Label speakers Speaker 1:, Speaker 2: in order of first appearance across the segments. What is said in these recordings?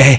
Speaker 1: Eh,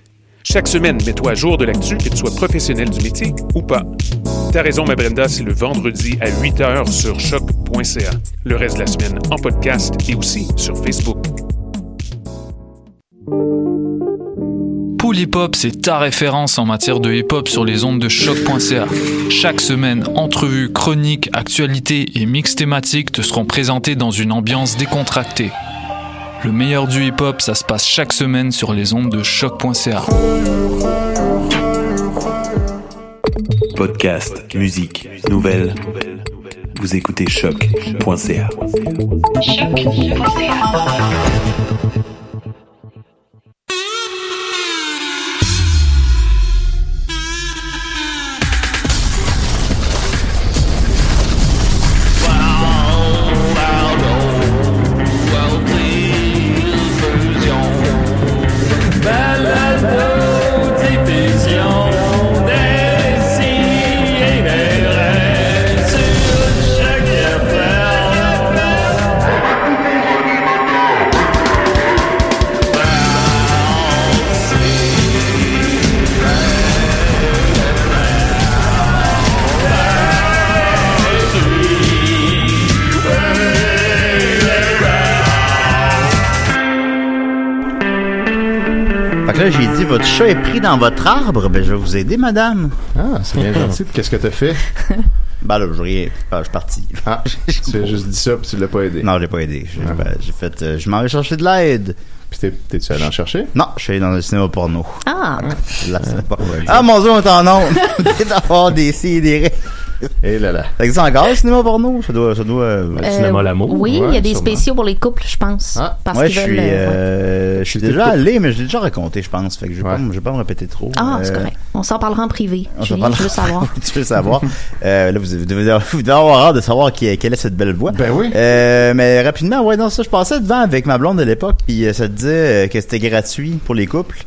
Speaker 2: Chaque semaine, mets-toi à jour de l'actu, que tu sois professionnel du métier ou pas. T'as raison, ma Brenda, c'est le vendredi à 8h sur choc.ca. Le reste de la semaine en podcast et aussi sur Facebook.
Speaker 3: Pool Hip Hop, c'est ta référence en matière de hip hop sur les ondes de choc.ca. Chaque semaine, entrevues, chroniques, actualités et mix thématiques te seront présentés dans une ambiance décontractée. Le meilleur du hip hop, ça se passe chaque semaine sur les ondes de choc.ca.
Speaker 4: Oh,
Speaker 1: Podcast, musique, nouvelles. Vous écoutez choc.ca.
Speaker 5: Fait que là, j'ai dit, votre chat est pris dans votre arbre. Ben, je vais vous aider, madame.
Speaker 6: Ah, c'est bien gentil. Qu'est-ce que t'as fait?
Speaker 5: Ben là, je rien. Ah, je suis parti.
Speaker 6: Ah, tu as juste dit ça puis tu l'as pas aidé.
Speaker 5: Non, je l'ai pas aidé.
Speaker 6: Ah.
Speaker 5: J'ai ben, j'ai fait, euh, je m'en vais chercher de l'aide.
Speaker 6: Puis t'es- t'es-tu allé en chercher?
Speaker 5: Non, je suis allé dans le cinéma porno.
Speaker 7: Ah,
Speaker 5: Là, c'est pas vrai. Ah, mon dieu, on est en onde. T'es d'avoir des si et des ré.
Speaker 6: Eh là là.
Speaker 5: Ça existe encore, le cinéma porno? Ça doit, ça doit... euh,
Speaker 7: euh,
Speaker 8: cinéma L'Amour.
Speaker 7: Oui, il y
Speaker 6: Ouais,
Speaker 7: a des
Speaker 6: sûrement.
Speaker 7: spéciaux pour les couples, je pense.
Speaker 6: Ah,
Speaker 7: parce
Speaker 5: Moi,
Speaker 7: qu'ils
Speaker 5: je suis,
Speaker 7: veulent, euh,
Speaker 5: euh, je suis déjà allé, mais je l'ai déjà raconté, je pense. Fait que je vais pas,
Speaker 6: Ouais.
Speaker 5: me- je vais pas me répéter trop.
Speaker 7: Ah, c'est
Speaker 5: Euh,
Speaker 7: correct. On s'en parlera en privé.
Speaker 5: on s'en
Speaker 7: Julie,
Speaker 5: parle-
Speaker 7: je veux savoir.
Speaker 5: tu veux savoir. Euh, là, vous devez, vous devez avoir hâte de savoir qui, est- quelle est cette belle voix.
Speaker 6: Ben oui.
Speaker 5: Euh, mais rapidement, ouais, non, ça, je passais devant avec ma blonde de l'époque, puis euh, ça te disait euh, que c'était gratuit pour les couples.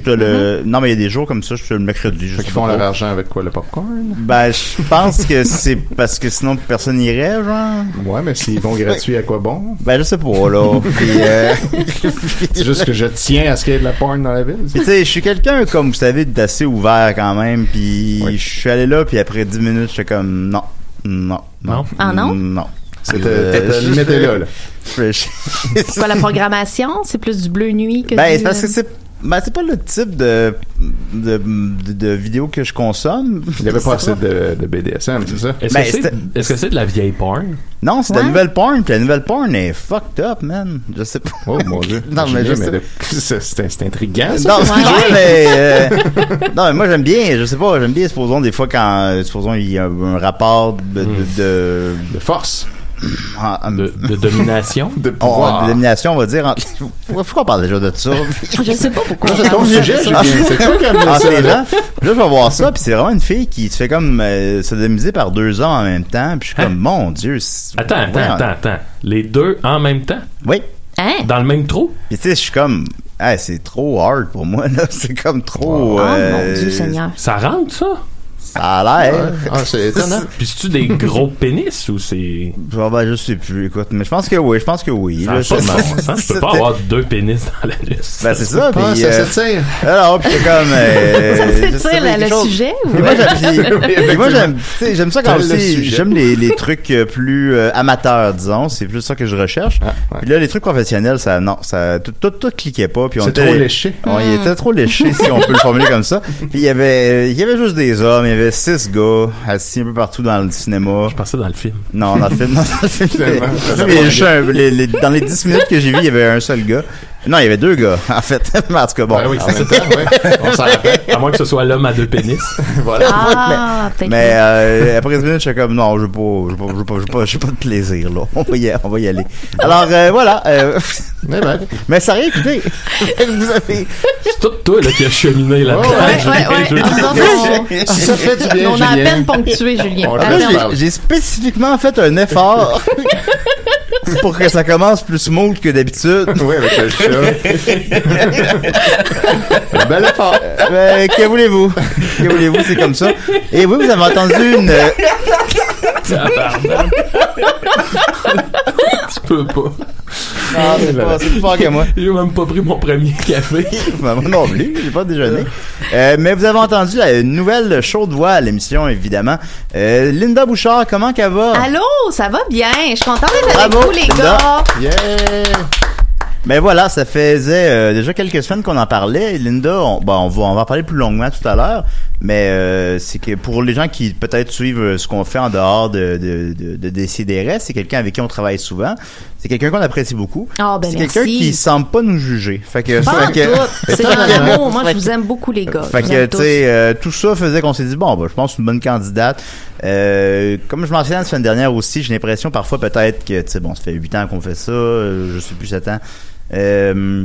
Speaker 5: Euh, je
Speaker 6: Mm-hmm.
Speaker 5: te le... Non, mais il y a des jours comme ça, je te le mercredi. Je
Speaker 6: Fait
Speaker 5: sais
Speaker 6: qu'ils font
Speaker 5: pas
Speaker 6: leur
Speaker 5: trop.
Speaker 6: argent avec quoi? Le popcorn?
Speaker 5: Ben, je pense que c'est parce que sinon personne n'irait, genre.
Speaker 6: Ouais, mais s'ils vont gratuit, à quoi bon?
Speaker 5: Ben, je sais pas, là. Puis, euh,
Speaker 6: C'est juste que je tiens à ce qu'il y ait de la porn dans la ville.
Speaker 5: Puis, tu sais, je suis quelqu'un, comme vous savez, d'assez ouvert quand même. Puis
Speaker 6: Oui.
Speaker 5: je suis allé là, puis après 10 minutes, j'étais comme non, non, non.
Speaker 7: Ah, non?
Speaker 5: Non.
Speaker 6: C'était-
Speaker 5: Euh,
Speaker 6: T'étais
Speaker 5: je-
Speaker 6: limité là, là.
Speaker 5: je- je-
Speaker 7: C'est quoi la programmation? C'est plus du bleu nuit que
Speaker 5: ben,
Speaker 7: du...
Speaker 5: c'est parce que c'est. Ben, c'est pas le type de, de, de, de vidéo que je consomme.
Speaker 6: Il n'y avait pas
Speaker 5: C'est
Speaker 6: assez de, de BDSM, c'est ça?
Speaker 8: Est-ce
Speaker 5: Ben,
Speaker 8: que
Speaker 5: c'était-
Speaker 8: c'est est-ce que c'est de la vieille porn?
Speaker 5: Non, c'est de la
Speaker 7: Ouais.
Speaker 5: nouvelle porn, puis la nouvelle porn est fucked up, man. Je sais pas.
Speaker 6: Oh mon dieu.
Speaker 5: Non, mais je
Speaker 6: Imaginez,
Speaker 5: sais-
Speaker 6: de- c'est- c'est c'est intriguant, ça.
Speaker 5: Non,
Speaker 7: Ouais.
Speaker 5: excusez, mais, euh, non, mais moi j'aime bien, je sais pas, j'aime bien, supposons des fois quand, euh, supposons il y a un, un rapport de, de, de,
Speaker 6: De force.
Speaker 5: en- en-
Speaker 8: Hmm. De, de domination?
Speaker 6: De
Speaker 5: on-
Speaker 6: pouvoir.
Speaker 5: Oh, de domination, on va dire. entre- Pourquoi on parle déjà de ça?
Speaker 7: euh, Je sais pas pourquoi.
Speaker 6: Moi,
Speaker 7: on
Speaker 6: c'est
Speaker 7: parle
Speaker 6: ton
Speaker 7: de Ah, ça.
Speaker 6: sujet, Julien. C'est toi qui as amené
Speaker 5: Ah,
Speaker 6: ça,
Speaker 5: c'est
Speaker 6: là.
Speaker 5: là. Là, je vais voir ça, puis c'est vraiment une fille qui se fait comme euh, sodomiser par deux hommes en même temps, puis je suis comme, mon Dieu. c'est-
Speaker 8: Hein? Attends, attends,
Speaker 5: voyons.
Speaker 8: attends, attends. Les deux en même temps?
Speaker 5: Oui.
Speaker 6: Ben,
Speaker 7: Hein?
Speaker 8: Dans le même trou?
Speaker 5: Puis tu sais, je suis comme, ah, c'est trop hard pour moi, là. C'est comme trop.
Speaker 7: Ah,
Speaker 5: euh,
Speaker 7: mon Dieu Seigneur.
Speaker 8: Ça rentre, ça?
Speaker 5: Ça a l'air.
Speaker 6: Ah, c'est étonnant.
Speaker 8: Puis c'est-tu des gros pénis ou c'est.
Speaker 5: Genre, ben, je sais plus, écoute. Mais je pense que oui, je pense que oui.
Speaker 8: Ça
Speaker 5: là,
Speaker 8: n'a
Speaker 5: je-
Speaker 8: pas de bon sens. Je peux pas
Speaker 5: C'était-
Speaker 8: avoir deux pénis dans l'anus.
Speaker 5: Ben, c'est ça,
Speaker 6: Ah,
Speaker 5: puis...
Speaker 6: ça
Speaker 5: euh,
Speaker 6: s'étire.
Speaker 5: Alors, puis c'est comme... euh,
Speaker 7: Ça
Speaker 5: je
Speaker 7: fait
Speaker 5: sais pas,
Speaker 7: dire là, le
Speaker 5: quelque chose-
Speaker 7: sujet ou
Speaker 5: Puis moi, j'aime, puis- puis moi, j'aime, tu sais, j'aime ça quand
Speaker 6: Tel le
Speaker 5: aussi,
Speaker 6: sujet.
Speaker 5: j'aime les, les trucs euh, plus euh, amateurs, disons. C'est plus ça que je recherche.
Speaker 6: Ah,
Speaker 5: Puis là, les trucs professionnels, ça, non, ça, tout, tout, tout cliquait pas. Puis on
Speaker 6: C'est
Speaker 5: était-
Speaker 6: trop léché.
Speaker 5: On y était trop léché, si on peut le formuler comme ça. Puis il y avait, il y avait juste des hommes. Il y avait six gars assis un peu partout dans le cinéma.
Speaker 8: Je pensais dans le film.
Speaker 5: Non, dans le film, non, dans le film.
Speaker 6: Finalement, ça
Speaker 5: Mais je suis un- les- les- dans les 10 minutes que j'ai vu, il y avait un seul gars. Non, il y avait deux gars, en fait. Mais en tout cas, bon.
Speaker 6: Ben oui, en même temps, ouais. On s'en rappelle.
Speaker 8: À moins que ce soit l'homme à deux pénis.
Speaker 6: Voilà.
Speaker 7: Ah, peut-être.
Speaker 5: Mais euh, après 10 minutes, j'étais comme non, je veux pas, je veux pas, je veux pas, je veux pas, je veux pas de plaisir là. On va y, on va y aller. Alors euh, voilà. euh,
Speaker 6: Mais ben,
Speaker 5: mais ça a rien coûté. Vous avez.
Speaker 8: C'est tout toi là, qui a cheminé là-dedans.
Speaker 7: Ouais, ouais, ouais.
Speaker 8: Julien.
Speaker 7: Nous autres,
Speaker 6: si ça te fait
Speaker 5: euh,
Speaker 6: du bien,
Speaker 7: on, on a à
Speaker 6: Julien.
Speaker 7: peine ponctué, Julien.
Speaker 6: On
Speaker 7: À
Speaker 5: Là,
Speaker 6: l'a
Speaker 7: peine.
Speaker 6: fait.
Speaker 5: j'ai- j'ai spécifiquement fait un effort pour que ça commence plus smooth que d'habitude.
Speaker 6: Oui, avec le chat. Un bel effort.
Speaker 5: Mais Euh, ben, que voulez-vous Que voulez-vous C'est comme ça. Et oui, vous avez entendu une. euh,
Speaker 8: Tabarnak. tu peux pas.
Speaker 6: Ah,
Speaker 5: Non, c'est pas, c'est plus fort que moi.
Speaker 8: J'ai même pas pris mon premier café.
Speaker 5: Maman non plus, j'ai pas déjeuné. Euh, mais vous avez entendu la nouvelle chaude voix à l'émission, évidemment. Euh, Linda Bouchard, comment qu'elle va?
Speaker 7: Allô, ça va bien? Je suis contente d'être avec
Speaker 5: Bravo,
Speaker 7: vous, les
Speaker 5: Linda.
Speaker 7: gars.
Speaker 6: Yeah!
Speaker 5: Ben voilà, ça faisait euh, déjà quelques semaines qu'on en parlait. Linda, on, bon, on, va, on va en parler plus longuement tout à l'heure, mais euh, c'est que pour les gens qui peut-être suivent euh, ce qu'on fait en dehors de, de, de, de DCDRS, c'est quelqu'un avec qui on travaille souvent. C'est quelqu'un qu'on apprécie beaucoup.
Speaker 7: Ah, ben
Speaker 5: c'est quelqu'un
Speaker 7: merci.
Speaker 5: qui semble pas nous juger. Fait que,
Speaker 7: Pas en
Speaker 5: fait que-
Speaker 7: tout. C'est
Speaker 5: Fait
Speaker 7: dans
Speaker 5: que-
Speaker 7: le mot. Moi, je vous aime beaucoup, les gars.
Speaker 5: Fait
Speaker 7: Je vous
Speaker 5: que, tu
Speaker 7: aime tous.
Speaker 5: sais, euh, tout ça faisait qu'on s'est dit, bon, bah, je pense que c'est une bonne candidate. Euh, comme je mentionnais la semaine dernière aussi, j'ai l'impression parfois peut-être que, tu sais, bon, ça fait huit ans qu'on fait ça, euh, je suis plus 7 ans. Euh,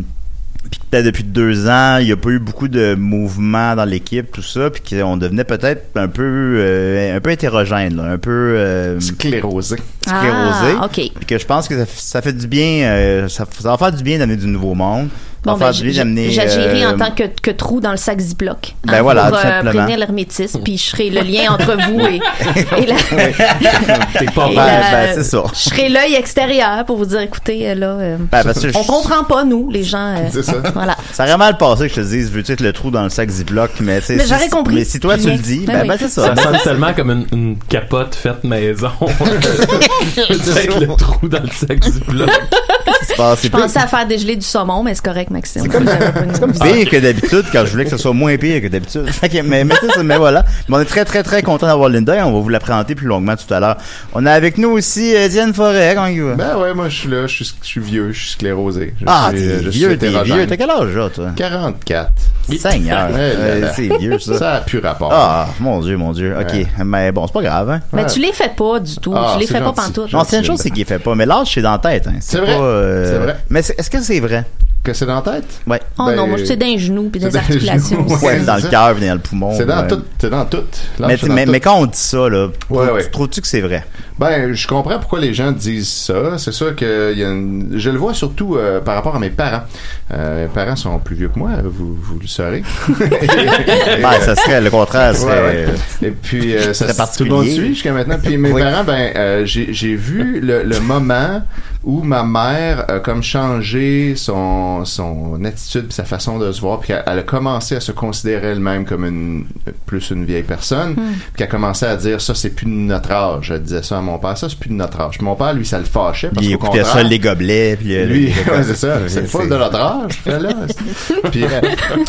Speaker 5: puis que peut-être depuis deux ans, il n'y a pas eu beaucoup de mouvements dans l'équipe, tout ça, puis qu'on devenait peut-être un peu euh, un peu hétérogène, là, un peu euh,
Speaker 6: Sclérosé.
Speaker 5: sclérosé.
Speaker 7: Ah, OK.
Speaker 5: Puis que je pense que ça, f- ça fait du bien, euh, ça, f- ça va faire du bien d'amener du nouveau monde. Ça
Speaker 7: Bon,
Speaker 5: va faire
Speaker 7: ben,
Speaker 5: du bien
Speaker 7: j-
Speaker 5: d'amener.
Speaker 7: j'agirai
Speaker 5: euh,
Speaker 7: en tant que, que trou dans le sac Ziploc. hein,
Speaker 5: Ben voilà,
Speaker 7: pour, euh,
Speaker 5: tout simplement.
Speaker 7: prévenir l'hermétisme, puis je serai le lien entre vous et, et la-
Speaker 8: T'es pas
Speaker 7: et
Speaker 5: ben,
Speaker 8: mal.
Speaker 7: la-
Speaker 5: ben, c'est ça.
Speaker 7: Je serai l'œil extérieur pour vous dire, écoutez, euh, là, euh,
Speaker 5: Ben, parce que je-
Speaker 7: on comprend pas, nous, les gens. euh,
Speaker 6: C'est ça.
Speaker 7: voilà.
Speaker 5: Ça aurait mal passé que je te dise, veux-tu être le trou dans le sac Ziploc, mais tu sais,
Speaker 7: Mais
Speaker 5: si-
Speaker 7: j'aurais compris.
Speaker 5: Mais si toi tu
Speaker 7: Julien.
Speaker 5: le dis, ben,
Speaker 7: Ben oui.
Speaker 5: ben, c'est ça.
Speaker 8: Ça sonne tellement comme une, une capote faite maison. Avec le trou dans le sac du bloc.
Speaker 5: C'est pas- c'est
Speaker 7: Je
Speaker 5: plus-
Speaker 7: pensais à faire dégeler du saumon, mais c'est correct, Maxime. J'avais pas une-
Speaker 5: pire que d'habitude quand je voulais que ce soit moins pire que d'habitude. Fait que- mais, mais, c'est ça, mais voilà. Mais on est très très très content d'avoir Linda et on va vous la présenter plus longuement tout à l'heure. On a avec nous aussi euh, Diane Forêt, comment il va?
Speaker 6: Ben ouais, moi, je suis là, je suis, je suis vieux, je suis sclérosé. Je
Speaker 5: ah,
Speaker 6: suis,
Speaker 5: t'es
Speaker 6: euh, je suis
Speaker 5: vieux, t'es
Speaker 6: hétérogène.
Speaker 5: vieux. T'as quel âge là, toi?
Speaker 6: 44.
Speaker 5: Seigneur.
Speaker 6: Eh là
Speaker 5: euh,
Speaker 6: là.
Speaker 5: c'est vieux ça.
Speaker 6: Ça a plus rapport.
Speaker 5: Ah, mon dieu, mon dieu. Ok,
Speaker 6: Ouais.
Speaker 5: mais bon, c'est pas grave, hein.
Speaker 7: Mais
Speaker 6: Ouais.
Speaker 7: tu les fais pas du tout.
Speaker 6: Ah,
Speaker 7: tu les
Speaker 6: c'est
Speaker 7: fais pas
Speaker 6: gentil.
Speaker 7: pantoute.
Speaker 6: Gentil.
Speaker 5: L'ancienne chose, c'est qu'il fait pas. Mais l'âge, c'est dans la tête, hein.
Speaker 6: C'est vrai.
Speaker 5: pas, euh,
Speaker 6: C'est vrai.
Speaker 5: Mais c'est- est-ce que c'est vrai?
Speaker 6: Que c'est dans la tête?
Speaker 5: Ouais.
Speaker 7: Oh
Speaker 6: Ben,
Speaker 7: non, moi, je sais d'un genou puis
Speaker 6: c'est
Speaker 7: des
Speaker 6: dans les
Speaker 7: articulations.
Speaker 6: genoux,
Speaker 7: aussi.
Speaker 5: Ouais,
Speaker 6: c'est
Speaker 5: dans le
Speaker 6: ça.
Speaker 5: cœur, puis dans le poumon.
Speaker 6: C'est dans
Speaker 5: Oh, ouais.
Speaker 6: tout. C'est dans tout. Là,
Speaker 5: Mais,
Speaker 6: je suis dans
Speaker 5: mais,
Speaker 6: tout.
Speaker 5: mais quand on dit ça, là,
Speaker 6: Ouais,
Speaker 5: trou-
Speaker 6: ouais.
Speaker 5: trouves-tu que c'est vrai?
Speaker 6: Ben, je comprends pourquoi les gens disent ça. C'est sûr que il y a une- je le vois surtout euh, par rapport à mes parents. Euh, mes parents sont plus vieux que moi, vous, vous le saurez. Et,
Speaker 5: Ben, ça serait le contraire.
Speaker 6: Ouais,
Speaker 5: serait-
Speaker 6: ouais. Et puis, euh, ça,
Speaker 5: Très
Speaker 6: tout le monde
Speaker 5: particulier.
Speaker 6: suit jusqu'à maintenant. Puis mes
Speaker 5: Oui.
Speaker 6: parents, ben, euh, j'ai j'ai vu le, le moment où ma mère a comme changé son, son attitude, puis sa façon de se voir, puis qu'elle- elle, a commencé à se considérer elle-même comme une plus une vieille personne, puis qu'elle a commencé à dire ça, c'est plus de notre âge. Elle disait ça à mon père, ça, c'est plus de notre âge. Puis mon père, lui, ça le fâchait parce
Speaker 5: Il
Speaker 6: qu'au
Speaker 5: écoutait ça,
Speaker 6: contraire-
Speaker 5: les gobelets, puis euh,
Speaker 6: lui,
Speaker 5: les-
Speaker 6: ouais, c'est ça. C'est pas de notre âge, là. là. Puis, euh,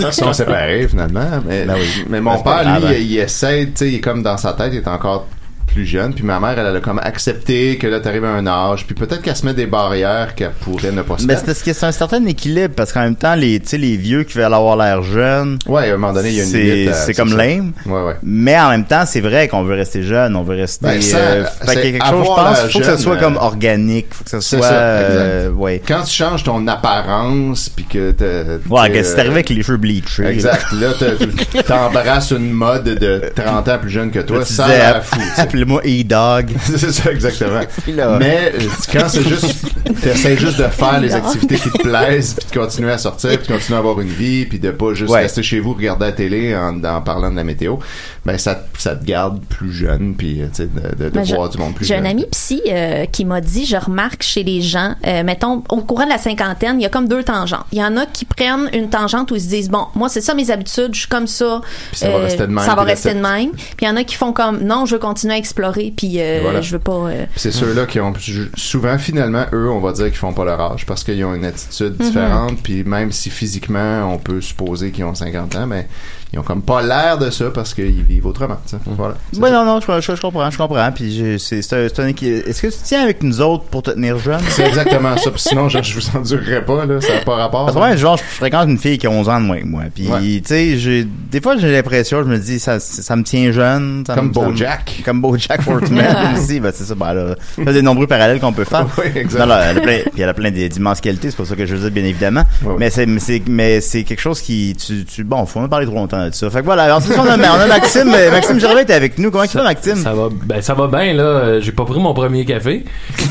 Speaker 6: ils sont séparés, finalement. Mais,
Speaker 5: Ben oui.
Speaker 6: mais
Speaker 5: Ben,
Speaker 6: mon
Speaker 5: c'est pas
Speaker 6: père,
Speaker 5: grave,
Speaker 6: lui, il, il essaie, tu sais, il est comme dans sa tête, il est encore plus jeune. Puis ma mère, elle, elle a comme accepté que là, t'arrives à un âge. Puis peut-être qu'elle se met des barrières qu'elle pourrait ne pas se
Speaker 5: Mais c'est
Speaker 6: mettre.
Speaker 5: parce que c'est un certain équilibre, parce qu'en même temps, les, tu sais, les vieux qui veulent avoir l'air jeune,
Speaker 6: Ouais, à un moment donné, il y a une
Speaker 5: c'est
Speaker 6: limite. à-
Speaker 5: c'est comme
Speaker 6: ça.
Speaker 5: lame.
Speaker 6: Ouais, ouais.
Speaker 5: Mais en même temps, c'est vrai qu'on veut rester jeune, on veut rester. euh,
Speaker 6: Ben, ça,
Speaker 5: fait qu'il y a
Speaker 6: c'est
Speaker 5: quelque chose, je
Speaker 6: avoir
Speaker 5: pense,
Speaker 6: la
Speaker 5: faut que ça
Speaker 6: jeune,
Speaker 5: soit
Speaker 6: euh,
Speaker 5: comme organique, faut que ça
Speaker 6: c'est
Speaker 5: soit.
Speaker 6: ça, exact.
Speaker 5: euh, ouais.
Speaker 6: Quand tu changes ton apparence, puis que t'es-
Speaker 5: Ouais,
Speaker 6: t'es,
Speaker 5: que si t'arrivais
Speaker 6: euh,
Speaker 5: avec les cheveux bleachés. là,
Speaker 6: Exact. Là, t'as- t'embrasses une mode de 30 ans plus jeune que toi.
Speaker 5: tu ah,
Speaker 6: Ça
Speaker 5: disais,
Speaker 6: a l'air fou. tu sais.
Speaker 5: appelez le mot e-dog.
Speaker 6: c'est ça, exactement.
Speaker 5: Puis là-
Speaker 6: Mais euh, quand c'est juste, t'essaies juste de faire les activités qui te plaisent, puis de continuer à sortir, puis de continuer à avoir une vie, puis de pas juste
Speaker 5: Ouais.
Speaker 6: rester chez vous, regarder la télé en, en parlant de la météo, ben ça, te- ça te garde plus jeune, puis euh, tu sais, de, de, de
Speaker 7: Ben, j'ai-
Speaker 6: voir du monde plus
Speaker 7: J'ai
Speaker 6: jeune.
Speaker 7: un ami psy euh, qui m'a dit, je remarque chez les gens, euh, mettons, au courant de la cinquantaine, il y a comme deux tangentes. Il y en a qui prennent une tangente où ils se disent, bon, moi, c'est ça mes habitudes, je suis comme ça. euh,
Speaker 6: Puis ça va rester de même,
Speaker 7: Ça va
Speaker 6: puis la-
Speaker 7: rester de même. Puis il y en a qui font comme, non, je veux continuer à explorer, puis euh,
Speaker 6: Et voilà.
Speaker 7: je veux pas... euh,
Speaker 6: Puis C'est ceux-là qui ont ju- souvent finalement eux, on va dire qu'ils font pas leur âge parce qu'ils ont une attitude
Speaker 7: Mhm.
Speaker 6: différente. Puis même si physiquement on peut supposer qu'ils ont 50 ans, mais ils ont comme pas l'air de ça parce qu'ils vivent autrement. tu sais.
Speaker 5: Mhm.
Speaker 6: Voilà. C'est
Speaker 5: Ouais, non,
Speaker 6: ça.
Speaker 5: non, je, je- je comprends, je comprends. Puis j'ai- c'est c'est un, c'est un équi- Est-ce que tu tiens avec nous autres pour te tenir jeune?
Speaker 6: C'est exactement ça. Puis sinon je, je vous endurerais pas là, ça n'a pas rapport.
Speaker 5: Parce que moi, genre, je fréquente une fille qui a 11 ans de moins que moi. Puis,
Speaker 6: Ouais.
Speaker 5: tu sais, j'ai, des fois, j'ai l'impression, je me dis, ça, ça me tient jeune. ça me-
Speaker 6: Comme
Speaker 5: ça me-
Speaker 6: Bojack.
Speaker 5: Comme BoJack Horseman aussi. Ben, c'est ça, ben, là, il y a des nombreux parallèles qu'on peut faire.
Speaker 6: Oui, exact.
Speaker 5: Non, là, elle a plein, puis elle a plein d- d'immenses qualités, c'est pour ça que je veux dire, bien évidemment.
Speaker 6: Ouais, ouais.
Speaker 5: Mais c'est, mais c'est, mais c'est quelque chose qui, tu, tu, bon, faut en parler trop longtemps de ça. Fait que voilà, alors, c'est ça, on a, on a Maxime, euh, Maxime Gervais était avec nous. Comment tu vas, Maxime?
Speaker 8: Ça va, ben, ça va bien, là. Euh, J'ai pas pris mon premier café. Puis,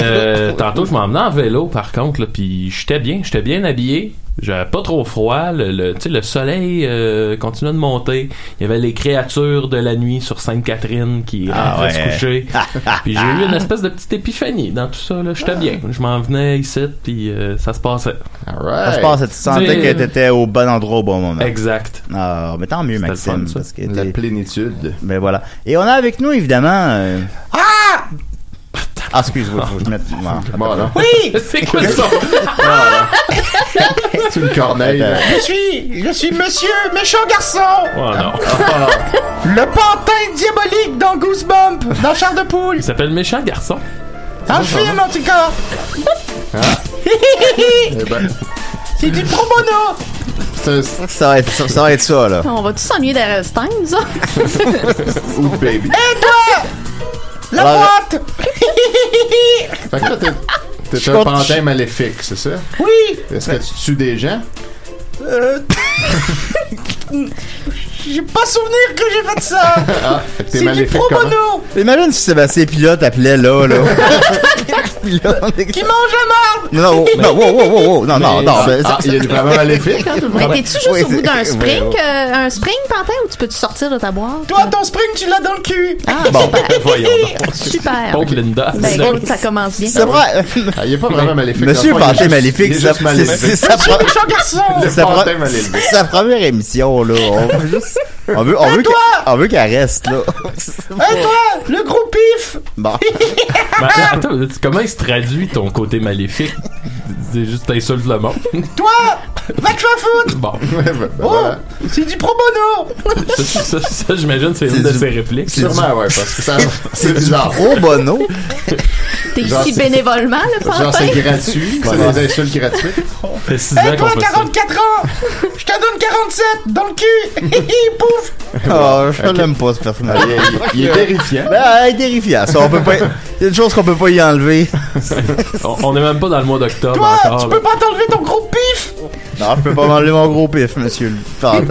Speaker 8: euh, tantôt, je m'emmenais en vélo, par contre, là. Puis, j'étais bien, j'étais bien habillé. J'avais pas trop froid. Le, le, tu sais, le soleil euh, continuait de monter. Il y avait les créatures de la nuit sur Sainte-Catherine qui
Speaker 5: Ah
Speaker 8: rentraient
Speaker 5: ouais.
Speaker 8: se coucher. puis, j'ai eu une espèce de petite épiphanie dans tout ça, là. J'étais bien. Je m'en venais ici, puis euh, ça se passait.
Speaker 6: All
Speaker 5: Ça
Speaker 6: right.
Speaker 5: se passe, tu sentais
Speaker 8: Tu
Speaker 5: que
Speaker 8: sais-
Speaker 5: t'étais au bon endroit au bon moment.
Speaker 8: Exact.
Speaker 5: Ah, mais tant mieux,
Speaker 8: C'était le
Speaker 5: Maxime.
Speaker 8: fun, ça.
Speaker 5: parce que
Speaker 6: La
Speaker 5: t'es-
Speaker 6: plénitude.
Speaker 5: Ben voilà. Et on a avec nous, évidemment. euh, Ah! excuse-moi, faut que je mette. Bon.
Speaker 6: Bon, alors.
Speaker 8: C'est quoi ça?
Speaker 6: C'est une corneille. là.
Speaker 5: Attends.
Speaker 8: Oh non. Il s'appelle Méchant Garçon.
Speaker 5: Ah,
Speaker 6: Ah, Eh ben, c'est du pro bono.
Speaker 5: Ça va, être, ça, ça va être ça, là.
Speaker 7: On va tous s'ennuyer derrière ce temps, nous autres?
Speaker 6: Ou baby.
Speaker 5: La boîte!
Speaker 6: Fait que toi, t'es- t'es
Speaker 5: Je
Speaker 6: un
Speaker 5: compte-
Speaker 6: pantin maléfique, c'est ça? Oui! Est-ce que tu tues des gens? Euh. j'ai pas souvenir que j'ai fait ça! Ah, fait que t'es maléfique comment?
Speaker 5: Imagine si Sébastien Pilote appelait là, là. Qui mange la merde! Non, oh, non, wow, wow, wow, wow, non, non, non, ben, ça-
Speaker 6: Ah, il est vraiment maléfique, hein, tout le
Speaker 7: Mais
Speaker 6: monde?
Speaker 7: t'es-tu juste
Speaker 5: Oui,
Speaker 7: au bout d'un
Speaker 5: c'est-
Speaker 7: spring,
Speaker 5: ouais, ouais.
Speaker 7: euh, un spring, Pantin, ou tu peux-tu sortir de ta boîte?
Speaker 5: ton spring, tu l'as dans le cul!
Speaker 7: Ah,
Speaker 5: Bon,
Speaker 8: Voyons donc.
Speaker 7: super!
Speaker 8: Pauvre Linda.
Speaker 7: Ben, écoute, ça commence bien.
Speaker 5: c'est vrai!
Speaker 6: Ah, il est pas vraiment maléfique.
Speaker 5: Monsieur
Speaker 6: dans le fond, il
Speaker 5: Pantin
Speaker 6: est juste-
Speaker 5: Maléfique,
Speaker 6: il est
Speaker 5: ça-
Speaker 6: juste
Speaker 5: c'est
Speaker 6: maléfique.
Speaker 5: c'est sa pro-
Speaker 6: Le
Speaker 5: c'est sa pro-
Speaker 6: pantin maléfique.
Speaker 5: c'est sa première émission, là. On veut juste. On veut, on veut qu'elle on veut qu'elle reste, là. Hey, toi! Le gros pif! Bon.
Speaker 8: Ben, attends, comment il se traduit ton côté maléfique? C'est juste t'insultes le monde. Bon,
Speaker 6: Ouais, ben, ben, voilà.
Speaker 8: ça, ça, ça, j'imagine c'est une
Speaker 5: C'est
Speaker 8: de
Speaker 5: du-
Speaker 8: ses répliques.
Speaker 6: Sûrement, ouais, parce que ça, c'est bizarre.
Speaker 5: Gros bono!
Speaker 7: T'es
Speaker 6: Genre,
Speaker 7: ici
Speaker 6: c'est-
Speaker 7: bénévolement, le
Speaker 6: Genre,
Speaker 7: Pantin?
Speaker 6: c'est gratuit. C'est des insultes gratuites.
Speaker 8: fait six ans qu'on fait ça.
Speaker 5: Oh, je l'aime pas, ce personnage.
Speaker 6: Il est, il est terrifiant.
Speaker 5: Ben, elle est terrifiant. Ça, on peut pas. Il y a une chose qu'on peut pas y enlever.
Speaker 8: On, on est même pas dans le mois d'octobre encore. là.
Speaker 4: pas t'enlever ton gros pif
Speaker 5: Non, je peux pas m'enlever mon gros pif, monsieur le pantin.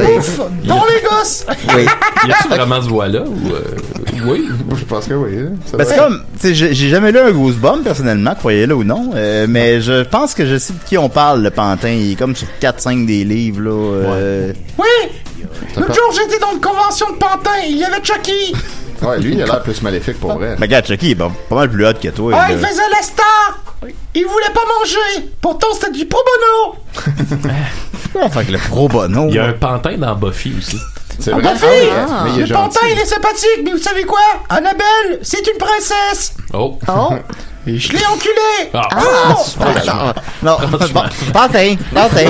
Speaker 4: dans les gosses
Speaker 5: Oui.
Speaker 8: Y a-tu vraiment ce voix-là? Ou euh, Oui.
Speaker 6: Je pense que oui. hein. Ça
Speaker 5: Parce que
Speaker 6: doit-
Speaker 5: comme, tu sais, j'ai j'ai jamais lu un goosebump, personnellement, croyez-le ou non. euh, mais je pense que je sais de qui on parle, le pantin. Il est comme sur 4-5 des livres, là. euh,
Speaker 4: Oui L'autre jour, j'étais dans une convention de pantin, il y avait Chucky
Speaker 6: Ouais, lui, il a l'air plus maléfique pour vrai.
Speaker 5: Mais regarde, Chucky, il est pas pas mal plus hot que toi.
Speaker 4: Ah,
Speaker 5: là.
Speaker 4: il faisait les stars Il voulait pas manger Pourtant, c'était du pro bono
Speaker 5: Fait que le pro bono.
Speaker 8: Il y a un pantin dans Buffy aussi.
Speaker 6: C'est vrai.
Speaker 4: ma fille!
Speaker 6: Ah, mais il est
Speaker 4: Le
Speaker 6: gentil.
Speaker 4: pantin, il est sympathique, mais vous savez quoi Annabelle, c'est une princesse
Speaker 8: Oh.
Speaker 4: Je l'ai enculée
Speaker 8: Ah.
Speaker 4: Oh
Speaker 5: Ah, Non, bon, pantin, pantin.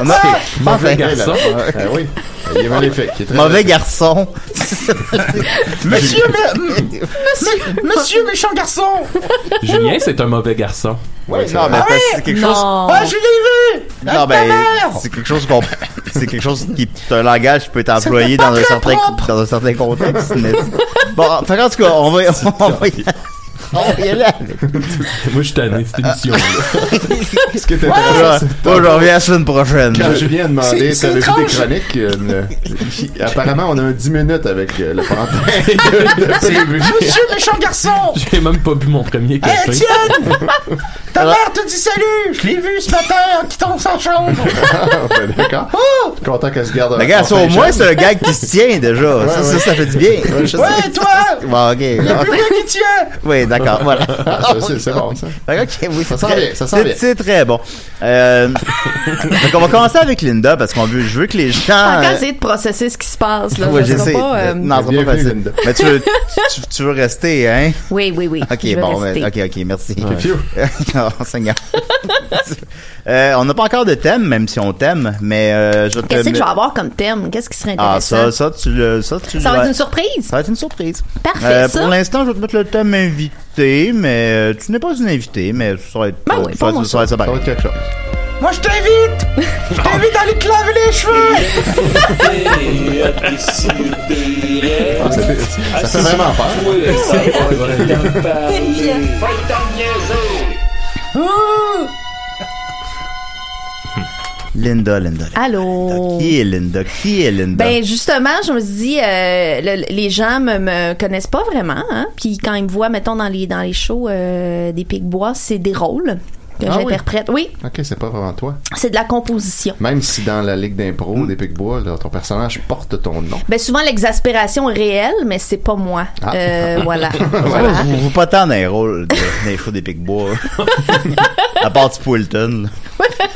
Speaker 5: On a-
Speaker 4: Ah!
Speaker 6: Mauvais
Speaker 5: Pantin.
Speaker 8: ben,
Speaker 6: garçon. Ah oui. Il est maléfique. Il est très
Speaker 5: Mauvais garçon.
Speaker 4: Monsieur, mais- monsieur, monsieur méchant garçon
Speaker 8: Julien, c'est un mauvais garçon.
Speaker 6: Ouais, c'est
Speaker 5: non, mais
Speaker 6: vrai.
Speaker 5: parce que c'est quelque chose.
Speaker 7: Non!
Speaker 4: Ah, je l'ai vu
Speaker 5: Non,
Speaker 4: Avec ta
Speaker 5: ben,
Speaker 4: mère.
Speaker 5: c'est quelque chose qu'on, c'est quelque chose qui est un langage qui peut être employé dans un certain, dans un certain contexte. mais- Bon, fait, en tout cas, on va, on va, On y allait avec.
Speaker 8: Moi, je suis tanné de cette émission.
Speaker 6: Ce qui est
Speaker 5: Moi,
Speaker 6: intéressant,
Speaker 5: je reviens la semaine prochaine.
Speaker 6: Quand Julien a
Speaker 4: C'est-
Speaker 6: demandé,
Speaker 4: c'est
Speaker 6: t'avais vu des
Speaker 4: étrange.
Speaker 6: chroniques? euh, le- apparemment, on a un 10 minutes avec euh, le pantin de, de prévu.
Speaker 4: Monsieur méchant garçon
Speaker 8: J'ai même pas bu mon premier
Speaker 4: Hey,
Speaker 8: café.
Speaker 4: Étienne! Ta mère te dit salut! Je l'ai vu ce matin en quittant sa chambre!
Speaker 6: Ah, ben, D'accord.
Speaker 4: Ah!
Speaker 6: Content qu'elle se garde.
Speaker 5: Mais gars,
Speaker 6: enfin
Speaker 5: ça, au moins,
Speaker 6: jeune.
Speaker 5: c'est un gag qui se tient déjà. ça,
Speaker 6: Ouais,
Speaker 5: ça,
Speaker 6: ouais.
Speaker 5: ça fait du bien. Je sais-
Speaker 4: Ouais, toi!
Speaker 5: Bon, ok.
Speaker 4: Plus rien qui tient!
Speaker 5: Oui, d'accord, voilà.
Speaker 6: Ah, ça, c'est- c'est bon, ça.
Speaker 5: Ok, oui,
Speaker 6: Ça
Speaker 5: c'est
Speaker 6: sent
Speaker 5: très-
Speaker 6: bien, ça sent
Speaker 5: c'est-
Speaker 6: bien.
Speaker 5: C'est très bon. Euh... donc, on va commencer avec Linda parce qu'on veut, je veux que les gens.
Speaker 7: T'as qu'à essayer de processer ce qui se passe, là.
Speaker 5: Ouais,
Speaker 7: Ça sera
Speaker 5: j'essaie.
Speaker 7: pas, euh,
Speaker 5: Non, c'est
Speaker 6: Bienvenue,
Speaker 5: pas facile.
Speaker 6: Linda.
Speaker 5: Mais tu veux, tu, tu veux rester, hein?
Speaker 7: Oui, oui, oui.
Speaker 5: Ok,
Speaker 7: je vais
Speaker 5: bon,
Speaker 7: rester.
Speaker 5: ben, ok, ok, merci.
Speaker 6: Phew.
Speaker 5: oh, Seigneur. Euh, on n'a pas encore de thème, même si on t'aime, mais euh, je vais te.
Speaker 7: Qu'est-ce que je vais avoir comme thème? Qu'est-ce qui serait
Speaker 5: Ah, ça,
Speaker 7: intéressant?
Speaker 5: ça, tu le. Ça, tu
Speaker 7: Ça va
Speaker 5: le-
Speaker 7: être une surprise?
Speaker 5: ça va être une surprise.
Speaker 7: Parfait,
Speaker 5: Euh,
Speaker 7: ça.
Speaker 5: Pour l'instant, je vais te mettre le thème invité, mais euh, tu n'es pas une invitée, mais ça va être.
Speaker 7: Ben
Speaker 5: ça
Speaker 7: oui,
Speaker 5: va
Speaker 7: pas
Speaker 5: être-
Speaker 7: moi,
Speaker 5: ça va être ça
Speaker 6: Ça
Speaker 5: pareil.
Speaker 6: va être quelque chose.
Speaker 4: Moi, je t'invite! Je t'invite à aller te laver les cheveux!
Speaker 6: Ah, c'était- ça fait vraiment peur.
Speaker 5: Linda, Linda, Linda.
Speaker 7: Allô?
Speaker 5: Qui est Linda? Qui est Linda?
Speaker 7: Oh. Ben justement, je me suis dit, euh, le- les gens me, me connaissent pas vraiment. Hein? Puis quand ils me voient, mettons, dans les, dans les shows euh, des Pic-Bois, c'est des rôles que
Speaker 6: Ah oui?
Speaker 7: j'interprète. Oui,
Speaker 6: Ok, c'est pas vraiment toi.
Speaker 7: c'est de la composition.
Speaker 6: Même si dans la ligue d'impro
Speaker 4: Hmm.
Speaker 6: des Picbois, là, ton personnage porte ton nom.
Speaker 7: Ben souvent, l'exaspération est réelle, mais c'est pas moi.
Speaker 6: Ah.
Speaker 7: Euh, voilà.
Speaker 5: Ouais,
Speaker 7: voilà.
Speaker 5: vous, vous pas tant dans les rôles de, dans les shows des Pic-Bois. à part Tipo Hilton. là.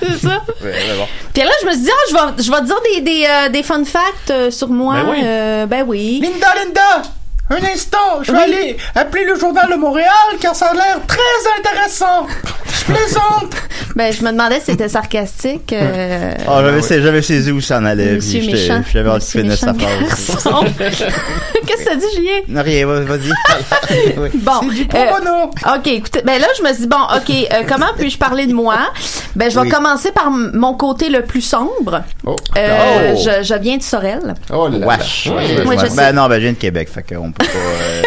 Speaker 7: c'est ça.
Speaker 5: Ouais, mais bon.
Speaker 7: Puis là, je me suis dit, ah, je vais, je vais te dire des, des, euh, des fun facts euh, sur moi.
Speaker 8: Ben oui.
Speaker 7: Euh, ben oui.
Speaker 4: Linda, Linda! Un instant, je vais
Speaker 7: Oui.
Speaker 4: aller appeler le journal de Montréal car ça a l'air très intéressant! Je plaisante!
Speaker 7: Ben, je me demandais si c'était sarcastique. euh,
Speaker 5: Ah, j'avais, sais- j'avais saisi où ça en allait.
Speaker 7: Monsieur
Speaker 5: puis j'étais-
Speaker 7: méchant.
Speaker 5: puis J'avais hâte qu'il
Speaker 7: Monsieur
Speaker 5: finisse sa
Speaker 7: méchant
Speaker 5: phrase.
Speaker 7: Qu'est-ce que ça dit, Julien?
Speaker 5: Non, rien, va- vas-y. Oui.
Speaker 7: Bon. euh,
Speaker 4: Bono!
Speaker 7: OK, écoutez, ben là, je me suis dit, bon, OK, euh, comment puis-je parler de moi? Ben, je vais
Speaker 5: Oui.
Speaker 7: commencer par m- mon côté le plus sombre.
Speaker 6: Oh,
Speaker 7: Euh,
Speaker 5: Oh.
Speaker 7: Je, je viens de Sorel.
Speaker 6: oh là là.
Speaker 5: Wesh.
Speaker 6: Ouais,
Speaker 7: Moi,
Speaker 6: ouais.
Speaker 7: je sais.
Speaker 5: Ben non, ben je viens de Québec, fait qu'on peut pas... Euh...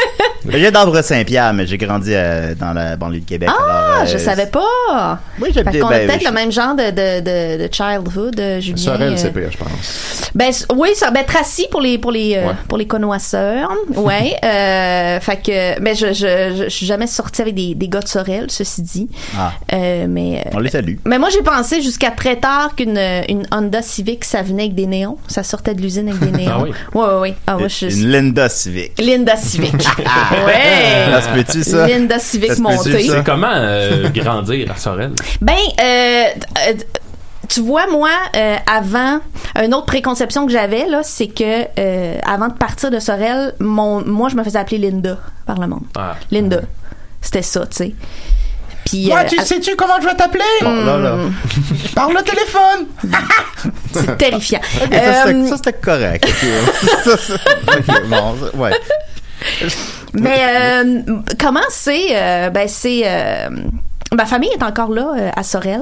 Speaker 5: ben, je viens d'Ambre-Saint-Pierre, mais j'ai grandi euh, dans la banlieue de Québec.
Speaker 7: Ah,
Speaker 5: alors,
Speaker 7: je
Speaker 5: euh,
Speaker 7: savais pas.
Speaker 5: Oui, j'ai
Speaker 7: Fait qu'on a
Speaker 5: ben,
Speaker 7: peut-être
Speaker 5: je-
Speaker 7: le même genre de, de, de, de childhood, euh, Julien.
Speaker 6: Sorel,
Speaker 7: euh.
Speaker 6: c'est pire, je pense.
Speaker 7: Ben s- oui, ça ben Tracy pour les pour les euh,
Speaker 6: Ouais.
Speaker 7: pour les connoisseurs. Ouais, euh, fait que mais je je, je je suis jamais sortie avec des des gars de Sorel, ceci dit.
Speaker 5: Ah.
Speaker 7: Euh, mais euh,
Speaker 5: On les salue.
Speaker 7: Mais moi, j'ai pensé jusqu'à très tard qu'une euh, une Honda Civic, ça venait avec des néons. Ça sortait de l'usine avec des néons.
Speaker 8: Ah oui?
Speaker 7: Ouais, ouais, ouais. Ah, moi, je suis...
Speaker 5: Une Linda Civic.
Speaker 7: Linda Civic.
Speaker 5: Ça
Speaker 7: ouais!
Speaker 5: se peut-tu, ça?
Speaker 7: Linda
Speaker 5: Ça
Speaker 7: Civic
Speaker 5: se peut-tu,
Speaker 7: montée.
Speaker 5: ça?
Speaker 8: C'est comment euh, grandir à Sorel?
Speaker 7: Ben, euh, euh, tu vois, moi, euh, avant, une autre préconception que j'avais, là, c'est que euh, avant de partir de Sorel, mon, moi, je me faisais appeler Linda par le monde.
Speaker 8: Ah.
Speaker 7: Linda. C'était ça, tu sais. Puis,
Speaker 4: Moi,
Speaker 7: euh,
Speaker 4: Ah, tu sais-tu comment je vais t'appeler? Hmm.
Speaker 5: Oh là là.
Speaker 4: Par le téléphone!
Speaker 7: c'est terrifiant.
Speaker 5: Ça,
Speaker 7: Euh,
Speaker 5: c'était- ça, c'était correct. ok. Ça, ça- ok, bon, ça- ouais.
Speaker 7: Mais euh, comment c'est euh, Ben c'est euh, ma famille est encore là euh, à Sorel.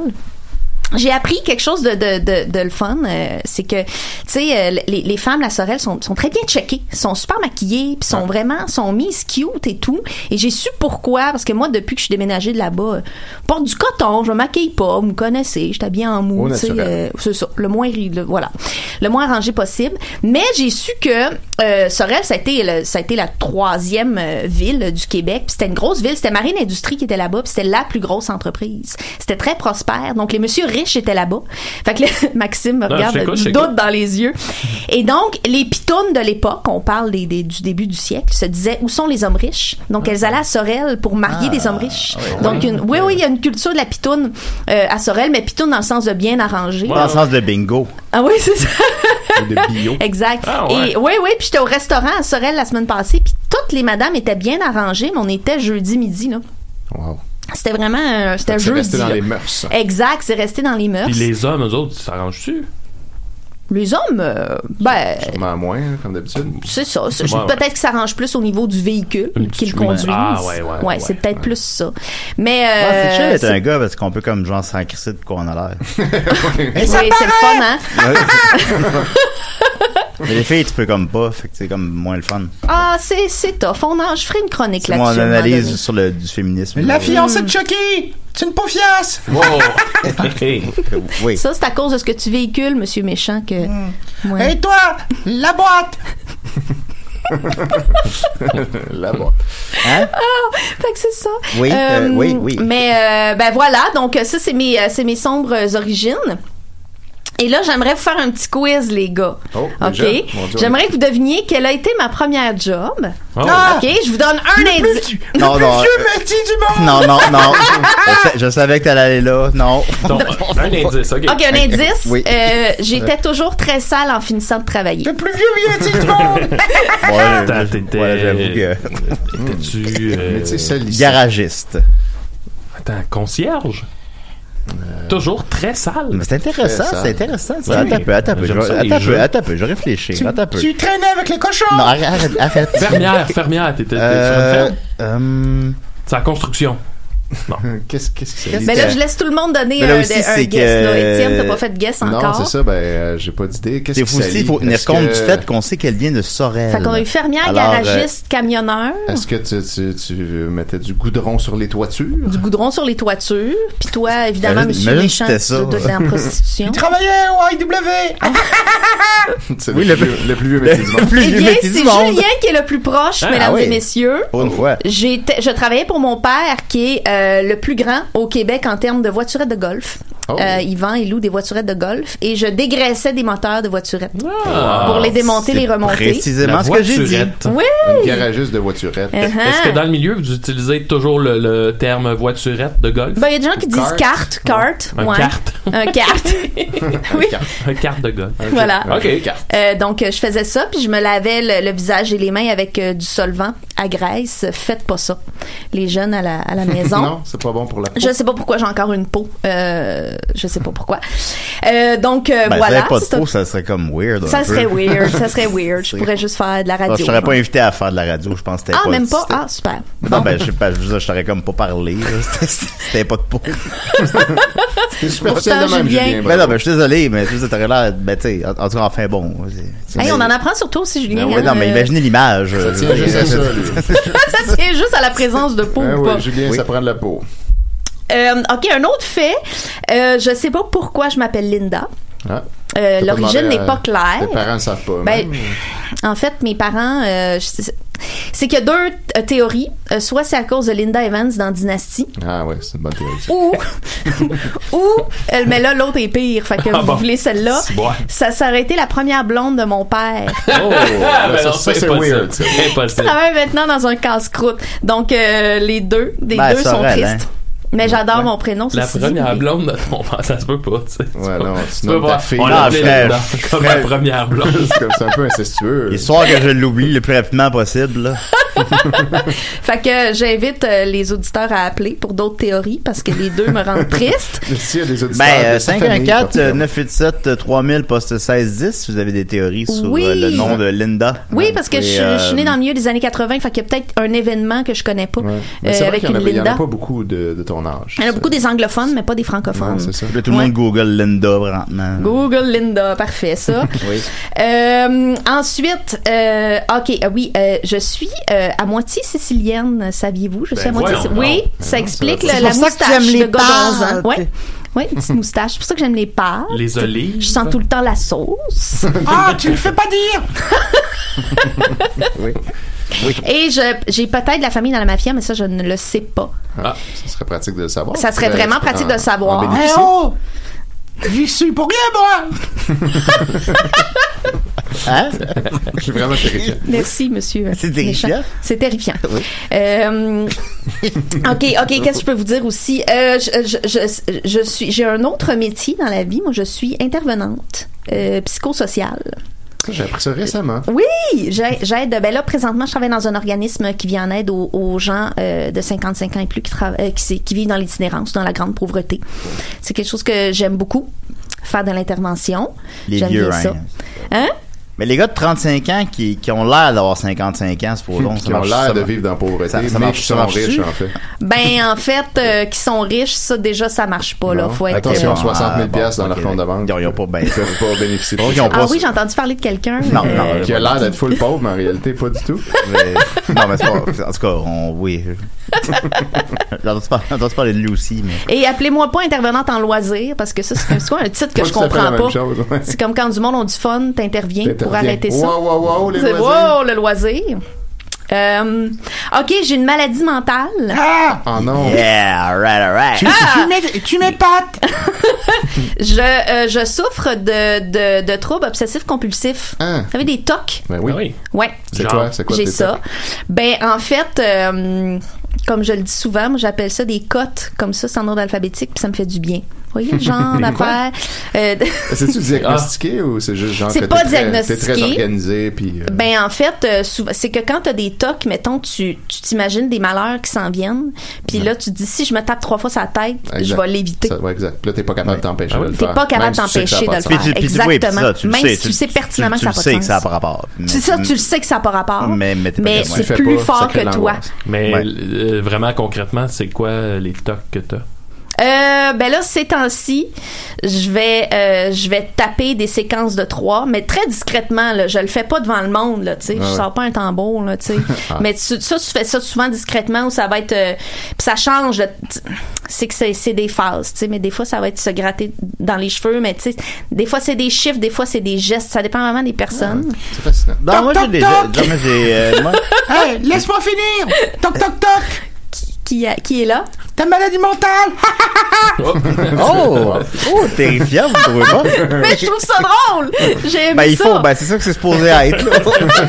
Speaker 7: J'ai appris quelque chose de, de, de, de le fun, euh, c'est que, tu sais, euh, les, les femmes, la Sorel, sont, sont très bien checkées, sont super maquillées, puis sont vraiment, sont mises cute et tout. Et j'ai su pourquoi, parce que moi, depuis que je suis déménagée de là-bas, euh, je porte du coton, je me maquille pas, vous me connaissez, je t'habille en mou,
Speaker 6: Au
Speaker 7: tu sais,
Speaker 6: naturel.
Speaker 7: euh, c'est ça, le moins, ri- le- voilà, le moins arrangé possible. Mais j'ai su que euh, Sorel, ça a été, le- ça a été la troisième euh, ville du Québec. Puis C'était une grosse ville. C'était Marine Industrie qui était là-bas. Puis c'était la plus grosse entreprise. C'était très prospère. Donc les messieurs riches étaient là-bas. Fait que le- Maxime me
Speaker 8: Non,
Speaker 7: regarde
Speaker 8: je t'écoute, je
Speaker 7: du
Speaker 8: t'écoute.
Speaker 7: doute dans les yeux. Et donc les pitounes de l'époque, on parle des, des- du début du siècle, se disaient où sont les hommes riches. Donc elles allaient à Sorel pour marier des hommes riches. donc une, oui, oui, il y a une culture de la pitoune euh, à Sorel, mais pitoune dans le sens de bien arrangé.
Speaker 5: Dans le sens de bingo.
Speaker 7: Ah oui, c'est ça.
Speaker 6: De bio.
Speaker 7: Exact.
Speaker 8: Ah ouais.
Speaker 7: Et oui, oui, puis j'étais au restaurant à Sorel la semaine passée, puis toutes les madames étaient bien arrangées, mais on était jeudi midi, là.
Speaker 6: Wow.
Speaker 7: C'était vraiment un, c'était
Speaker 6: C'est
Speaker 7: jeudi.
Speaker 6: resté dans
Speaker 7: là.
Speaker 6: les mœurs.
Speaker 7: Exact, c'est resté dans les mœurs.
Speaker 8: Puis les hommes, eux autres, ils s'arrangent-tu?
Speaker 7: Les hommes, euh, ben,
Speaker 6: Sûrement moins, hein, comme d'habitude.
Speaker 7: c'est ça. c'est-
Speaker 8: Ouais, ouais.
Speaker 7: Peut-être qu'ils s'arrangent plus au niveau du véhicule
Speaker 8: Une petite
Speaker 7: qu'ils
Speaker 8: chouine.
Speaker 7: conduisent.
Speaker 8: Ah, ouais, ouais, ouais,
Speaker 7: c'est peut-être
Speaker 6: ouais.
Speaker 7: plus ça. Mais.
Speaker 5: Ah,
Speaker 7: euh,
Speaker 5: c'est chill d'être
Speaker 7: c'est-
Speaker 5: un gars parce qu'on peut comme genre s'en crisser de quoi on a l'air.
Speaker 7: oui, c'est le fun, hein?
Speaker 5: Mais les filles, tu peux comme pas, fait que c'est comme moins le fun.
Speaker 7: Ah, c'est, c'est tough. On en, je ferai une chronique
Speaker 5: C'est mon
Speaker 7: là-dessus. à un moment
Speaker 5: analyse
Speaker 7: donné.
Speaker 5: sur le du féminisme.
Speaker 4: La
Speaker 5: Euh,
Speaker 4: fiancée de Chucky, c'est une paufiasse.
Speaker 8: Wow!
Speaker 5: euh, Oui.
Speaker 7: Ça, c'est à cause de ce que tu véhicules, monsieur méchant, que.
Speaker 5: Hmm.
Speaker 7: Ouais.
Speaker 4: Et toi, la boîte.
Speaker 6: Là-bas.
Speaker 5: Hein?
Speaker 7: Ah, Fait que c'est ça.
Speaker 5: Oui, euh, oui, oui.
Speaker 7: Mais euh, ben voilà, donc ça c'est mes euh, c'est mes sombres origines. Et là, j'aimerais vous faire un petit quiz, les gars.
Speaker 6: Oh, déjà?
Speaker 7: ok.
Speaker 6: Mon Dieu.
Speaker 7: J'aimerais que vous deviniez quelle a été ma première job.
Speaker 6: Oh.
Speaker 4: Ah,
Speaker 7: Ok. Je vous donne un indice.
Speaker 5: Non, non.
Speaker 4: Vieux
Speaker 5: euh,
Speaker 4: métier du monde.
Speaker 5: Non, non, non. je, sais- je savais que t'allais aller là. Non.
Speaker 8: Donc, un indice, ok.
Speaker 7: Ok, un indice.
Speaker 5: Oui.
Speaker 7: Euh, J'étais toujours très sale en finissant de travailler.
Speaker 4: Le plus vieux métier du monde.
Speaker 5: Bon, là,
Speaker 8: Attends,
Speaker 5: je-
Speaker 8: t'étais-
Speaker 5: voilà, j'avoue que.
Speaker 8: Étais-tu. euh,
Speaker 6: Hmm. Mais tu sais, celle ici.
Speaker 5: Garagiste.
Speaker 8: Attends, concierge?
Speaker 6: Euh,
Speaker 8: Toujours très sale.
Speaker 5: Mais c'est intéressant,
Speaker 6: Très sale.
Speaker 5: c'est intéressant.
Speaker 8: Oui.
Speaker 5: Ça. Attends un peu, attends un peu. je-
Speaker 8: J'aime ça, les
Speaker 5: Attends un peu,
Speaker 8: jeux.
Speaker 5: attends un peu. Je réfléchis. Attends un peu.
Speaker 4: Tu traînais avec les cochons.
Speaker 5: Non, arrête, arrête.
Speaker 8: Fermière, fermière, t'étais t'étais sur une
Speaker 5: Euh,
Speaker 8: ferme?
Speaker 5: euh,
Speaker 8: C'est la construction.
Speaker 6: Qu'est-ce qu'est-ce que c'est?
Speaker 7: Mais là, je laisse tout le monde donner
Speaker 5: Mais là
Speaker 7: un,
Speaker 5: aussi,
Speaker 7: un
Speaker 5: c'est
Speaker 7: guess.
Speaker 5: que-
Speaker 7: Là. Étienne, t'as pas fait de guess
Speaker 6: Non,
Speaker 7: encore.
Speaker 6: c'est ça, ben, euh, j'ai pas d'idée. Qu'est-ce
Speaker 5: c'est
Speaker 6: que
Speaker 5: fou aussi,
Speaker 6: ça
Speaker 5: il faut
Speaker 6: lie?
Speaker 5: tenir
Speaker 6: Est-ce
Speaker 5: compte
Speaker 6: que-
Speaker 5: du fait qu'on sait qu'elle vient de Sorel.
Speaker 7: Fait qu'on a eu fermière,
Speaker 5: Alors, euh,
Speaker 7: garagiste, camionneur.
Speaker 6: Est-ce que tu, tu, tu mettais du goudron sur les toitures?
Speaker 7: du goudron sur les toitures, puis toi, évidemment,
Speaker 5: Imagine-
Speaker 7: monsieur
Speaker 5: imagine
Speaker 7: méchant,
Speaker 5: c'était
Speaker 7: tu
Speaker 5: ça.
Speaker 7: dois être dans la prostitution.
Speaker 4: Il travaillait au IW.
Speaker 6: C'est
Speaker 5: Oui, le-
Speaker 6: le, plus, vieux- le plus vieux métier du monde.
Speaker 5: Le plus
Speaker 7: Eh
Speaker 5: vieux
Speaker 7: bien,
Speaker 5: métier
Speaker 7: c'est
Speaker 5: du monde.
Speaker 7: Julien qui est le plus proche,
Speaker 8: Ah,
Speaker 7: mesdames
Speaker 5: ah oui.
Speaker 7: et messieurs.
Speaker 5: Pour une fois.
Speaker 7: J'étais, je travaillais pour mon père qui est euh, le plus grand au Québec en termes de voiturettes de golf.
Speaker 6: Oh.
Speaker 7: Euh, il vend et loue des voiturettes de golf et je dégraissais des moteurs de voiturettes
Speaker 8: Ah.
Speaker 7: pour les démonter,
Speaker 5: C'est
Speaker 7: les remonter.
Speaker 5: Précisément
Speaker 8: La
Speaker 5: ce que j'ai dit. Ben,
Speaker 8: voiturette.
Speaker 7: Oui.
Speaker 6: Une garagiste de voiturette.
Speaker 7: Uh-huh.
Speaker 8: Est-ce que dans le milieu, vous utilisez toujours le, le terme voiturette de golf?
Speaker 7: Ben, il y a des gens qui disent
Speaker 6: Carte.
Speaker 7: carte, carte,
Speaker 8: un
Speaker 7: ouais.
Speaker 8: carte.
Speaker 7: Un carte. oui,
Speaker 8: un carte de golf.
Speaker 7: voilà.
Speaker 8: Ok.
Speaker 7: Euh, donc, euh, je faisais ça, puis je me lavais le, le visage et les mains avec euh, du solvant à graisse. Faites pas ça, les jeunes à la, à la maison.
Speaker 6: Non, c'est pas bon pour la peau.
Speaker 7: Je sais pas pourquoi j'ai encore une peau. Euh, je sais pas pourquoi. Euh, donc euh,
Speaker 5: Ben,
Speaker 7: voilà.
Speaker 5: si pas de
Speaker 7: c'est un-
Speaker 5: peau, ça serait comme weird. un
Speaker 7: ça
Speaker 5: peu.
Speaker 7: serait weird. Ça serait weird. Je pourrais juste faire de la
Speaker 5: Alors, je
Speaker 7: radio.
Speaker 5: t'aurais pas invité à faire de la radio, je pense que t'avais
Speaker 7: ah, même pas.
Speaker 5: c'était-
Speaker 7: Ah, super.
Speaker 5: Non, ben, je sais pas, je veux dire, je t'aurais comme pas parlé, là. C'était- C'était pas de peau.
Speaker 6: C'est superficiel de
Speaker 7: Pourtant,
Speaker 6: même,
Speaker 7: Julien.
Speaker 6: Julien.
Speaker 5: Ben non, ben, je suis désolé, mais tu sais, t'aurais l'air, ben, tu sais, en, en tout cas, enfin, bon. c'est-
Speaker 7: Hey,
Speaker 5: mais-
Speaker 7: on en apprend surtout aussi, Julien.
Speaker 5: Ben ouais,
Speaker 7: hein,
Speaker 5: non, mais
Speaker 7: euh,
Speaker 5: imaginez l'image.
Speaker 6: Ça
Speaker 5: euh,
Speaker 6: tient juste à
Speaker 5: je-
Speaker 6: ça, lui.
Speaker 7: ça tient juste à la présence de peau
Speaker 6: Hein,
Speaker 7: ou
Speaker 6: oui,
Speaker 7: pas.
Speaker 6: Julien,
Speaker 5: Ben Oui.
Speaker 6: ça prend de la peau.
Speaker 7: Euh, ok, un autre fait. Euh, je sais pas pourquoi je m'appelle Linda.
Speaker 6: Hein?
Speaker 7: Euh,
Speaker 6: T'as
Speaker 7: L'origine
Speaker 6: demandé à-
Speaker 7: n'est pas claire.
Speaker 6: Tes parents hein? ne savent pas. hein?
Speaker 7: Ben,
Speaker 6: mais-
Speaker 7: en fait, mes parents, euh, je- c'est qu'il y a deux euh, théories. Euh, soit c'est à cause de Linda Evans dans Dynasty,
Speaker 6: Ah ouais, c'est une bonne théorie. ça.
Speaker 7: ou, ou, euh, mais là, l'autre est pire. Fait que
Speaker 8: Ah
Speaker 7: vous
Speaker 8: bon.
Speaker 7: voulez celle-là.
Speaker 8: Ouais.
Speaker 7: Ça, ça aurait été la première blonde de mon père.
Speaker 8: Oh, ben
Speaker 6: ça,
Speaker 8: non,
Speaker 6: ça, c'est
Speaker 8: impossible.
Speaker 6: weird, ça.
Speaker 7: Je
Speaker 8: Impossible.
Speaker 7: travaille maintenant dans un casse-croûte. Donc, euh, les deux, des
Speaker 5: Ben,
Speaker 7: deux
Speaker 5: ça
Speaker 7: sont
Speaker 5: aurait,
Speaker 7: tristes.
Speaker 6: hein?
Speaker 7: Mais j'adore mon prénom.
Speaker 8: La
Speaker 7: ceci dit,
Speaker 8: première
Speaker 7: mais-
Speaker 8: blonde de ton père, ça se peut pas, tu sais. Tu
Speaker 6: Ouais,
Speaker 8: peux-
Speaker 6: non, tu
Speaker 8: tu
Speaker 6: nommes
Speaker 8: peux
Speaker 6: ta
Speaker 8: pas.
Speaker 6: fille.
Speaker 8: On
Speaker 5: Ah,
Speaker 8: l'appelle
Speaker 5: frère,
Speaker 8: Linda comme la
Speaker 5: frère.
Speaker 8: première blonde.
Speaker 6: C'est comme- c'est un peu incestueux.
Speaker 5: Histoire que je l'oublie le plus rapidement possible, là.
Speaker 7: Fait que j'invite euh, les auditeurs à appeler pour d'autres théories parce que les deux me rendent triste.
Speaker 6: S'il y a des auditeurs.
Speaker 5: Ben,
Speaker 6: de cette famille,
Speaker 5: 514
Speaker 6: particulièrement.
Speaker 5: 987 3000 poste 1610 si vous avez des théories sur
Speaker 7: Oui.
Speaker 5: euh, le nom de Linda.
Speaker 7: Oui,
Speaker 5: Vous
Speaker 7: parce que je,
Speaker 5: pouvez,
Speaker 7: je suis née
Speaker 5: euh,
Speaker 7: dans le milieu des années 80, fait qu'il y a peut-être un événement que je connais pas
Speaker 6: Ouais.
Speaker 7: euh,
Speaker 6: Mais c'est vrai
Speaker 7: avec
Speaker 6: qu'il y
Speaker 7: une
Speaker 6: en a- il y en
Speaker 7: Linda.
Speaker 6: a pas beaucoup de, de ton âge.
Speaker 7: Il y en a beaucoup
Speaker 6: Ça-
Speaker 7: des anglophones, mais pas des francophones.
Speaker 6: Ouais, c'est ça.
Speaker 5: Là, tout le
Speaker 7: Ouais.
Speaker 5: monde Google Linda, maintenant.
Speaker 7: Google Linda, parfait ça.
Speaker 5: Oui.
Speaker 7: Euh, ensuite, euh, ok, ah oui, euh, je suis euh, à moitié sicilienne, saviez-vous Je suis
Speaker 8: Ben
Speaker 7: à moitié.
Speaker 8: voyons
Speaker 7: Oui,
Speaker 8: donc.
Speaker 7: ça explique
Speaker 6: ça
Speaker 7: le-
Speaker 6: va.
Speaker 7: la
Speaker 4: C'est pour ça que tu
Speaker 7: moustache
Speaker 4: aimes les
Speaker 7: de gars
Speaker 4: pâtes.
Speaker 7: d'onze ans. Ouais, ouais, une petite moustache. C'est pour ça que j'aime les pâtes.
Speaker 8: Les olives.
Speaker 7: Je sens tout le temps la sauce.
Speaker 4: Ah, tu le fais pas dire.
Speaker 7: Et je- j'ai peut-être de la famille dans la mafia, mais ça, je ne le sais pas.
Speaker 6: Ah, ça serait pratique de le savoir.
Speaker 7: Ça serait
Speaker 6: Tu pourrais-
Speaker 7: vraiment pratique
Speaker 6: en-
Speaker 7: de le savoir.
Speaker 6: en
Speaker 4: Eh
Speaker 6: bénéficier.
Speaker 4: oh. J'y suis pour rien, moi.
Speaker 5: Hein?
Speaker 6: Je suis vraiment terrifié.
Speaker 7: Merci, monsieur. euh,
Speaker 5: C'est
Speaker 7: Méchant.
Speaker 5: terrifiant.
Speaker 7: C'est terrifiant. Euh, ok, ok. Qu'est-ce que je peux vous dire aussi Euh, je, je- je- je suis, j'ai un autre métier dans la vie. Moi, je suis intervenante euh, psychosociale.
Speaker 6: Ça, J'ai appris ça récemment.
Speaker 7: Oui, j'ai- j'aide. Ben là, présentement, je travaille dans un organisme qui vient en aide aux, aux gens euh, de 55 ans et plus qui, trava- euh, qui, s'est- qui vivent dans l'itinérance, dans la grande pauvreté. C'est quelque chose que j'aime beaucoup faire de l'intervention.
Speaker 5: Les
Speaker 7: J'aime
Speaker 5: vieux,
Speaker 7: bien ça.
Speaker 5: hein.
Speaker 7: Hein?
Speaker 5: Mais les gars de 35 ans qui, qui ont l'air d'avoir 55 ans, supposons. ça
Speaker 6: Qui ont
Speaker 5: marche- ça
Speaker 6: l'air de
Speaker 5: marche-
Speaker 6: vivre dans la pauvreté,
Speaker 5: ça- ça
Speaker 6: mais
Speaker 5: marche-
Speaker 6: qui
Speaker 5: ça
Speaker 6: sont
Speaker 5: marche-tu?
Speaker 6: riches, en fait.
Speaker 7: Ben, en fait, euh, qui sont riches, ça, déjà, ça marche pas, là.
Speaker 6: Non.
Speaker 7: Faut être,
Speaker 6: Attention,
Speaker 7: euh,
Speaker 5: bon,
Speaker 6: 60 000
Speaker 5: Ah, bon,
Speaker 6: piastres dans
Speaker 5: ok.
Speaker 6: leur compte de banque.
Speaker 5: Ils ont- ils ont pas bien
Speaker 6: Ils peuvent pas bénéficier de
Speaker 5: Ils
Speaker 6: ça.
Speaker 5: ont
Speaker 7: Ah
Speaker 5: pas
Speaker 7: oui, j'ai
Speaker 5: ça.
Speaker 7: entendu parler de quelqu'un.
Speaker 5: Non,
Speaker 7: euh,
Speaker 5: non,
Speaker 6: Qui a l'air d'être full pauvre, mais en réalité, pas du tout.
Speaker 5: Mais- non, mais c'est pas. En tout cas, on, oui. J'ai entendu par- j'ai entendu parler de lui aussi, mais.
Speaker 7: Et appelez-moi pas intervenante en loisirs, parce que ça, c'est un- c'est quoi un titre que
Speaker 6: Pas
Speaker 7: je
Speaker 6: tout à fait la
Speaker 7: comprends
Speaker 6: même
Speaker 7: pas.
Speaker 6: chose, ouais.
Speaker 7: C'est comme quand du monde ont du fun, t'interviens pour
Speaker 6: T'interviens.
Speaker 7: arrêter ça.
Speaker 6: Wow, wow, wow, les
Speaker 7: C'est-
Speaker 6: voisins.
Speaker 7: wow, le loisir. Euh, ok, j'ai une maladie mentale. Ah!
Speaker 6: Ah non.
Speaker 5: Yeah, alright, alright.
Speaker 7: Je, euh, je souffre de, de, de troubles obsessifs compulsifs.
Speaker 6: Hein?
Speaker 7: Vous savez, des tocs.
Speaker 6: Ben
Speaker 8: Ah Oui.
Speaker 6: oui.
Speaker 7: Ouais.
Speaker 6: C'est
Speaker 8: Genre,
Speaker 6: quoi? C'est quoi
Speaker 7: J'ai
Speaker 6: tes
Speaker 7: ça. Ben, en fait, euh, comme je le dis souvent, moi, j'appelle ça des cotes. Comme ça, c'est en ordre alphabétique, puis ça me fait du bien. Vous voyez le genre d'affaires? Euh,
Speaker 6: C'est-tu diagnostiqué ou c'est juste genre
Speaker 7: C'est
Speaker 6: que
Speaker 7: pas
Speaker 6: t'es très-
Speaker 7: diagnostiqué.
Speaker 6: T'es très organisé puis euh,
Speaker 7: ben, en fait, euh, souvent- c'est que quand t'as des tocs, mettons, tu tu t'imagines des malheurs qui s'en viennent, puis là, tu te dis, si je me tape trois fois sa tête, je
Speaker 6: exact.
Speaker 7: vais l'éviter.
Speaker 6: Ça- ouais, exact. Là, t'es pas capable de t'empêcher
Speaker 8: Ah
Speaker 6: de
Speaker 8: oui.
Speaker 6: le
Speaker 7: T'es
Speaker 6: faire.
Speaker 7: pas capable
Speaker 6: Même si tu sais que ça a
Speaker 7: d'empêcher
Speaker 6: pas sens.
Speaker 7: de le faire.
Speaker 5: Puis tu- puis tu- oui, puis
Speaker 7: Exactement.
Speaker 5: ça, tu le
Speaker 7: Même
Speaker 5: sais,
Speaker 7: si tu sais pertinemment
Speaker 5: tu-
Speaker 7: que ça a
Speaker 5: Tu
Speaker 7: pas
Speaker 5: le sais
Speaker 7: de
Speaker 5: que ça n'a
Speaker 7: sens.
Speaker 5: pas rapport.
Speaker 7: C'est ça, tu le sais que ça n'a pas rapport.
Speaker 5: Mais- mais t'es pas
Speaker 7: mais
Speaker 5: capable.
Speaker 6: Tu
Speaker 7: c'est
Speaker 6: fais
Speaker 7: plus
Speaker 6: pas, ça
Speaker 7: fort
Speaker 6: crée
Speaker 7: que toi.
Speaker 6: l'angoisse.
Speaker 8: Mais
Speaker 5: Ouais.
Speaker 8: euh, vraiment concrètement, c'est quoi les tocs que t'as?
Speaker 7: Euh, ben là, ces temps-ci, je vais, euh, je vais taper des séquences de trois, mais très discrètement. Là, je le fais pas devant le monde. Là, tu sais,
Speaker 6: Ah
Speaker 7: je
Speaker 6: ouais.
Speaker 7: sors pas un tambour. Là, tu sais.
Speaker 5: Ah.
Speaker 7: Mais tu- ça, tu fais ça souvent discrètement, ou ça va être, euh, puis ça change. là, tu- C'est que c'est c'est des phases. Tu sais, mais des fois, ça va être se gratter dans les cheveux. Mais tu sais, des fois, c'est des chiffres, des fois, c'est des gestes. Ça dépend vraiment des
Speaker 5: Ah.
Speaker 7: personnes.
Speaker 6: C'est fascinant.
Speaker 5: Non, moi, j'ai
Speaker 4: Toc,
Speaker 5: déjà.
Speaker 4: toc,
Speaker 5: Non,
Speaker 4: toc.
Speaker 5: mais j'ai. euh, moi-
Speaker 4: Hey, laisse-moi finir! Toc toc toc!
Speaker 7: Qui, a- qui est là
Speaker 4: Ta maladie mentale!
Speaker 5: Oh! Oh, terrifiant, vous trouvez pas?
Speaker 7: Mais je trouve ça drôle. J'ai aimé
Speaker 5: Ben, il
Speaker 7: ça.
Speaker 5: faut, ben, c'est ça que c'est supposé être, là.
Speaker 7: ça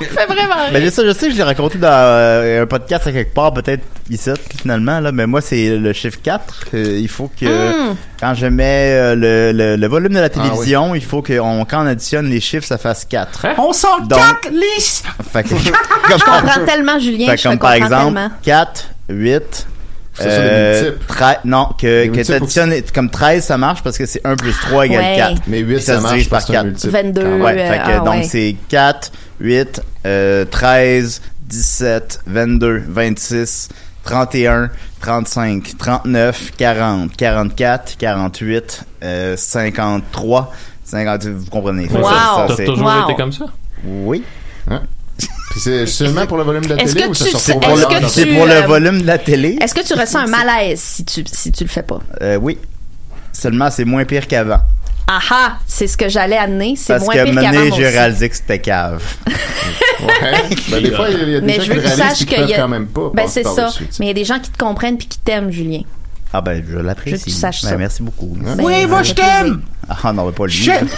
Speaker 7: me fait vraiment. rire.
Speaker 5: Ben, j'ai ça, je sais que je l'ai raconté dans euh, un podcast à quelque part, peut-être ici, finalement, là, mais moi, c'est le chiffre 4. Euh, il faut que,
Speaker 7: Hmm. Hum. Ah,
Speaker 5: quand je mets euh, le, le, le volume
Speaker 6: Ah
Speaker 5: de la télévision, il faut que, on, quand on additionne les chiffres, ça fasse 4.
Speaker 6: Hein?
Speaker 4: On sent
Speaker 5: Donc-
Speaker 4: quatre lisses!
Speaker 5: Fait que, comme,
Speaker 7: Je comprends tellement, Julien.
Speaker 5: fait
Speaker 7: je te
Speaker 5: Ben, comme par
Speaker 7: comprends
Speaker 5: exemple,
Speaker 7: tellement.
Speaker 5: 4, 8,
Speaker 6: C'est ça, des
Speaker 5: Euh,
Speaker 6: multiples.
Speaker 5: tra- non, que,
Speaker 6: Des
Speaker 5: que
Speaker 6: multiples.
Speaker 5: t'additionnes, comme 13, ça marche parce que c'est 1 plus 3 égale
Speaker 7: Ouais.
Speaker 5: 4.
Speaker 6: Mais 8,
Speaker 5: Puis
Speaker 6: ça,
Speaker 5: se
Speaker 6: marche
Speaker 5: dirige
Speaker 6: parce que c'est un
Speaker 5: quatre.
Speaker 6: multiple.
Speaker 7: 22.
Speaker 5: Ouais,
Speaker 7: euh,
Speaker 5: fait que,
Speaker 7: ah
Speaker 5: donc
Speaker 7: ouais.
Speaker 5: c'est 4, 8, euh, 13, 17, 22, 26, 31, 35, 39, 40, 44, 48, euh, 53, 50, vous comprenez. Ça,
Speaker 7: Wow.
Speaker 5: ça,
Speaker 8: T'as
Speaker 5: c'est-
Speaker 8: toujours
Speaker 7: Wow.
Speaker 8: été comme ça?
Speaker 5: oui.
Speaker 6: Puis c'est seulement pour le volume de la
Speaker 7: Est-ce
Speaker 6: télé
Speaker 7: que
Speaker 6: ou ça
Speaker 7: tu
Speaker 6: sort
Speaker 7: sais-
Speaker 6: pour
Speaker 7: est-ce
Speaker 6: le
Speaker 7: que
Speaker 6: volume?
Speaker 7: tu-
Speaker 5: C'est pour le
Speaker 7: euh,
Speaker 5: volume de la télé.
Speaker 7: Est-ce que tu ressens un malaise si tu si tu le fais pas
Speaker 5: Euh, oui. Seulement, c'est moins pire qu'avant.
Speaker 7: Ah ah, c'est ce que j'allais amener, c'est
Speaker 5: Parce
Speaker 7: moins
Speaker 5: que
Speaker 7: pire qu'avant.
Speaker 5: mené,
Speaker 7: moi
Speaker 5: j'ai
Speaker 7: aussi.
Speaker 5: réalisé que c'était cave.
Speaker 6: Ouais. Ben, des fois, il y a des
Speaker 7: Mais
Speaker 6: gens
Speaker 7: je
Speaker 6: qui
Speaker 7: veux que tu
Speaker 6: réalisent
Speaker 7: saches
Speaker 6: qu'ils
Speaker 7: qu'il y
Speaker 6: peuvent
Speaker 7: a
Speaker 6: quand même pas.
Speaker 7: Ben
Speaker 6: passer
Speaker 7: c'est ça.
Speaker 6: par-dessus, tu sais.
Speaker 7: Mais il y a des gens qui te comprennent puis qui t'aiment, Julien.
Speaker 5: Ah ben, je l'apprécie.
Speaker 7: Je veux que tu saches
Speaker 5: Ben,
Speaker 7: ça.
Speaker 5: Merci beaucoup.
Speaker 7: Ben,
Speaker 4: oui, moi
Speaker 7: avec
Speaker 4: je t'aime!
Speaker 5: Ah non, mais pas lui.
Speaker 4: J'aime!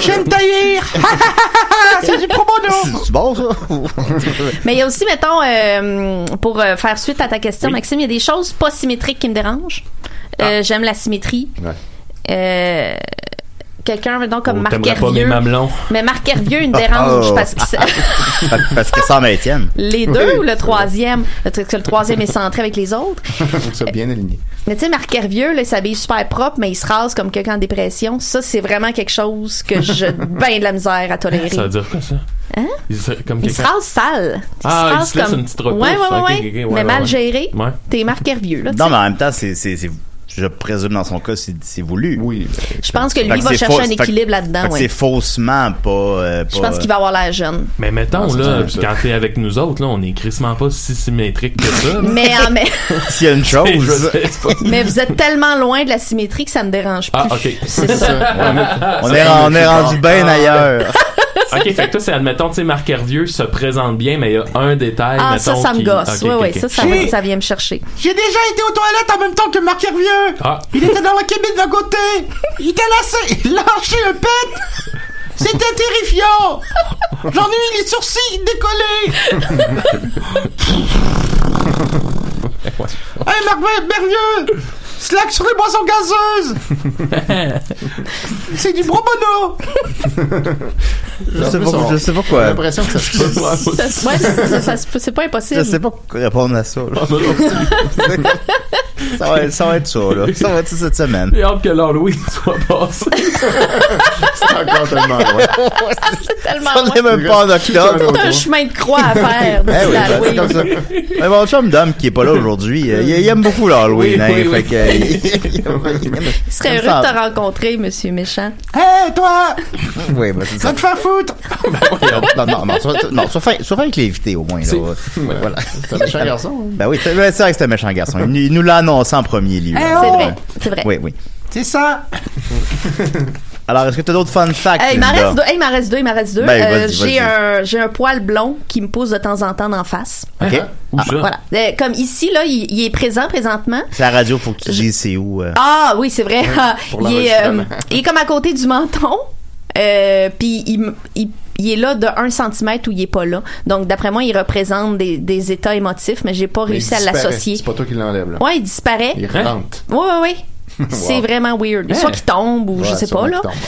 Speaker 4: J'aime taillir! Ah, C'est du promono!
Speaker 5: C'est bon, ça?
Speaker 7: Mais il y a aussi, mettons, euh, pour euh, faire suite à ta question, Maxime, il y a des choses pas symétriques qui me dérangent. Euh, J'aime la symétrie.
Speaker 6: Ouais.
Speaker 7: Euh, Quelqu'un, mettons, comme
Speaker 8: Oh,
Speaker 7: Marc
Speaker 8: T'aimerais pas mes
Speaker 7: Hervieux.
Speaker 8: mamelons?
Speaker 7: Mais Marc Hervieux, il me dérange
Speaker 5: Oh.
Speaker 7: parce que c'est-
Speaker 5: Parce- Parce que ça en Étienne.
Speaker 7: les deux ou le troisième, le truc que le troisième est centré avec les autres.
Speaker 6: Je trouve ça bien aligné.
Speaker 7: Mais tu sais, Marc Hervieux, là, il s'habille super propre, mais il se rase comme quelqu'un en dépression. Ça, c'est vraiment quelque chose que j'ai bien de la misère à tolérer.
Speaker 8: Ça veut dire quoi ça?
Speaker 7: Ben, Hein?
Speaker 8: Il se- Comme
Speaker 7: Il se
Speaker 8: quelqu'un.
Speaker 7: rase sale. Il
Speaker 8: Ah,
Speaker 7: se
Speaker 8: il
Speaker 7: rase
Speaker 8: se laisse
Speaker 7: comme...
Speaker 8: une petite repousse.
Speaker 7: Ouais, ouais, ouais,
Speaker 8: Ok,
Speaker 7: ouais.
Speaker 8: ok, ok, ouais,
Speaker 7: mais
Speaker 8: ouais,
Speaker 7: mal
Speaker 8: ouais.
Speaker 7: géré.
Speaker 8: Ouais.
Speaker 7: T'es Marc Hervieux, là. tu sais.
Speaker 5: Non, mais en même temps, c'est, c'est, c'est- je présume dans son cas, c'est, c'est voulu.
Speaker 6: Oui.
Speaker 7: Je pense que lui
Speaker 5: Fait que
Speaker 7: va
Speaker 5: c'est
Speaker 7: chercher
Speaker 5: faux-
Speaker 7: un
Speaker 5: fait que-
Speaker 7: équilibre
Speaker 5: Fait
Speaker 7: là-dedans,
Speaker 5: que
Speaker 7: ouais.
Speaker 5: C'est faussement pas. euh,
Speaker 7: Ben Je
Speaker 5: pas-
Speaker 7: pense qu'il va avoir l'air jeune.
Speaker 8: Mais mettons,
Speaker 6: Ah, c'est
Speaker 8: là,
Speaker 6: ça.
Speaker 8: quand t'es avec nous autres, là, on est crissement pas si symétrique que ça. là.
Speaker 7: Mais, ah, mais,
Speaker 5: S'il y a une
Speaker 8: Et je
Speaker 5: chose.
Speaker 8: sais pas.
Speaker 7: mais vous êtes tellement loin de la symétrie que ça me dérange plus.
Speaker 8: Ah, ok.
Speaker 7: C'est ça.
Speaker 5: on, est, on est rendu bien ailleurs.
Speaker 8: Ok, fait que toi, c'est admettons, tu sais, Marc Hervieux se présente bien, mais il y a un détail.
Speaker 7: Ah,
Speaker 8: mettons,
Speaker 7: ça, ça me
Speaker 8: qui- Ok,
Speaker 7: gosse. ouais,
Speaker 8: ok,
Speaker 7: ouais,
Speaker 8: ok.
Speaker 7: ça, ça,
Speaker 4: J'ai-
Speaker 7: ça vient me chercher.
Speaker 4: J'ai déjà été aux toilettes en même temps que Marc Hervieux!
Speaker 8: Ah,
Speaker 4: Il était dans la cabine d'à côté! Il était lassé! Il lâché le pet! C'était terrifiant! J'en ai eu les sourcils décollés! hey, Marc Mervieux! Slack sur les boissons gazeuses! C'est du gros bono!
Speaker 5: Je sais,
Speaker 6: En
Speaker 5: pas,
Speaker 6: plus, on-
Speaker 5: je sais pas
Speaker 6: J'ai
Speaker 5: quoi.
Speaker 6: l'impression que ça se passe.
Speaker 7: Ça- ouais, ça- ça- ça- c'est pas impossible.
Speaker 8: Ah,
Speaker 5: Je sais pas quoi répondre à ça. là. Ça va, être- ça va être ça, là. Ça va être ça cette semaine.
Speaker 7: Ben
Speaker 8: J'ai hâte que l'Halloween soit passé.
Speaker 6: C'est encore tellement loin.
Speaker 7: C'est tellement
Speaker 5: On n'est
Speaker 7: loin.
Speaker 5: même pas en octobre.
Speaker 7: Tout un chemin de croix à faire.
Speaker 5: Ah, Eh oui,
Speaker 7: d'ici
Speaker 5: ben, c'est
Speaker 7: l'Halloween.
Speaker 5: comme ça. Mais mon chum Dom, qui est pas là aujourd'hui, euh, il, il aime beaucoup l'Halloween,
Speaker 8: Oui,
Speaker 5: hein,
Speaker 8: oui,
Speaker 5: fait
Speaker 8: oui.
Speaker 5: que, euh, il- il aime-
Speaker 7: Il serait
Speaker 5: il aime
Speaker 7: heureux
Speaker 5: ça.
Speaker 7: de te rencontrer, monsieur méchant.
Speaker 4: Hé, toi,
Speaker 5: Oui, ben, c'est
Speaker 4: va
Speaker 5: ça.
Speaker 4: te faire foutre.
Speaker 5: Non, non, non, sois, non, sois fin, sois fin avec l'invité, au moins, là. Voilà.
Speaker 6: C'est un méchant garçon. hein.
Speaker 5: Ben oui, c'est ben, c'est vrai que c'est un méchant garçon. Il, nous- il nous l'a annoncé en premier lieu.
Speaker 4: Eh
Speaker 5: là.
Speaker 4: oh!
Speaker 7: C'est vrai. C'est vrai.
Speaker 5: Oui, oui.
Speaker 4: C'est ça.
Speaker 5: Alors, est-ce que t'as d'autres fun facts?
Speaker 7: Hey, il m'en
Speaker 5: Linda?
Speaker 7: reste deux. Hey, il m'en reste deux. Il m'en reste deux.
Speaker 5: Ben,
Speaker 7: Euh,
Speaker 5: vas-y, vas-y.
Speaker 7: j'ai un, j'ai un poil blond qui me pousse de temps en temps en face.
Speaker 5: OK.
Speaker 8: Où ça?
Speaker 7: Voilà. Euh, comme ici, là, il, il est présent présentement.
Speaker 5: C'est la radio, faut que tu dises c'est où. euh.
Speaker 7: Ah oui, c'est vrai. il, est, euh,
Speaker 6: l'enregistrement.
Speaker 7: il est comme à côté du menton. Euh, Puis il, m- il- il est là de 1 cm où il est pas là. Donc, d'après moi, il représente des, des états émotifs, mais j'ai pas
Speaker 6: Mais il
Speaker 7: réussi à
Speaker 6: disparaît.
Speaker 7: l'associer.
Speaker 6: C'est pas toi qui l'enlève, là.
Speaker 7: Ouais, il disparaît.
Speaker 6: Il rentre.
Speaker 7: Oui, oui, oui. C'est vraiment weird.
Speaker 5: Hein?
Speaker 7: Soit qu'il tombe ou je
Speaker 6: Ouais,
Speaker 7: sais
Speaker 6: sûrement
Speaker 7: pas, là.
Speaker 6: qu'il tombe.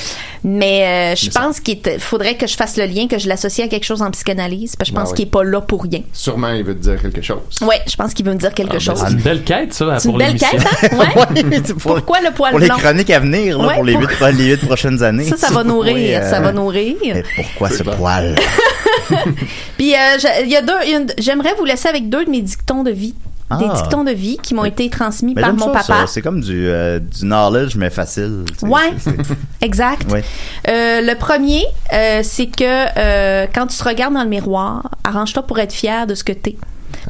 Speaker 7: Mais euh, je pense qu'il est- faudrait que je fasse le lien, que je l'associe à quelque chose en psychanalyse, parce que je
Speaker 6: Ben
Speaker 7: pense
Speaker 6: oui.
Speaker 7: qu'il est pas là pour rien.
Speaker 6: Sûrement, il veut te dire quelque chose.
Speaker 7: Ouais, je pense qu'il veut me dire
Speaker 5: Ah, ben,
Speaker 7: quelque chose.
Speaker 8: C'est une belle quête, ça,
Speaker 7: C'est
Speaker 8: Ah,
Speaker 7: une
Speaker 8: pour
Speaker 7: belle
Speaker 8: l'émission.
Speaker 7: quête, hein? Ouais.
Speaker 5: Ouais, c'est pour,
Speaker 7: Pourquoi le poil
Speaker 5: pour les
Speaker 7: blanc?
Speaker 5: chroniques à venir, là,
Speaker 7: Ouais,
Speaker 5: pour les
Speaker 7: pour-
Speaker 5: huit pro- les huit prochaines années.
Speaker 7: Ça, ça va nourrir,
Speaker 5: Oui, euh,
Speaker 7: ça va nourrir.
Speaker 5: Mais pourquoi ce poil?
Speaker 7: Puis euh, j'ai- il y a deux, il y a une- j'aimerais vous laisser avec deux de mes dictons de vie,
Speaker 5: Ah.
Speaker 7: des dictons de vie qui m'ont été transmis
Speaker 5: Mais
Speaker 7: par
Speaker 5: j'aime
Speaker 7: mon
Speaker 5: ça, ça.
Speaker 7: papa.
Speaker 5: C'est comme du, euh, du knowledge, mais facile. tu sais.
Speaker 7: Ouais.
Speaker 5: C'est- c'est-
Speaker 7: exact.
Speaker 5: Ouais.
Speaker 7: Euh, le premier, euh, c'est que euh, quand tu te regardes dans le miroir, arrange-toi pour être fier de ce que t'es.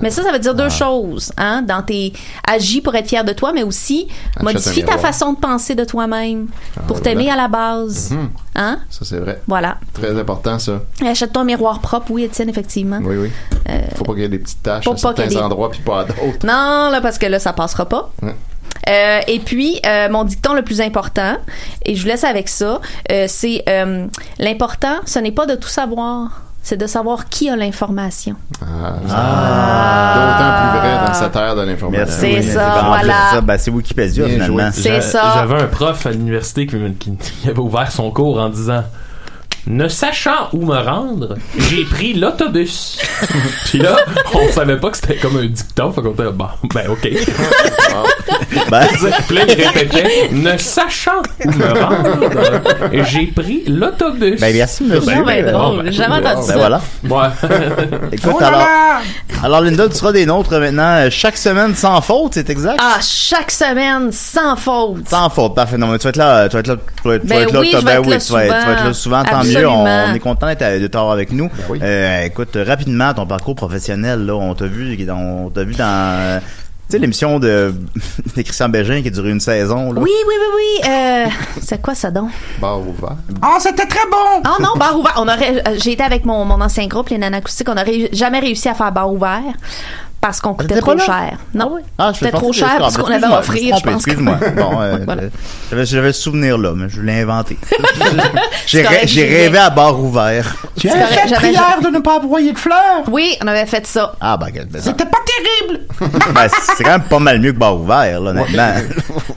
Speaker 7: Mais ça, ça veut dire
Speaker 6: Ah.
Speaker 7: deux choses, hein. Dans tes agis pour être fier de toi, mais aussi
Speaker 6: Achète un
Speaker 7: modifie ta
Speaker 6: miroir. Ah,
Speaker 7: façon de penser de toi-même pour
Speaker 6: voilà.
Speaker 7: t'aimer à la base,
Speaker 6: Mhm.
Speaker 7: hein.
Speaker 6: Ça, c'est vrai.
Speaker 7: Voilà.
Speaker 6: Très important, ça.
Speaker 7: Achète-toi un miroir propre, oui, Étienne, effectivement.
Speaker 6: Oui, oui. Faut pas qu'il y ait des petites taches
Speaker 7: Hein? Euh, faut
Speaker 6: à
Speaker 7: pas
Speaker 6: certains
Speaker 7: qu'il y ait des-
Speaker 6: endroits puis pas à d'autres.
Speaker 7: Non, là, parce que là, ça passera pas.
Speaker 6: Ouais.
Speaker 7: Euh, et puis, euh, mon dicton le plus important, et je vous laisse avec ça, euh, c'est euh, l'important, ce n'est pas de tout savoir, c'est de savoir qui a l'information.
Speaker 6: Ah,
Speaker 7: Ah.
Speaker 6: D'autant plus vrai dans cette ère de l'information.
Speaker 5: Merci.
Speaker 7: C'est
Speaker 5: Oui,
Speaker 7: ça,
Speaker 5: ben, en plus,
Speaker 7: voilà.
Speaker 5: c'est ça, ben, c'est Wikipédia,
Speaker 6: Bien
Speaker 5: finalement.
Speaker 6: joué.
Speaker 7: C'est
Speaker 8: J'a-
Speaker 7: ça.
Speaker 8: J'avais un prof à l'université qui, me- qui- qui avait ouvert son cours en disant Ne sachant où me rendre, j'ai pris l'autobus. Puis là, on savait pas que c'était comme un dicton, fait qu'on était bon, ben ok.
Speaker 5: Ben,
Speaker 8: Puis là, il répétait Ne sachant où me rendre, j'ai pris l'autobus.
Speaker 5: ben, merci, monsieur.
Speaker 7: Non, ben,
Speaker 5: Ben,
Speaker 7: drôle, Oh
Speaker 8: bon, ben,
Speaker 7: j'ai jamais
Speaker 8: bon,
Speaker 5: ben,
Speaker 7: entendu ça.
Speaker 5: voilà.
Speaker 8: Ouais.
Speaker 5: Écoute, alors, alors, Linda, tu seras des nôtres maintenant euh, chaque semaine sans faute, c'est exact?
Speaker 7: Ah, chaque semaine, sans faute.
Speaker 5: Sans faute, parfait. Non, mais tu vas être là, tu vas être là, tu vas être, tu vas
Speaker 7: Ben
Speaker 5: être là,
Speaker 7: oui,
Speaker 5: t'as-
Speaker 7: je vais être là
Speaker 5: tu, vas être, tu vas être là souvent,
Speaker 7: souvent.
Speaker 5: tant mieux. On,
Speaker 7: Absolument. Ben
Speaker 5: on est content d'être- de t'avoir avec nous.
Speaker 6: oui.
Speaker 5: Euh, écoute, rapidement, ton parcours professionnel, là, on t'a vu, on t'a vu dans, euh, tu sais, l'émission de, de Christian Bégin qui a duré une saison, là.
Speaker 7: Oui, oui, oui, oui. euh, c'est quoi ça donc?
Speaker 6: Bar ouvert.
Speaker 4: Oh, c'était très bon.
Speaker 7: Ah non, bar ouvert. On aurait, euh, j'ai été avec mon, mon ancien groupe, les Nanacoustiques, on n'aurait jamais réussi à faire bar ouvert parce qu'on coûtait
Speaker 5: T'étais pas
Speaker 7: trop
Speaker 5: là?
Speaker 7: cher. Non,
Speaker 5: Ah, je
Speaker 7: c'était
Speaker 5: pensais
Speaker 7: trop
Speaker 5: que c'était
Speaker 7: cher
Speaker 5: Scorp.
Speaker 7: parce qu'on avait
Speaker 5: Excuse-moi,
Speaker 7: à offrir, je
Speaker 5: me
Speaker 7: pense.
Speaker 5: suis trompé, Excuse-moi. Bon, euh,
Speaker 7: Voilà.
Speaker 5: j'avais, j'avais le souvenir là, mais je l'ai inventé. j'ai,
Speaker 7: C'est
Speaker 5: rê-
Speaker 7: correct,
Speaker 5: j'ai
Speaker 7: j'ai-
Speaker 5: rêvé à barre ouvert.
Speaker 4: Tu
Speaker 7: C'est
Speaker 4: as
Speaker 7: correct,
Speaker 4: fait
Speaker 7: j'avais-
Speaker 4: prière de ne pas broyer de fleurs.
Speaker 7: Oui, on avait fait ça.
Speaker 5: Ah, bah, ben, ben,
Speaker 4: C'était pas terrible.
Speaker 5: ben, c'est quand même pas mal mieux que barre ouvert, là, honnêtement.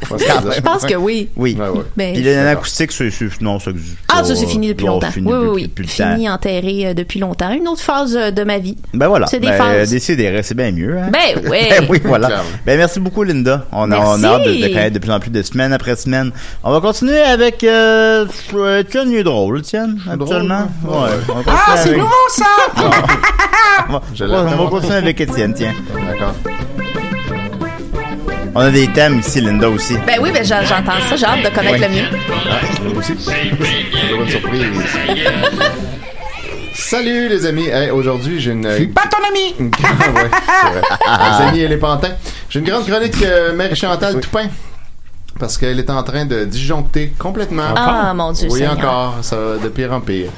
Speaker 7: Je pense que oui.
Speaker 5: Oui.
Speaker 6: Ouais, ouais.
Speaker 7: Ben,
Speaker 5: Puis le nana acoustique, c'est, c'est- non, ça existe
Speaker 7: ah,
Speaker 5: pas.
Speaker 7: ça, c'est fini depuis
Speaker 5: Bon,
Speaker 7: longtemps.
Speaker 5: fini
Speaker 7: oui,
Speaker 5: depuis-
Speaker 7: oui,
Speaker 5: depuis
Speaker 7: oui.
Speaker 5: le
Speaker 7: Fini,
Speaker 5: temps.
Speaker 7: enterré euh, depuis longtemps. Une autre phase euh, de ma vie.
Speaker 5: Ben voilà.
Speaker 7: C'est des
Speaker 5: ben,
Speaker 7: phases.
Speaker 5: décidérez, c'est bien mieux. Hein?
Speaker 7: Ben,
Speaker 4: Eh
Speaker 7: ouais.
Speaker 5: Ben oui, voilà.
Speaker 6: Clairement.
Speaker 5: Ben merci beaucoup, Linda. On a,
Speaker 7: Merci.
Speaker 5: on a hâte de, de connaître de plus en plus de semaine après semaine. On va continuer avec euh, euh, Tiens, il est drôle, tiens,
Speaker 6: hein?
Speaker 5: actuellement. ouais. On va continuer
Speaker 4: Ah, c'est
Speaker 5: avec-
Speaker 4: nouveau ça.
Speaker 5: On va-
Speaker 6: Je
Speaker 5: on va-
Speaker 6: l'attends.
Speaker 5: on va continuer avec Étienne, tiens.
Speaker 6: D'accord.
Speaker 5: On a des thèmes ici, Linda aussi.
Speaker 7: Ben oui, ben j'en- j'entends ça. J'ai hâte de connaître
Speaker 5: Ouais.
Speaker 7: le mieux.
Speaker 6: Moi aussi. Une bonne surprise. Salut les amis. Hey, Aujourd'hui, j'ai une.
Speaker 4: Pas ton ami.
Speaker 6: une- Ouais, c'est vrai. Les amis et les pantins. J'ai une grande chronique euh, Marie-Chantal Toupin. Parce qu'elle est en train de disjoncter complètement.
Speaker 7: Ah, mon Dieu.
Speaker 6: oui,
Speaker 7: Seigneur.
Speaker 6: encore, ça va de pire en pire.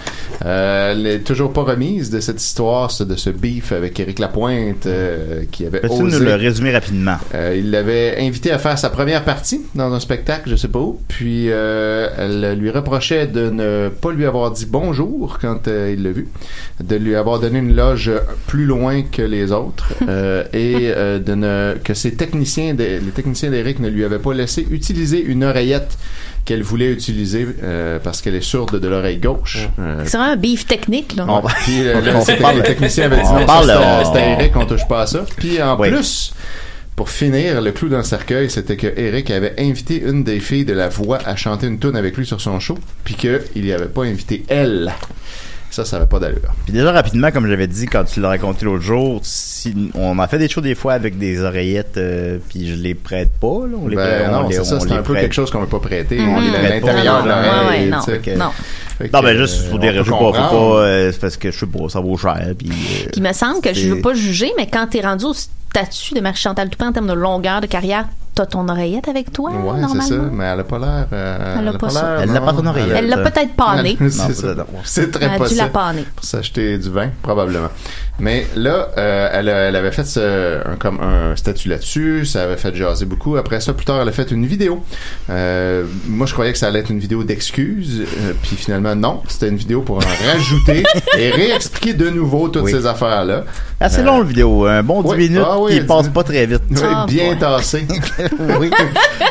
Speaker 6: Euh, elle n'est toujours pas remise de cette histoire, ce- de ce beef avec Éric Lapointe euh, qui avait
Speaker 5: Peux-tu
Speaker 6: osé.
Speaker 5: nous le résumer rapidement?
Speaker 6: Euh, il l'avait invité à faire sa première partie dans un spectacle, je sais pas où. Puis euh, elle lui reprochait de ne pas lui avoir dit bonjour quand euh, il l'a vu, de lui avoir donné une loge plus loin que les autres euh, et euh, de ne que ses techniciens, de- les techniciens d'Eric ne lui avaient pas laissé utiliser une oreillette qu'elle voulait utiliser euh, parce qu'elle est sourde de l'oreille gauche. Euh,
Speaker 7: C'est vraiment un beef technique, là. Hmm.
Speaker 5: On va-
Speaker 6: puis le,
Speaker 5: On
Speaker 6: le, c'était-
Speaker 5: parle-
Speaker 6: les techniciens avaient dit
Speaker 5: euh, on
Speaker 6: non,
Speaker 5: parle-
Speaker 6: ça, c'était-
Speaker 5: on-
Speaker 6: c'était Eric, on touche pas à ça. Puis en
Speaker 5: Oui.
Speaker 6: plus, Pour finir, le clou dans le cercueil, c'était que Eric avait invité une des filles de la voix à chanter une tune avec lui sur son show, puis qu'il n'y avait pas invité elle. Ça, ça n'avait pas d'allure.
Speaker 5: Puis déjà rapidement, comme j'avais dit quand tu l'as raconté l'autre jour, si, on m'a fait des shows des fois avec des oreillettes, euh, puis je les prête pas. Là, on les prête,
Speaker 6: Ben
Speaker 5: on
Speaker 6: non,
Speaker 5: les-
Speaker 6: c'est ça,
Speaker 5: on
Speaker 6: c'est
Speaker 5: les
Speaker 6: un peu
Speaker 5: prête.
Speaker 6: quelque chose qu'on ne veut pas prêter.
Speaker 7: Mm.
Speaker 6: On
Speaker 5: Mhm.
Speaker 6: est à
Speaker 5: Mais pas
Speaker 6: l'intérieur de
Speaker 5: vraiment,
Speaker 7: ouais,
Speaker 6: l'oreille.
Speaker 7: non,
Speaker 6: tu sais, que-
Speaker 7: non.
Speaker 6: fait
Speaker 5: Non,
Speaker 6: que,
Speaker 5: mais juste
Speaker 6: euh,
Speaker 5: pour
Speaker 6: on
Speaker 5: des
Speaker 6: peut
Speaker 5: raisons, faut pas, faut
Speaker 6: comprendre.
Speaker 5: pas, euh, c'est parce que je sais pas, ça vaut cher, puis... euh,
Speaker 7: Puis il me semble que je
Speaker 5: C'est-
Speaker 7: veux pas juger, mais quand t'es rendu au statut de Marie-Chantal Toupin en termes de longueur de carrière, t'as ton oreillette avec toi,
Speaker 6: Ouais, c'est ça,
Speaker 7: normalement.
Speaker 6: mais elle n'a pas l'air. euh,
Speaker 7: Elle a pas ça.
Speaker 6: l'air,
Speaker 5: euh, Elle n'a
Speaker 6: non.
Speaker 5: pas ton oreille.
Speaker 7: Elle l'a
Speaker 5: Euh,
Speaker 7: peut-être panée.
Speaker 6: C'est
Speaker 5: Non,
Speaker 6: ça.
Speaker 5: peut-être non.
Speaker 6: C'est
Speaker 7: Elle
Speaker 6: très
Speaker 7: a dû
Speaker 6: possible.
Speaker 7: la paner.
Speaker 6: Pour s'acheter du vin, probablement. Mais là, euh, elle, a- elle avait fait ce- un, comme un statut là-dessus, ça avait fait jaser beaucoup. Après ça, plus tard, elle a fait une vidéo. Euh, moi, je croyais que ça allait être une vidéo d'excuses, euh, puis finalement, non. C'était une vidéo pour en rajouter et réexpliquer de nouveau toutes
Speaker 5: Oui.
Speaker 6: ces affaires-là.
Speaker 5: Assez long, le vidéo. Un bon 10
Speaker 6: Euh, oui.
Speaker 5: minutes
Speaker 6: Ah oui,
Speaker 5: qui
Speaker 6: dix
Speaker 5: passe
Speaker 6: minutes.
Speaker 5: pas très vite.
Speaker 6: Oui,
Speaker 7: Ah,
Speaker 6: bien
Speaker 7: ouais.
Speaker 6: tassé.
Speaker 5: oui.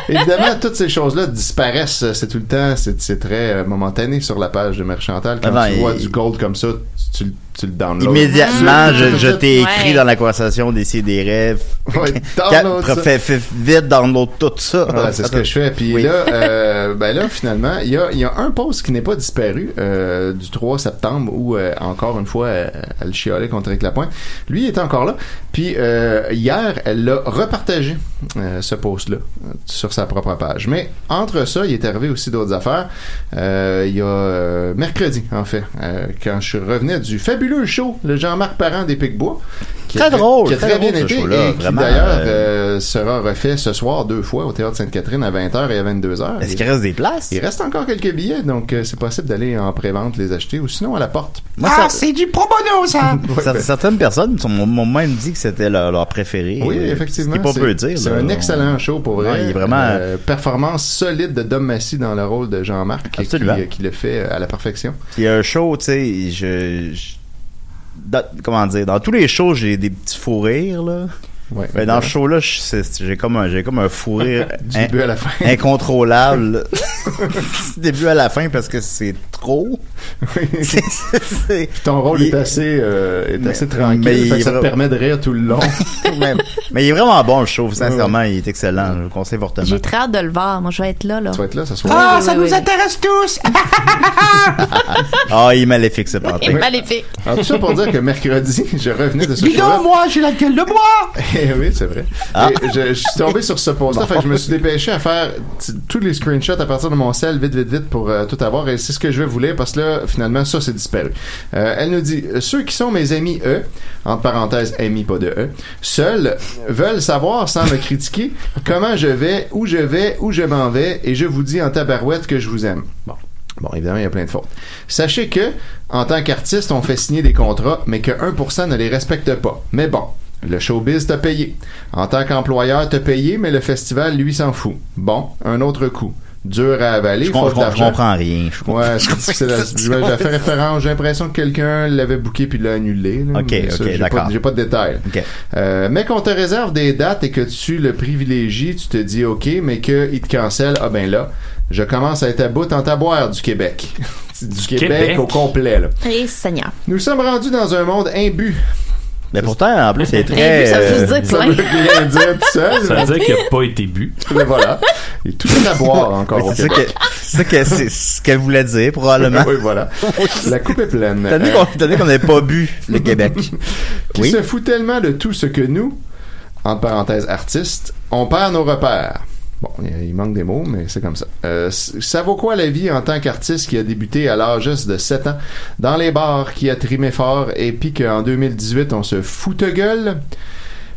Speaker 6: Évidemment, toutes ces choses-là disparaissent. C'est tout le temps, c'est c'est très euh, momentané sur la page de Merchantal. Quand
Speaker 5: Avant,
Speaker 6: tu vois
Speaker 5: Ah ben, il-
Speaker 6: du gold comme ça, tu, tu le- tu le downloads.
Speaker 5: Immédiatement, je, je t'ai
Speaker 7: Ouais.
Speaker 5: écrit dans la conversation d'essayer des rêves.
Speaker 6: Ouais, download ça.
Speaker 5: Fais, fais vite download tout ça.
Speaker 6: Ouais, Ah, c'est ce que je fais. Puis
Speaker 5: Ah, Oui.
Speaker 6: là, euh, ben là, finalement, il y a, il y a un post qui n'est pas disparu euh, du 3 septembre où, euh, encore une fois, euh, elle chiolait contre Eric Lapointe. Lui, il était encore là. Puis euh, hier, elle l'a repartagé, euh, ce post-là, euh, sur sa propre page. Mais entre ça, il est arrivé aussi d'autres affaires. Euh, il y a euh, mercredi, en fait, euh, quand je revenais du fabuleux show, le Jean-Marc Parent des Picbois. qui
Speaker 5: Très
Speaker 6: a
Speaker 5: drôle,
Speaker 6: Qui a
Speaker 5: très
Speaker 6: très,
Speaker 5: drôle,
Speaker 6: bien
Speaker 5: ce
Speaker 6: été.
Speaker 5: show-là,
Speaker 6: et qui,
Speaker 5: vraiment,
Speaker 6: d'ailleurs,
Speaker 5: euh,
Speaker 6: euh, sera refait ce soir deux fois au Théâtre Sainte-Catherine à 20h et à 22h.
Speaker 5: Est-ce qu'il reste des places?
Speaker 6: Il reste encore quelques billets, donc euh, c'est possible d'aller en pré-vente les acheter ou sinon à la porte.
Speaker 5: Moi,
Speaker 4: Ah,
Speaker 5: ça-
Speaker 4: c'est du pro bono, ça!
Speaker 6: Ouais,
Speaker 5: ça-
Speaker 6: ben,
Speaker 5: certaines personnes, sont- m'ont m'ont même dit que c'était leur, leur préféré.
Speaker 6: oui,
Speaker 5: Euh,
Speaker 6: effectivement.
Speaker 5: Ce qui est pas peu dire.
Speaker 6: C'est
Speaker 5: là.
Speaker 6: un excellent show pour vrai.
Speaker 5: Ouais, il est vraiment-
Speaker 6: Euh, performance solide de Dom Massy dans le rôle de Jean-Marc qui,
Speaker 5: Absolument.
Speaker 6: qui- qui le fait à la perfection.
Speaker 5: Il y a un show, tu sais, je... je- dans- comment dire? Dans tous les shows, j'ai des petits fous rires, là.
Speaker 6: Ouais.
Speaker 5: Mais Ben, dans Hein? ce show-là, je- c'est- j'ai comme, un- j'ai comme un fou rire
Speaker 6: du
Speaker 5: in-
Speaker 6: début à la fin.
Speaker 5: incontrôlable du début à la fin parce que c'est trop. C'est- c'est- c'est-
Speaker 6: Ton rôle
Speaker 5: Il-
Speaker 6: est assez, euh, est
Speaker 5: Mais-
Speaker 6: assez tranquille,
Speaker 5: mais
Speaker 6: fait que
Speaker 5: il-
Speaker 6: ça te permet de rire tout le long.
Speaker 5: mais, mais il est vraiment bon, je trouve. Sincèrement, il est excellent. Je vous conseille fortement.
Speaker 7: J'ai très hâte de le voir. Moi, je vais être là, là.
Speaker 6: tu vas être là ce soir.
Speaker 4: Ah,
Speaker 7: oui,
Speaker 4: ça
Speaker 7: oui,
Speaker 4: nous
Speaker 7: oui.
Speaker 4: intéresse tous!
Speaker 5: Ah, il est maléfique ce pantin.
Speaker 7: Et Eh, maléfique.
Speaker 6: Alors, tout ça pour dire que mercredi, je revenais de ce
Speaker 4: Dis
Speaker 6: show-là.
Speaker 4: donc, moi, j'ai la gueule de bois!
Speaker 6: Eh oui, c'est vrai. Et je, je suis tombé sur ce post-là, fait que je me suis dépêché à faire t- tous les screenshots à partir de mon sel, vite, vite, vite, pour euh, tout avoir. Et c'est ce que je vais vous lire parce que là, finalement, ça, c'est disparu. Euh, elle nous dit Ceux qui sont mes amis, eux, entre parenthèses, amis, pas de eux, seuls, veulent savoir sans me critiquer comment je vais, où je vais, où je m'en vais, et je vous dis en tabarouette que je vous aime. Bon. Bon, évidemment, il y a plein de fautes. Sachez que, en tant qu'artiste, on fait signer des contrats, mais que 1% ne les respecte pas. Mais bon, le showbiz t'a payé. En tant qu'employeur, t'a payé, mais le festival, lui, s'en fout. Bon, un autre coup. Dur à avaler,
Speaker 5: Je, com-
Speaker 6: faute
Speaker 5: je com- je
Speaker 6: d'argent.
Speaker 5: comprends rien. Je comprends-
Speaker 6: Ouais, c'est c'est la- ouais, j'ai fait référence. J'ai l'impression que quelqu'un l'avait booké puis l'a annulé. là.
Speaker 5: Ok,
Speaker 6: Mais ça,
Speaker 5: ok,
Speaker 6: j'ai pas-
Speaker 5: d'accord.
Speaker 6: J'ai pas de détails.
Speaker 5: Ok.
Speaker 6: Euh, mais qu'on te réserve des dates et que tu le privilégies, tu te dis OK, mais qu'il te cancelle, ah ben là, je commence à être à bout en taboire du Québec. du, Québec,
Speaker 8: Québec.
Speaker 6: au complet, là.
Speaker 7: Et Eh, Seigneur.
Speaker 6: Nous sommes rendus dans un monde imbu.
Speaker 5: Mais pourtant, en plus, c'est
Speaker 7: Et
Speaker 5: très.
Speaker 7: lui, ça veut
Speaker 5: euh,
Speaker 7: juste dire
Speaker 6: Eh, Ça
Speaker 7: plein.
Speaker 6: veut rien dire tout seul,
Speaker 8: Ça veut dire qu'il a pas été bu.
Speaker 6: mais voilà. Et tout est à boire encore au
Speaker 5: c'est ça
Speaker 6: Québec.
Speaker 5: que c'est ça que c'est ce qu'elle voulait dire probablement.
Speaker 6: Oui, voilà. La coupe est pleine.
Speaker 5: Tenez
Speaker 6: Euh,
Speaker 5: qu'on tenez qu'on n'ait pas bu le Québec.
Speaker 6: qui
Speaker 5: Oui.
Speaker 6: se fout tellement de tout ce que nous, entre parenthèses artistes, on perd nos repères. Bon, il- il manque des mots, mais c'est comme ça. Euh, c- ça vaut quoi la vie en tant qu'artiste qui a débuté à l'âge juste de 7 ans dans les bars, qui a trimé fort, et puis qu'en 2018, on se fout de gueule?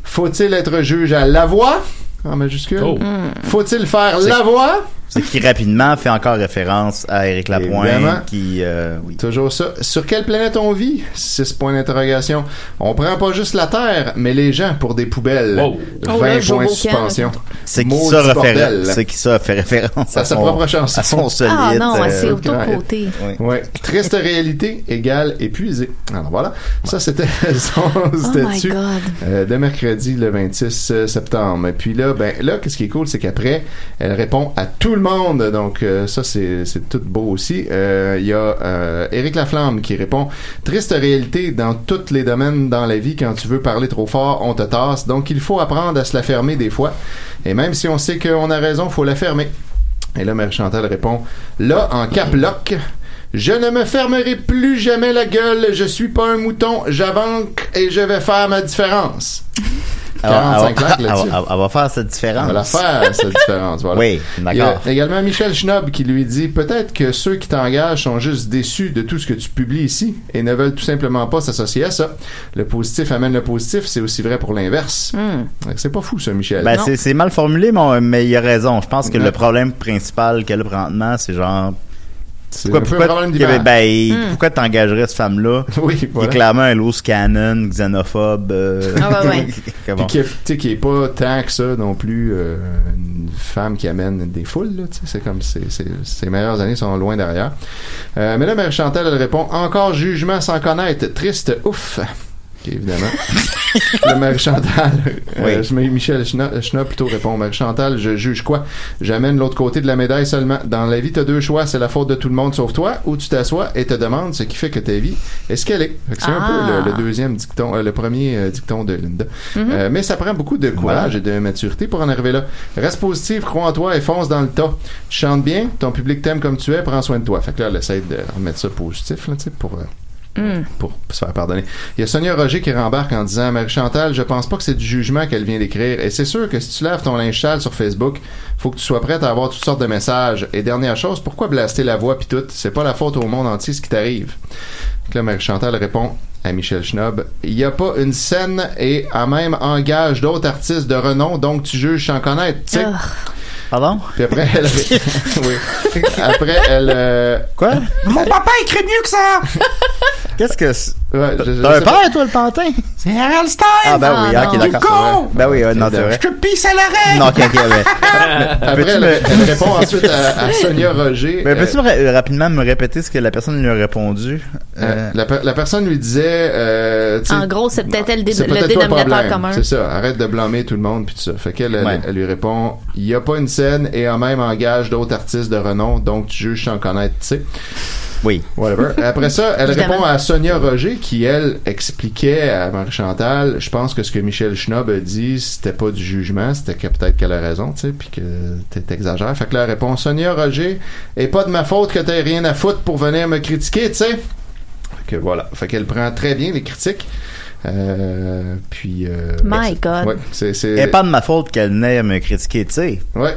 Speaker 6: Faut-il être juge à la voix? En majuscule.
Speaker 8: Oh.
Speaker 6: Faut-il faire la voix?
Speaker 5: Ce qui rapidement fait encore référence à Éric
Speaker 6: Évidemment.
Speaker 5: Lapointe qui euh, oui.
Speaker 6: Toujours ça. Sur quelle planète on vit? 6 points d'interrogation. On prend pas juste la Terre, mais les gens pour des poubelles.
Speaker 8: Wow.
Speaker 6: 20
Speaker 7: Oh là,
Speaker 6: points de
Speaker 7: Jobo
Speaker 6: suspension.
Speaker 5: C'est qui
Speaker 6: Maudit
Speaker 5: ça référé,
Speaker 6: bordel.
Speaker 5: c'est qui ça fait référence à,
Speaker 6: À sa
Speaker 5: son-
Speaker 6: propre chanson.
Speaker 5: à son solide.
Speaker 7: Ah non,
Speaker 5: euh,
Speaker 7: c'est auto-côté.
Speaker 5: oui.
Speaker 6: Ouais. Triste réalité égale épuisé. Alors voilà. Ça, c'était son
Speaker 7: Oh my
Speaker 6: statut
Speaker 7: God.
Speaker 6: euh, de euh, mercredi le 26 septembre. Et puis là, ben là, qu'est-ce qui est cool, c'est qu'après, elle répond à tout le le monde. Donc, euh, ça, c'est c'est tout beau aussi. Euh, Il y a euh, Éric Laflamme qui répond « Triste réalité dans tous les domaines dans la vie. Quand tu veux parler trop fort, on te tasse. Donc, il faut apprendre à se la fermer des fois. Et même si on sait qu'on a raison, faut la fermer. » Et là, Mère Chantal répond « Là, en caploc, je ne me fermerai plus jamais la gueule. Je suis pas un mouton. J'avance et je vais faire ma différence. »
Speaker 5: Elle va-
Speaker 6: 45
Speaker 5: elle va-
Speaker 6: lacs là-dessus.
Speaker 5: elle va- elle va faire cette différence.
Speaker 6: On va la faire, cette différence. Voilà.
Speaker 5: Oui,
Speaker 6: Il y a
Speaker 5: d'accord.
Speaker 6: également Michel Schnob qui lui dit Peut-être que ceux qui t'engagent sont juste déçus de tout ce que tu publies ici et ne veulent tout simplement pas s'associer à ça. Le positif amène le positif, c'est aussi vrai pour l'inverse.
Speaker 7: Hmm.
Speaker 6: Fait que C'est pas fou, ça, Michel.
Speaker 5: Ben,
Speaker 7: Non.
Speaker 5: c'est- c'est mal formulé, mais, on- mais il a raison. Je pense que
Speaker 6: Ouais.
Speaker 5: le problème principal qu'elle prend maintenant, c'est genre.
Speaker 6: c'est
Speaker 5: Pourquoi,
Speaker 6: un peu
Speaker 5: pourquoi,
Speaker 6: un problème
Speaker 5: qu'il y avait-
Speaker 6: d'image.
Speaker 5: ben, il- pourquoi t'engagerais cette femme-là?
Speaker 6: Oui,
Speaker 5: Qui est
Speaker 6: voilà.
Speaker 5: clairement un loose canon, xénophobe. euh,
Speaker 7: Ah ouais, ouais.
Speaker 5: que bon.
Speaker 6: Puis qui est- tu sais, qui est pas tant que ça non plus euh, une femme qui amène des foules. là, tu sais, c'est comme c'est- c'est- ses meilleures années sont loin derrière. Euh, mais là, Mère Chantal, elle répond Encore jugement sans connaître, triste ouf. Ok, évidemment. le Mère Chantal, euh,
Speaker 5: Oui.
Speaker 6: je mets Michel Schna euh, Schna plutôt répond Mère Chantal, je juge quoi J'amène l'autre côté de la médaille seulement. Dans la vie, t'as deux choix c'est la faute de tout le monde sauf toi, ou tu t'assois et te demandes ce qui fait que ta vie est ce qu'elle est. Fait que C'est un peu le-
Speaker 7: Ah.
Speaker 6: le, deuxième dicton, euh, le premier euh, dicton de Linda. Euh, mais ça prend beaucoup de courage et de maturité pour en arriver là. Reste positif, crois en toi et fonce dans le tas. Tu chantes bien, ton public t'aime comme tu es, prends soin de toi. Fait que là, elle essaie de remettre ça positif, là, tu sais, pour... euh, pour se faire pardonner. Il y a Sonia Roger qui rembarque en disant Marie Chantal, je pense pas que c'est du jugement qu'elle vient d'écrire. Et c'est sûr que si tu laves ton linge sale sur Facebook, faut que tu sois prête à avoir toutes sortes de messages. Et dernière chose, pourquoi blaster la voix pis tout C'est pas la faute au monde entier ce qui t'arrive. Donc là, Marie Chantal répond à Michel Schnob Il n'y a pas une scène et à même engage d'autres artistes de renom, donc tu juges sans connaître. tu sais.
Speaker 7: Ah.
Speaker 5: Pardon?
Speaker 6: Puis après, elle. oui. Après, elle. euh,
Speaker 5: Quoi?
Speaker 4: Mon papa écrit mieux que ça.
Speaker 5: Qu'est-ce que. c'est-
Speaker 6: ouais, je- je
Speaker 5: T'as un
Speaker 6: sais pas.
Speaker 5: père, toi, le pantin?
Speaker 4: C'est RL Stein.
Speaker 5: Ah, ben oui,
Speaker 7: Ah,
Speaker 5: ok,
Speaker 7: non.
Speaker 5: d'accord.
Speaker 4: Du con!
Speaker 5: Ben oui, ouais, non, c'est vrai.
Speaker 4: Je te pisse à l'arrêt.
Speaker 5: Non, ok, ok, ouais.
Speaker 6: Après,
Speaker 5: Peux-tu
Speaker 6: elle,
Speaker 5: me-
Speaker 6: elle répond ensuite à, à Sonia Roger.
Speaker 5: Mais
Speaker 6: Euh,
Speaker 5: peux-tu me ra- rapidement me répéter ce que la personne lui a répondu?
Speaker 6: euh,
Speaker 5: Euh,
Speaker 6: la, per- la personne lui disait. Euh, tu sais,
Speaker 7: En gros, c'est peut-être elle le, dé-
Speaker 6: c'est
Speaker 7: le
Speaker 6: peut-être toi le
Speaker 7: dénominateur
Speaker 6: problème.
Speaker 7: commun.
Speaker 6: C'est ça. Arrête de blâmer tout le monde puis tout ça. Fait qu'elle, elle,
Speaker 5: Ouais.
Speaker 6: elle lui répond Il n'y a pas une scène et en même engage d'autres artistes de renom, donc tu juges sans connaître, tu sais.
Speaker 5: Oui.
Speaker 6: Whatever. Après ça, elle
Speaker 7: Évidemment.
Speaker 6: répond à Sonia Roger qui, elle, expliquait à Marie-Chantal, je pense que ce que Michel Schnob a dit, c'était pas du jugement, c'était que peut-être qu'elle a raison, tu sais, puis que t'es- t'exagères. Fait que là, elle répond, Sonia Roger, et pas de ma faute que t'aies rien à foutre pour venir me critiquer, tu sais. Fait que voilà. Fait qu'elle prend très bien les critiques. Euh, puis... euh,
Speaker 7: My God.
Speaker 6: Ouais, c'est... c'est-
Speaker 5: Et pas de ma faute qu'elle n'ait à me critiquer, tu sais.
Speaker 6: Ouais,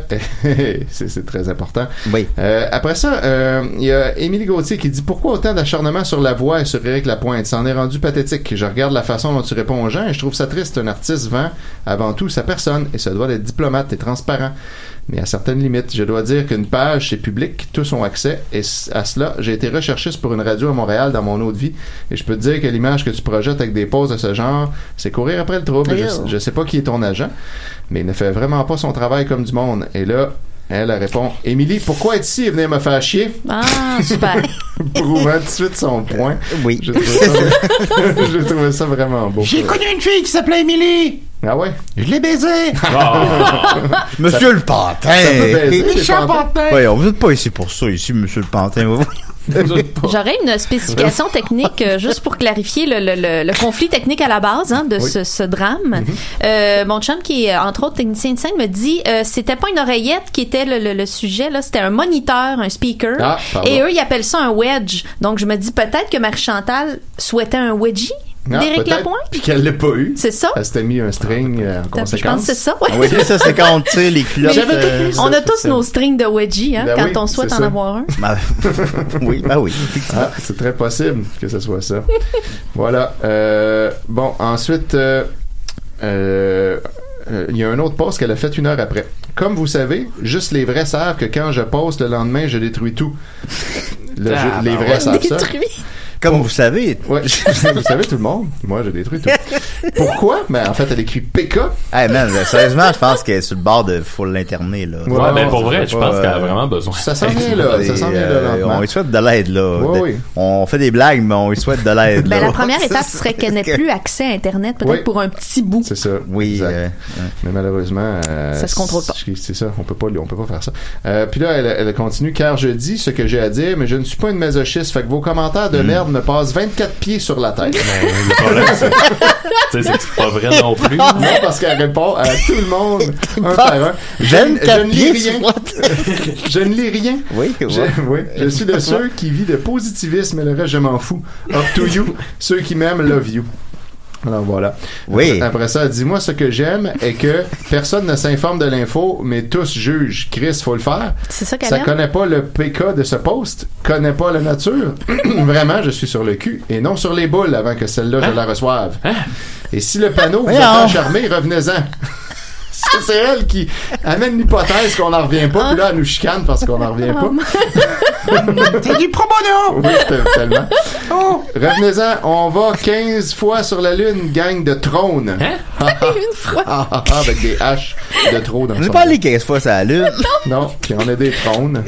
Speaker 6: c'est c'est très important.
Speaker 5: Oui.
Speaker 6: Euh, après ça, euh, il y a Émilie Gauthier qui dit pourquoi autant d'acharnement sur la voix et sur Eric Lapointe. Ça en est rendu pathétique. Je regarde la façon dont tu réponds aux gens et je trouve ça triste. Un artiste vend avant tout sa personne et se doit d'être diplomate et transparent. Mais à certaines limites, je dois dire qu'une page, c'est public, tous ont accès. Et c- à cela, j'ai été recherchiste pour une radio à Montréal dans mon autre vie. Et je peux te dire que l'image que tu projettes avec des poses de ce genre, c'est courir après le trouble. Je,
Speaker 7: Ew.
Speaker 6: je sais pas qui est ton agent, mais il ne fait vraiment pas son travail comme du monde. Et là, elle elle répond Émilie, pourquoi être ici et venir me faire chier
Speaker 7: Ah, super.
Speaker 6: Prouvant tout de suite son point.
Speaker 5: Oui.
Speaker 6: J'ai trouvé, ça- j'ai trouvé ça vraiment beau.
Speaker 4: J'ai connu une fille qui s'appelait Émilie.
Speaker 6: Ah ouais
Speaker 4: Je l'ai baisée.
Speaker 8: Ah,
Speaker 5: Monsieur le pantin!
Speaker 6: Ça peut baiser, les
Speaker 4: Michel
Speaker 6: pantalons.
Speaker 4: Pantin.
Speaker 5: Ouais, on vous êtes pas ici pour ça, ici, monsieur le pantin. vous-
Speaker 7: J'aurais une spécification technique euh, juste pour clarifier le, le- le- le conflit technique à la base hein, de
Speaker 6: Oui. Mm-hmm.
Speaker 7: ce, ce drame. Euh, mon chum, qui est euh, entre autres technicien de scène, me dit euh, c'était pas une oreillette qui était le, le- le sujet, là, c'était un moniteur, un speaker.
Speaker 6: Ah, pardon.
Speaker 7: et eux, ils appellent ça un wedge. Donc je me dis peut-être que Marie-Chantal souhaitait un wedgie
Speaker 6: Ah,
Speaker 7: d'Éric
Speaker 6: peut-être.
Speaker 7: Lapointe.
Speaker 6: Puis qu'elle l'a pas eu.
Speaker 7: C'est ça?
Speaker 6: Elle s'était mis un string euh, en
Speaker 7: Je pense que
Speaker 6: conséquence.
Speaker 7: c'est ça. ouais.
Speaker 5: Ah Oui, ça, c'est quand on tire les culottes.
Speaker 6: J'avais tout-
Speaker 5: euh,
Speaker 7: On
Speaker 5: ça,
Speaker 7: a tous
Speaker 5: ça.
Speaker 7: nos strings de wedgie hein,
Speaker 6: Ben
Speaker 7: quand
Speaker 6: oui,
Speaker 7: on souhaite
Speaker 6: c'est
Speaker 7: en
Speaker 6: ça.
Speaker 7: avoir un.
Speaker 5: Ben, oui, bah oui. effectivement.
Speaker 6: Ah, c'est très possible que ce soit ça. voilà. Euh, bon, ensuite, euh, euh, euh, il y a un autre post qu'elle a fait une heure après. Comme vous savez, juste les vrais savent que quand je poste le lendemain, je détruis tout. Le-
Speaker 8: Ah,
Speaker 7: ben
Speaker 6: je- les vrais savent ça.
Speaker 7: Détruit.
Speaker 5: Comme vous savez,
Speaker 6: Ouais, vous savez tout le monde. Moi, je détruis tout. Pourquoi? Ben, en fait, elle écrit PK.
Speaker 5: Hey man, euh, sérieusement, je pense qu'elle est sur le bord de faut l'interner là.
Speaker 6: Ouais,
Speaker 8: Ouais, ben
Speaker 6: non,
Speaker 8: pour
Speaker 6: ça
Speaker 8: vrai,
Speaker 6: fait
Speaker 8: je
Speaker 6: pas,
Speaker 8: pense qu'elle a
Speaker 6: euh,
Speaker 8: vraiment besoin.
Speaker 6: Ça s'en vient, là. Ça s'en
Speaker 5: Et,
Speaker 6: vient, là,
Speaker 5: euh,
Speaker 6: lentement.
Speaker 5: on lui souhaite de l'aide là.
Speaker 6: Ouais,
Speaker 5: De-
Speaker 6: oui.
Speaker 5: On fait des blagues, mais on lui souhaite de l'aide.
Speaker 7: Ben,
Speaker 5: là.
Speaker 7: la première
Speaker 5: C'est
Speaker 7: étape
Speaker 5: ça.
Speaker 7: serait qu'elle n'ait plus accès à Internet, peut-être
Speaker 6: Oui.
Speaker 7: pour un petit bout.
Speaker 6: C'est ça.
Speaker 5: Oui.
Speaker 6: exact.
Speaker 5: euh,
Speaker 6: Mais malheureusement, euh,
Speaker 7: Ça se contrôle pas.
Speaker 6: C'est c'est ça, on peut pas, on peut pas faire ça. Euh, puis là, elle, elle continue car je dis ce que j'ai à dire, mais je ne suis pas une masochiste. Fait que vos commentaires
Speaker 5: Hmm.
Speaker 6: de merde me passent 24 pieds sur la tête.
Speaker 8: Mais ben, le problème, c'est tu sais, c'est que c'est pas vrai non plus.
Speaker 6: non, parce qu'elle répond à tout le monde un par un. Je, ne-
Speaker 5: J'aime
Speaker 6: je
Speaker 5: ta
Speaker 6: ne lis
Speaker 5: pied sur
Speaker 6: rien.
Speaker 5: la tête.
Speaker 6: Je ne lis rien.
Speaker 5: Oui,
Speaker 6: Je,
Speaker 5: ouais.
Speaker 6: oui, je suis de ceux qui vit de positivisme et le reste, je m'en fous. Up to you. Ceux qui m'aiment, love you. Alors voilà.
Speaker 5: Oui.
Speaker 6: Après, après ça, elle dit Moi, ce que j'aime est que personne ne s'informe de l'info, mais tous jugent. Chris, faut le faire.
Speaker 7: C'est ça qu'elle
Speaker 6: Ça
Speaker 7: aime.
Speaker 6: connaît pas le PK de ce poste, connaît pas la nature. Vraiment, je suis sur le cul et non sur les boules avant que celle-là, je la reçoive. Et si le panneau vous
Speaker 5: Voyons.
Speaker 6: a charmé, revenez-en. C'est c'est elle qui amène l'hypothèse qu'on n'en revient pas, puis là, elle nous chicane parce qu'on n'en revient pas.
Speaker 5: Oh,
Speaker 4: C'est du pro bono!
Speaker 6: Oui, te- tellement.
Speaker 5: Oh.
Speaker 6: Revenez-en, on va 15 fois sur la Lune, gang de trônes.
Speaker 8: Hein?
Speaker 6: Une fois. avec des haches de trônes. dans
Speaker 5: On n'est
Speaker 6: son
Speaker 5: pas
Speaker 6: nom.
Speaker 5: allé 15 fois ça la lune.
Speaker 6: Non, puis on a des trônes.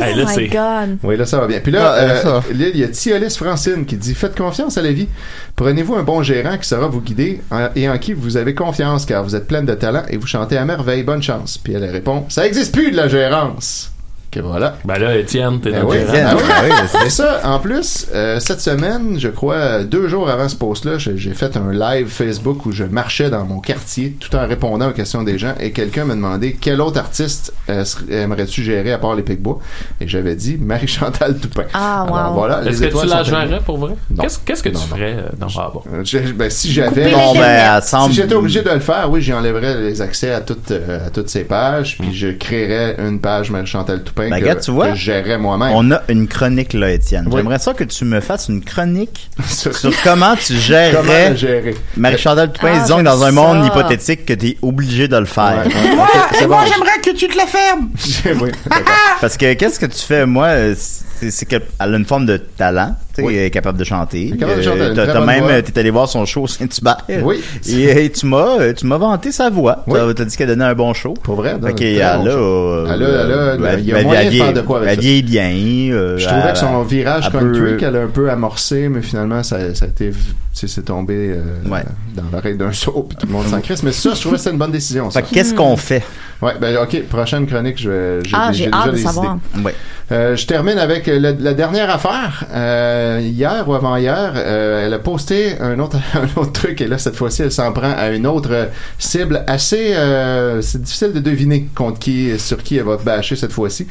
Speaker 8: Hey, là,
Speaker 7: oh my
Speaker 8: c'est.
Speaker 7: God.
Speaker 6: Oui, là, ça va bien. Puis là,
Speaker 5: Ah, euh,
Speaker 6: euh,
Speaker 5: ça.
Speaker 6: là, il y a Thiolis Francine qui dit Faites confiance à la vie. Prenez-vous un bon gérant qui saura vous guider en- et en qui vous avez confiance car vous êtes pleine de talent et vous chantez à merveille. Bonne chance. Puis elle répond Ça existe plus de la gérance. Que voilà.
Speaker 8: Ben là, Étienne, t'es
Speaker 6: Ben
Speaker 8: dans
Speaker 6: oui,
Speaker 8: le
Speaker 6: Étienne.
Speaker 8: gérant.
Speaker 5: Tiens,
Speaker 6: Ah ouais?
Speaker 5: oui, c'est-
Speaker 6: Mais ça, en plus, euh, cette semaine, je crois, euh, deux jours avant ce post-là, j'ai j'ai fait un live Facebook où je marchais dans mon quartier tout en répondant aux questions des gens et quelqu'un m'a demandé quel autre artiste euh, ser- aimerais-tu gérer à part les Picbois et j'avais dit Marie-Chantal Toupin.
Speaker 7: Ah, wow.
Speaker 6: Alors, voilà, les
Speaker 8: Est-ce que tu
Speaker 6: étoiles
Speaker 8: la
Speaker 6: sont alignées.
Speaker 8: gérerais pour vrai?
Speaker 6: Non.
Speaker 8: Qu'est-ce qu'est-ce que tu
Speaker 6: Non, non.
Speaker 8: ferais euh, dans Bravo?
Speaker 6: Euh, je- ben, si
Speaker 7: Coupez
Speaker 6: j'avais
Speaker 7: les
Speaker 5: Bon, ben,
Speaker 7: Internet.
Speaker 5: elle semble-
Speaker 6: si j'étais obligé de le faire, oui, j'y enlèverais les accès à toutes, euh, à toutes ces pages, puis je créerais une page Marie-Chantal Toupin
Speaker 5: Ben,
Speaker 6: que,
Speaker 5: regarde, tu vois,
Speaker 6: que je gérerais moi-même.
Speaker 5: On a une chronique là, Étienne.
Speaker 6: Oui.
Speaker 5: J'aimerais ça que tu me fasses une chronique
Speaker 6: Sur-
Speaker 5: sur comment tu
Speaker 6: Comment la
Speaker 5: gérerais
Speaker 6: gérer?
Speaker 5: Marie-Chantal Toupin.
Speaker 7: Ah,
Speaker 5: disons que dans un
Speaker 7: j'aime
Speaker 5: monde
Speaker 7: ça.
Speaker 5: hypothétique que t'es obligé de le faire.
Speaker 6: Ouais, ouais.
Speaker 4: Moi,
Speaker 6: Ok,
Speaker 4: et
Speaker 6: c'est
Speaker 4: moi,
Speaker 6: bon.
Speaker 4: j'aimerais que tu te la fermes.
Speaker 6: Oui, d'accord.
Speaker 5: Parce que qu'est-ce que tu fais, moi, euh, c'est c'est qu'elle a une forme de talent, tu sais,
Speaker 6: Oui.
Speaker 5: elle est capable de chanter.
Speaker 6: Elle est capable de
Speaker 5: Euh,
Speaker 6: chanter, elle a une
Speaker 5: t'as-
Speaker 6: très
Speaker 5: t'as
Speaker 6: bonne
Speaker 5: même,
Speaker 6: voix.
Speaker 5: euh, t'es allé voir son show au Saint-Hubert.
Speaker 6: Oui.
Speaker 5: Et, euh, tu m'as, euh, tu m'as vanté sa voix.
Speaker 6: Oui.
Speaker 5: T'as, t'as dit qu'elle donnait un bon show.
Speaker 6: Pour vrai,
Speaker 5: Fait
Speaker 6: non,
Speaker 5: qu'elle
Speaker 6: très
Speaker 5: a,
Speaker 6: bon
Speaker 5: là,
Speaker 6: show.
Speaker 5: euh,
Speaker 6: Elle a- elle a-
Speaker 5: euh,
Speaker 6: elle a-
Speaker 5: elle-
Speaker 6: il y a
Speaker 5: elle
Speaker 6: moyen de
Speaker 5: vieillit-
Speaker 6: faire de quoi avec
Speaker 5: Elle
Speaker 6: ça.
Speaker 5: vieillit bien. euh,
Speaker 6: Je
Speaker 5: elle-
Speaker 6: trouvais que son
Speaker 5: elle
Speaker 6: virage
Speaker 5: peut-
Speaker 6: country qu'elle a un peu amorcé, mais finalement, ça, ça a été, tu sais, c'est tombé euh,
Speaker 5: Ouais.
Speaker 6: dans l'oreille d'un saut, puis tout le monde s'en crisse. Mais ça, je trouvais que c'était une bonne décision. Ça.
Speaker 5: Fait que qu'est-ce qu'on fait?
Speaker 6: Ouais, ben, ok, prochaine chronique, je vais- j'ai
Speaker 7: Ah,
Speaker 6: des-
Speaker 7: j'ai
Speaker 6: déjà
Speaker 7: hâte de
Speaker 6: des
Speaker 7: savoir.
Speaker 6: idées.
Speaker 5: Ouais.
Speaker 6: Euh, je termine avec la, la dernière affaire. Euh, hier ou avant-hier, euh, elle a posté un autre, un autre truc et là, cette fois-ci, elle s'en prend à une autre euh, cible assez... euh, c'est difficile de deviner contre qui, sur qui elle va bâcher cette fois-ci.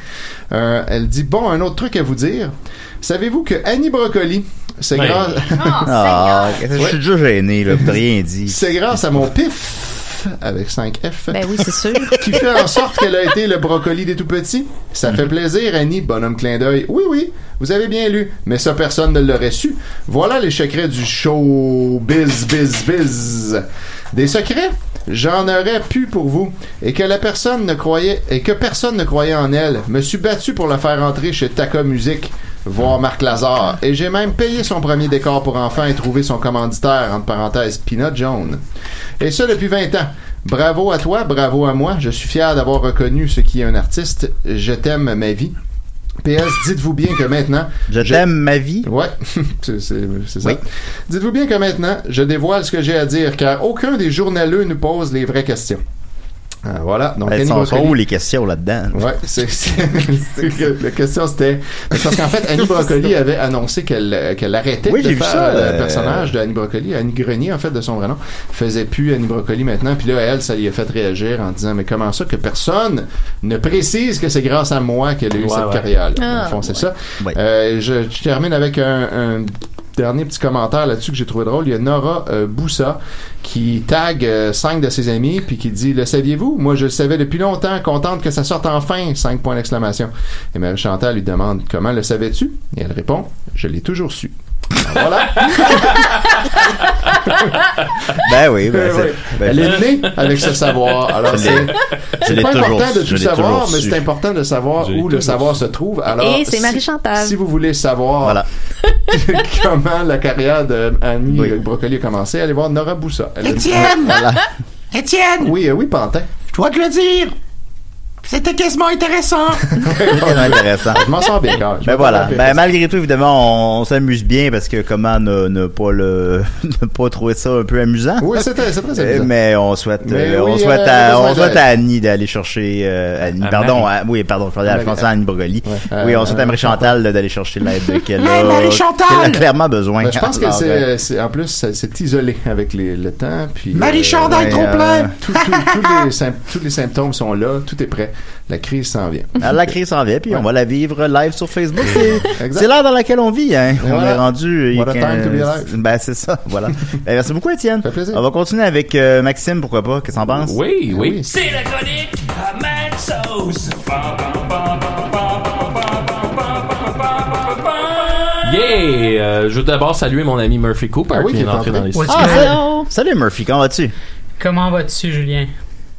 Speaker 6: Euh, elle dit, bon, un autre truc à vous dire. Savez-vous que Annie Broccoli, c'est
Speaker 8: Ouais.
Speaker 6: grâce...
Speaker 5: Ah, je suis déjà gêné, là. T'as rien dit.
Speaker 6: C'est grâce à mon pif avec 5 F
Speaker 7: Ben oui, c'est sûr.
Speaker 6: qui fait en sorte qu'elle a été le brocoli des tout petits. Ça fait plaisir, Annie, bonhomme clin d'œil. Oui, oui, vous avez bien lu, mais ça personne ne l'aurait su. Voilà les secrets du show biz, biz, biz. Des secrets J'en aurais pu pour vous et que la personne ne croyait et que personne ne croyait en elle. Me suis battu pour la faire entrer chez Taka Music voir Marc Lazare et j'ai même payé son premier décor pour enfants et trouvé son commanditaire entre parenthèses Peanut Jaune. Et ça depuis 20 ans. Bravo à toi, bravo à moi. Je suis fier d'avoir reconnu ce qui est un artiste. Je t'aime ma vie. PS, dites-vous bien que maintenant,
Speaker 5: Je t'aime ma vie.
Speaker 6: Ouais, c'est c'est- c'est ça.
Speaker 5: Oui.
Speaker 6: Dites-vous bien que maintenant, je dévoile ce que j'ai à dire, car aucun des journaleux ne pose les vraies questions. Ah, voilà. Donc,
Speaker 5: Elles
Speaker 6: Annie
Speaker 5: Ben, sont sont
Speaker 6: Broccoli-
Speaker 5: où les questions là-dedans?
Speaker 6: Ouais, c'est, c'est- c'est que la question c'était parce qu'en fait Annie Broccoli avait annoncé qu'elle euh, qu'elle arrêtait
Speaker 5: Oui,
Speaker 6: de
Speaker 5: j'ai vu
Speaker 6: faire
Speaker 5: ça,
Speaker 6: le
Speaker 5: euh,
Speaker 6: personnage de Annie Broccoli, Annie Grenier en fait de son vrai nom, faisait plus Annie Broccoli maintenant, puis là elle ça lui a fait réagir en disant mais comment ça que personne ne précise que c'est grâce à moi qu'elle a eu
Speaker 8: Ouais,
Speaker 6: cette
Speaker 8: ouais.
Speaker 6: carrière.
Speaker 7: Ah,
Speaker 6: Dans le fond, c'est ça.
Speaker 5: Ouais.
Speaker 6: Euh, je, je termine avec un, un dernier petit commentaire là-dessus que j'ai trouvé drôle. Il y a Nora euh, Boussa qui tag euh, cinq de ses amis puis qui dit le saviez-vous Moi je le savais depuis longtemps. Contente que ça sorte enfin. Cinq points d'exclamation. Et Marie Chantal lui demande comment le savais-tu Et elle répond je l'ai toujours su. Voilà.
Speaker 5: Ben oui, ben,
Speaker 6: Ben
Speaker 5: c'est-
Speaker 6: oui.
Speaker 5: ben,
Speaker 6: Elle est née avec ce savoir. Alors,
Speaker 5: Je
Speaker 6: c'est,
Speaker 5: l'ai- je
Speaker 6: c'est
Speaker 5: l'ai
Speaker 6: pas
Speaker 5: toujours
Speaker 6: important de
Speaker 5: su, je
Speaker 6: tout
Speaker 5: l'ai
Speaker 6: savoir,
Speaker 5: toujours
Speaker 6: mais
Speaker 5: su.
Speaker 6: c'est important de savoir où le savoir se trouve. Alors,
Speaker 7: Et c'est
Speaker 6: si-
Speaker 7: Marie-Chantal.
Speaker 6: Si vous voulez savoir
Speaker 5: Voilà.
Speaker 6: comment la carrière de Annie euh,
Speaker 5: Oui.
Speaker 6: Brocoli a commencé, allez voir Nora Boussa. Elle a-
Speaker 4: Étienne!
Speaker 5: Voilà.
Speaker 4: Étienne!
Speaker 6: Oui, euh, oui, Pantin.
Speaker 4: Je dois te le dire! C'était quasiment intéressant!
Speaker 5: C'est vraiment intéressant.
Speaker 6: Je m'en sors bien, quand même. Je
Speaker 5: Ben
Speaker 6: m'en
Speaker 5: voilà.
Speaker 6: sors bien.
Speaker 5: Ben malgré tout, évidemment, on, on s'amuse bien parce que comment ne, ne pas le ne pas trouver ça un peu amusant.
Speaker 6: Oui, c'est très, c'est très
Speaker 5: Euh,
Speaker 6: amusant.
Speaker 5: Mais on souhaite,
Speaker 6: Mais
Speaker 5: euh, on
Speaker 6: oui,
Speaker 5: souhaite,
Speaker 6: euh,
Speaker 5: à,
Speaker 6: besoin
Speaker 5: on souhaite
Speaker 6: d'aide.
Speaker 5: à Annie d'aller chercher euh, Annie,
Speaker 3: À
Speaker 5: pardon, à- oui, pardon, je parlais à
Speaker 6: Marie-
Speaker 5: François Annie Brogoli.
Speaker 6: Ouais, euh,
Speaker 5: oui, on souhaite à
Speaker 6: euh,
Speaker 5: Marie Chantal d'aller chercher l'aide qu'elle a,
Speaker 4: Hey, Marie-Chantal!
Speaker 5: qu'elle a clairement besoin.
Speaker 6: Ben, je pense que
Speaker 5: Alors,
Speaker 6: c'est,
Speaker 5: euh,
Speaker 6: euh, c'est- en plus, ça- c'est isolé avec les- le temps. Puis, euh,
Speaker 4: Marie Chandail
Speaker 5: ouais,
Speaker 4: trop plein!
Speaker 5: euh,
Speaker 6: tout- tout- tous, les sym- tous les symptômes sont là, tout est prêt. La crise s'en vient.
Speaker 5: Alors, la crise s'en vient, puis on va la vivre live sur Facebook. C'est,
Speaker 6: Exact.
Speaker 5: c'est l'heure dans laquelle on vit. Hein. On
Speaker 6: voilà.
Speaker 5: est rendu. il
Speaker 6: What a
Speaker 5: est
Speaker 6: time to be
Speaker 5: 15.
Speaker 6: alive.
Speaker 5: Ben c'est ça, voilà. Ben, merci beaucoup, Étienne.
Speaker 6: Ça fait plaisir.
Speaker 5: On va continuer avec euh, Maxime, pourquoi pas Qu'est-ce que t'en penses
Speaker 8: Oui, oui.
Speaker 9: C'est la chronique à Mad Sauce.
Speaker 8: Yeah! Euh, je veux d'abord saluer mon ami Murphy Cooper
Speaker 6: Ah oui,
Speaker 8: qui
Speaker 6: qui
Speaker 8: est
Speaker 6: est
Speaker 8: entré dans
Speaker 6: entré.
Speaker 8: les
Speaker 10: Ouais.
Speaker 8: studios.
Speaker 5: Ah, salut-
Speaker 10: Allô?
Speaker 5: salut Murphy, comment vas-tu
Speaker 10: Comment vas-tu, Julien?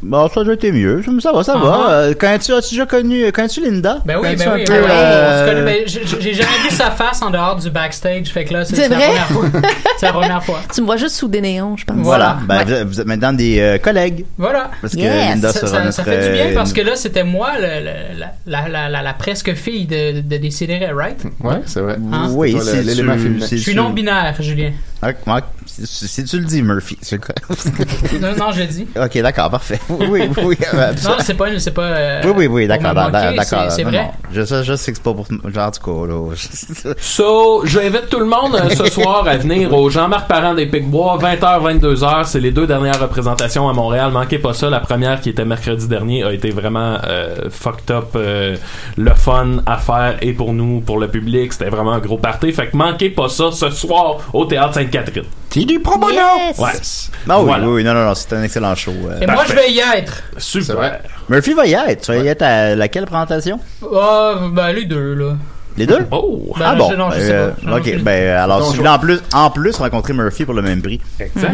Speaker 5: Bon, ça a déjà été mieux. Ça, ça va, ça va.
Speaker 10: Ah.
Speaker 5: Euh, Quand tu as déjà connu, quand tu Linda
Speaker 10: Ben oui,
Speaker 5: Connais-tu
Speaker 10: ben
Speaker 5: un
Speaker 10: oui.
Speaker 5: peu,
Speaker 10: ben oui,
Speaker 5: euh,
Speaker 10: on se connaît, ben, j'ai- j'ai jamais vu sa face en dehors du backstage, fait que là, c'est
Speaker 7: C'est
Speaker 10: c'est la
Speaker 7: vrai?
Speaker 10: première fois. C'est la première fois.
Speaker 7: Tu me vois juste sous des néons, je pense.
Speaker 5: Voilà.
Speaker 10: Voilà.
Speaker 5: Ben, vous êtes- vous êtes maintenant des euh, collègues
Speaker 10: Voilà.
Speaker 5: parce que
Speaker 7: Yes,
Speaker 5: Linda
Speaker 10: Ça,
Speaker 5: sera
Speaker 10: ça-
Speaker 5: notre.
Speaker 10: ça fait du
Speaker 5: euh,
Speaker 10: bien parce que là, c'était moi le- le- la, la, la, la- la presque fille de, de Décideret, right?
Speaker 6: Ouais, c'est vrai.
Speaker 10: Hein?
Speaker 5: euh, Oui,
Speaker 6: C'était toi,
Speaker 5: c'est
Speaker 6: l'élément
Speaker 5: tu-
Speaker 6: féminin.
Speaker 5: c'est
Speaker 10: Je suis
Speaker 5: tu-
Speaker 10: non-binaire, Julien.
Speaker 5: Ah, ah, Si si tu le dis, Murphy. c'est quoi?
Speaker 10: Non, non, je le dis.
Speaker 5: ok, d'accord, parfait. Oui, oui, oui.
Speaker 10: Non,
Speaker 5: absolument.
Speaker 10: c'est pas. C'est pas euh,
Speaker 5: Oui, oui, oui,
Speaker 10: pour
Speaker 5: d'accord,
Speaker 10: me moquer,
Speaker 5: d'accord, d'accord.
Speaker 10: c'est- C'est
Speaker 5: Non,
Speaker 10: vrai.
Speaker 5: non, Je sais, je sais que c'est pas pour. Genre, en tout cas, là. je-
Speaker 8: So, j'invite tout le monde euh, ce soir à venir au Jean-Marc Parent des Picbois, 20h, 22h. C'est les deux dernières représentations à Montréal. Manquez pas ça. La première qui était mercredi dernier a été vraiment euh, fucked up, euh, le fun à faire et pour nous, pour le public. C'était vraiment un gros party. Fait que manquez pas ça ce soir au Théâtre Sainte-Catherine.
Speaker 4: C'est du pro bono!
Speaker 7: Yes!
Speaker 8: Ouais.
Speaker 5: Non, oui,
Speaker 8: Voilà.
Speaker 5: oui, non, non, non, c'est un excellent show. euh.
Speaker 10: Et moi, je vais y être.
Speaker 6: C'est
Speaker 8: Super.
Speaker 6: vrai.
Speaker 5: Murphy va y être. Tu vas y être à laquelle présentation
Speaker 10: Ah, ben, les deux, là.
Speaker 5: Les deux
Speaker 8: Oh!
Speaker 10: Ben,
Speaker 5: Ah bon
Speaker 10: je- non, je sais
Speaker 5: euh,
Speaker 10: pas. Non, je-
Speaker 5: Ok, ben alors,
Speaker 6: Ton
Speaker 5: si vous
Speaker 6: choix.
Speaker 5: voulez en plus, en plus rencontrer Murphy pour le même prix.
Speaker 8: Exact.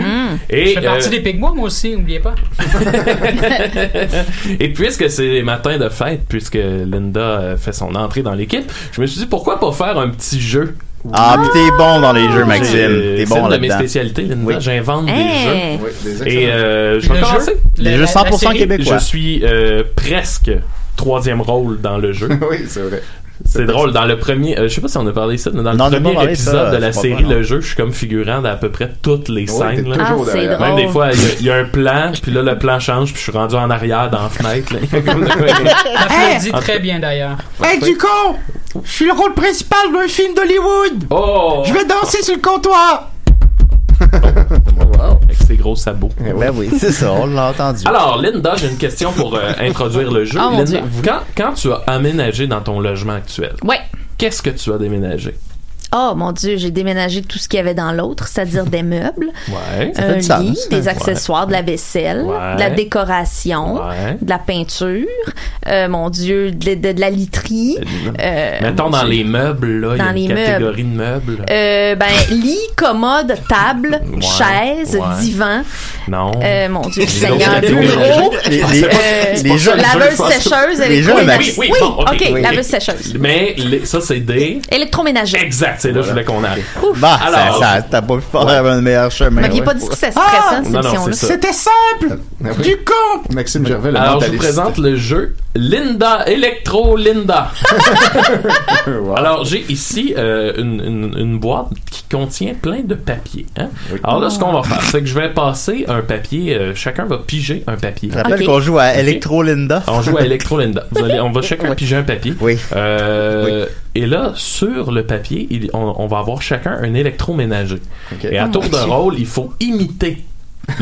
Speaker 10: Je
Speaker 8: Et,
Speaker 10: fais partie
Speaker 8: euh,
Speaker 10: des Pygmois, moi aussi, n'oubliez pas.
Speaker 8: Et puisque c'est les matins de fête, puisque Linda euh, fait son entrée dans l'équipe, je me suis dit pourquoi pas faire un petit jeu.
Speaker 5: Ah, puis t'es bon dans les jeux, Maxime.
Speaker 8: Euh,
Speaker 5: T'es
Speaker 8: c'est une
Speaker 5: bon
Speaker 8: de mes
Speaker 5: là-dedans.
Speaker 8: spécialités, Linda.
Speaker 5: Oui.
Speaker 8: J'invente des
Speaker 7: Hey!
Speaker 6: Oui, des
Speaker 8: jeux. Et
Speaker 6: excellents.
Speaker 8: euh, je vais
Speaker 10: Le jeu,
Speaker 8: commencer.
Speaker 10: la-
Speaker 5: Les
Speaker 10: la-
Speaker 5: jeux
Speaker 10: la
Speaker 5: 100%
Speaker 10: série,
Speaker 5: québécois.
Speaker 8: Je suis euh, presque troisième rôle dans le jeu.
Speaker 6: oui, c'est vrai.
Speaker 8: C'est drôle, dans le premier, euh, je sais pas si on a parlé de ça, mais dans le
Speaker 5: Non, on a pas
Speaker 8: premier
Speaker 5: parlé de
Speaker 8: épisode
Speaker 5: ça,
Speaker 8: de la
Speaker 5: c'est pas
Speaker 8: série
Speaker 5: vrai, non.
Speaker 8: Le Jeu, je suis comme figurant dans à peu près toutes les
Speaker 6: Ouais, t'es
Speaker 8: scènes. là.
Speaker 7: Ah,
Speaker 6: toujours
Speaker 7: c'est
Speaker 6: derrière.
Speaker 7: drôle.
Speaker 8: Même des fois, il y a- il y, a un plan, puis là, le plan change, puis je suis rendu en arrière dans la fenêtre. là. Il y a comme de-
Speaker 10: Applaudis très bien, d'ailleurs.
Speaker 4: Hey, du con! Je suis le rôle principal d'un film d'Hollywood!
Speaker 8: Oh!
Speaker 4: Je vais danser sur le comptoir!
Speaker 8: Avec ses gros sabots.
Speaker 5: Ben oui, c'est ça, on l'a entendu.
Speaker 8: Alors, Linda, j'ai une question pour euh, introduire le jeu.
Speaker 7: Ah, mon
Speaker 8: Linda, quand, quand tu as aménagé dans ton logement actuel,
Speaker 7: Ouais.
Speaker 8: qu'est-ce que tu as déménagé?
Speaker 7: Oh mon Dieu, j'ai déménagé tout ce qu'il y avait dans l'autre, c'est-à-dire des meubles,
Speaker 8: Ouais.
Speaker 5: fait
Speaker 7: un
Speaker 5: du sens,
Speaker 7: lit,
Speaker 5: hein.
Speaker 7: des accessoires, de la vaisselle,
Speaker 8: Ouais.
Speaker 7: de la décoration,
Speaker 8: Ouais.
Speaker 7: de la peinture, euh, mon Dieu, de, de- de la literie. euh,
Speaker 8: Mettons dans les meubles, là, il y
Speaker 7: Dans
Speaker 8: a une
Speaker 7: les meubles.
Speaker 8: catégorie de meubles.
Speaker 7: euh, ben, lit, commode, table,
Speaker 8: Ouais,
Speaker 7: chaise,
Speaker 8: ouais.
Speaker 7: divan.
Speaker 8: Non.
Speaker 7: Euh, mon Dieu,
Speaker 8: Les
Speaker 7: Seigneur,
Speaker 8: autres
Speaker 7: bureau.
Speaker 5: Les, les-
Speaker 7: euh,
Speaker 5: les jeux,
Speaker 7: laveuse sécheuse,
Speaker 5: Les jeux,
Speaker 7: électroménager-
Speaker 5: Max.
Speaker 8: Oui, oui, bon, ok, oui.
Speaker 7: laveuse sécheuse.
Speaker 8: Mais les- ça, c'est des...
Speaker 7: Électroménager.
Speaker 8: Exact, c'est là que je voulais qu'on arrive.
Speaker 5: bah,
Speaker 8: Alors-
Speaker 5: ça, ça, t'as pas pu faire un meilleur
Speaker 7: Vous
Speaker 5: chemin.
Speaker 7: m'aviez
Speaker 5: ouais.
Speaker 7: pas dit que c'était
Speaker 4: Ah!
Speaker 7: stressant,
Speaker 8: ben
Speaker 7: cette
Speaker 8: Non, non,
Speaker 7: mission-là.
Speaker 8: c'est ça.
Speaker 4: C'était simple!
Speaker 6: Ah oui.
Speaker 4: Du con!
Speaker 6: Maxime Gervais, le
Speaker 8: Alors, je vous
Speaker 6: mentaliste.
Speaker 8: présente le jeu Linda Electro Linda. Alors, j'ai ici euh, une, une- une boîte qui contient plein de papiers. hein. Alors là, ce qu'on va faire, c'est que je vais passer un papier. euh, chacun va piger un papier.
Speaker 5: Je rappelle
Speaker 7: Ok.
Speaker 5: qu'on joue à Electro Linda.
Speaker 8: On joue à Electro Linda. Vous allez, on va chacun piger un papier.
Speaker 5: Oui.
Speaker 8: Euh, Et là, sur le papier, il- on, on va avoir chacun un électroménager.
Speaker 6: Ok.
Speaker 8: Et à
Speaker 7: Oh
Speaker 8: tour
Speaker 7: mon
Speaker 8: de
Speaker 7: Dieu.
Speaker 8: rôle, il faut imiter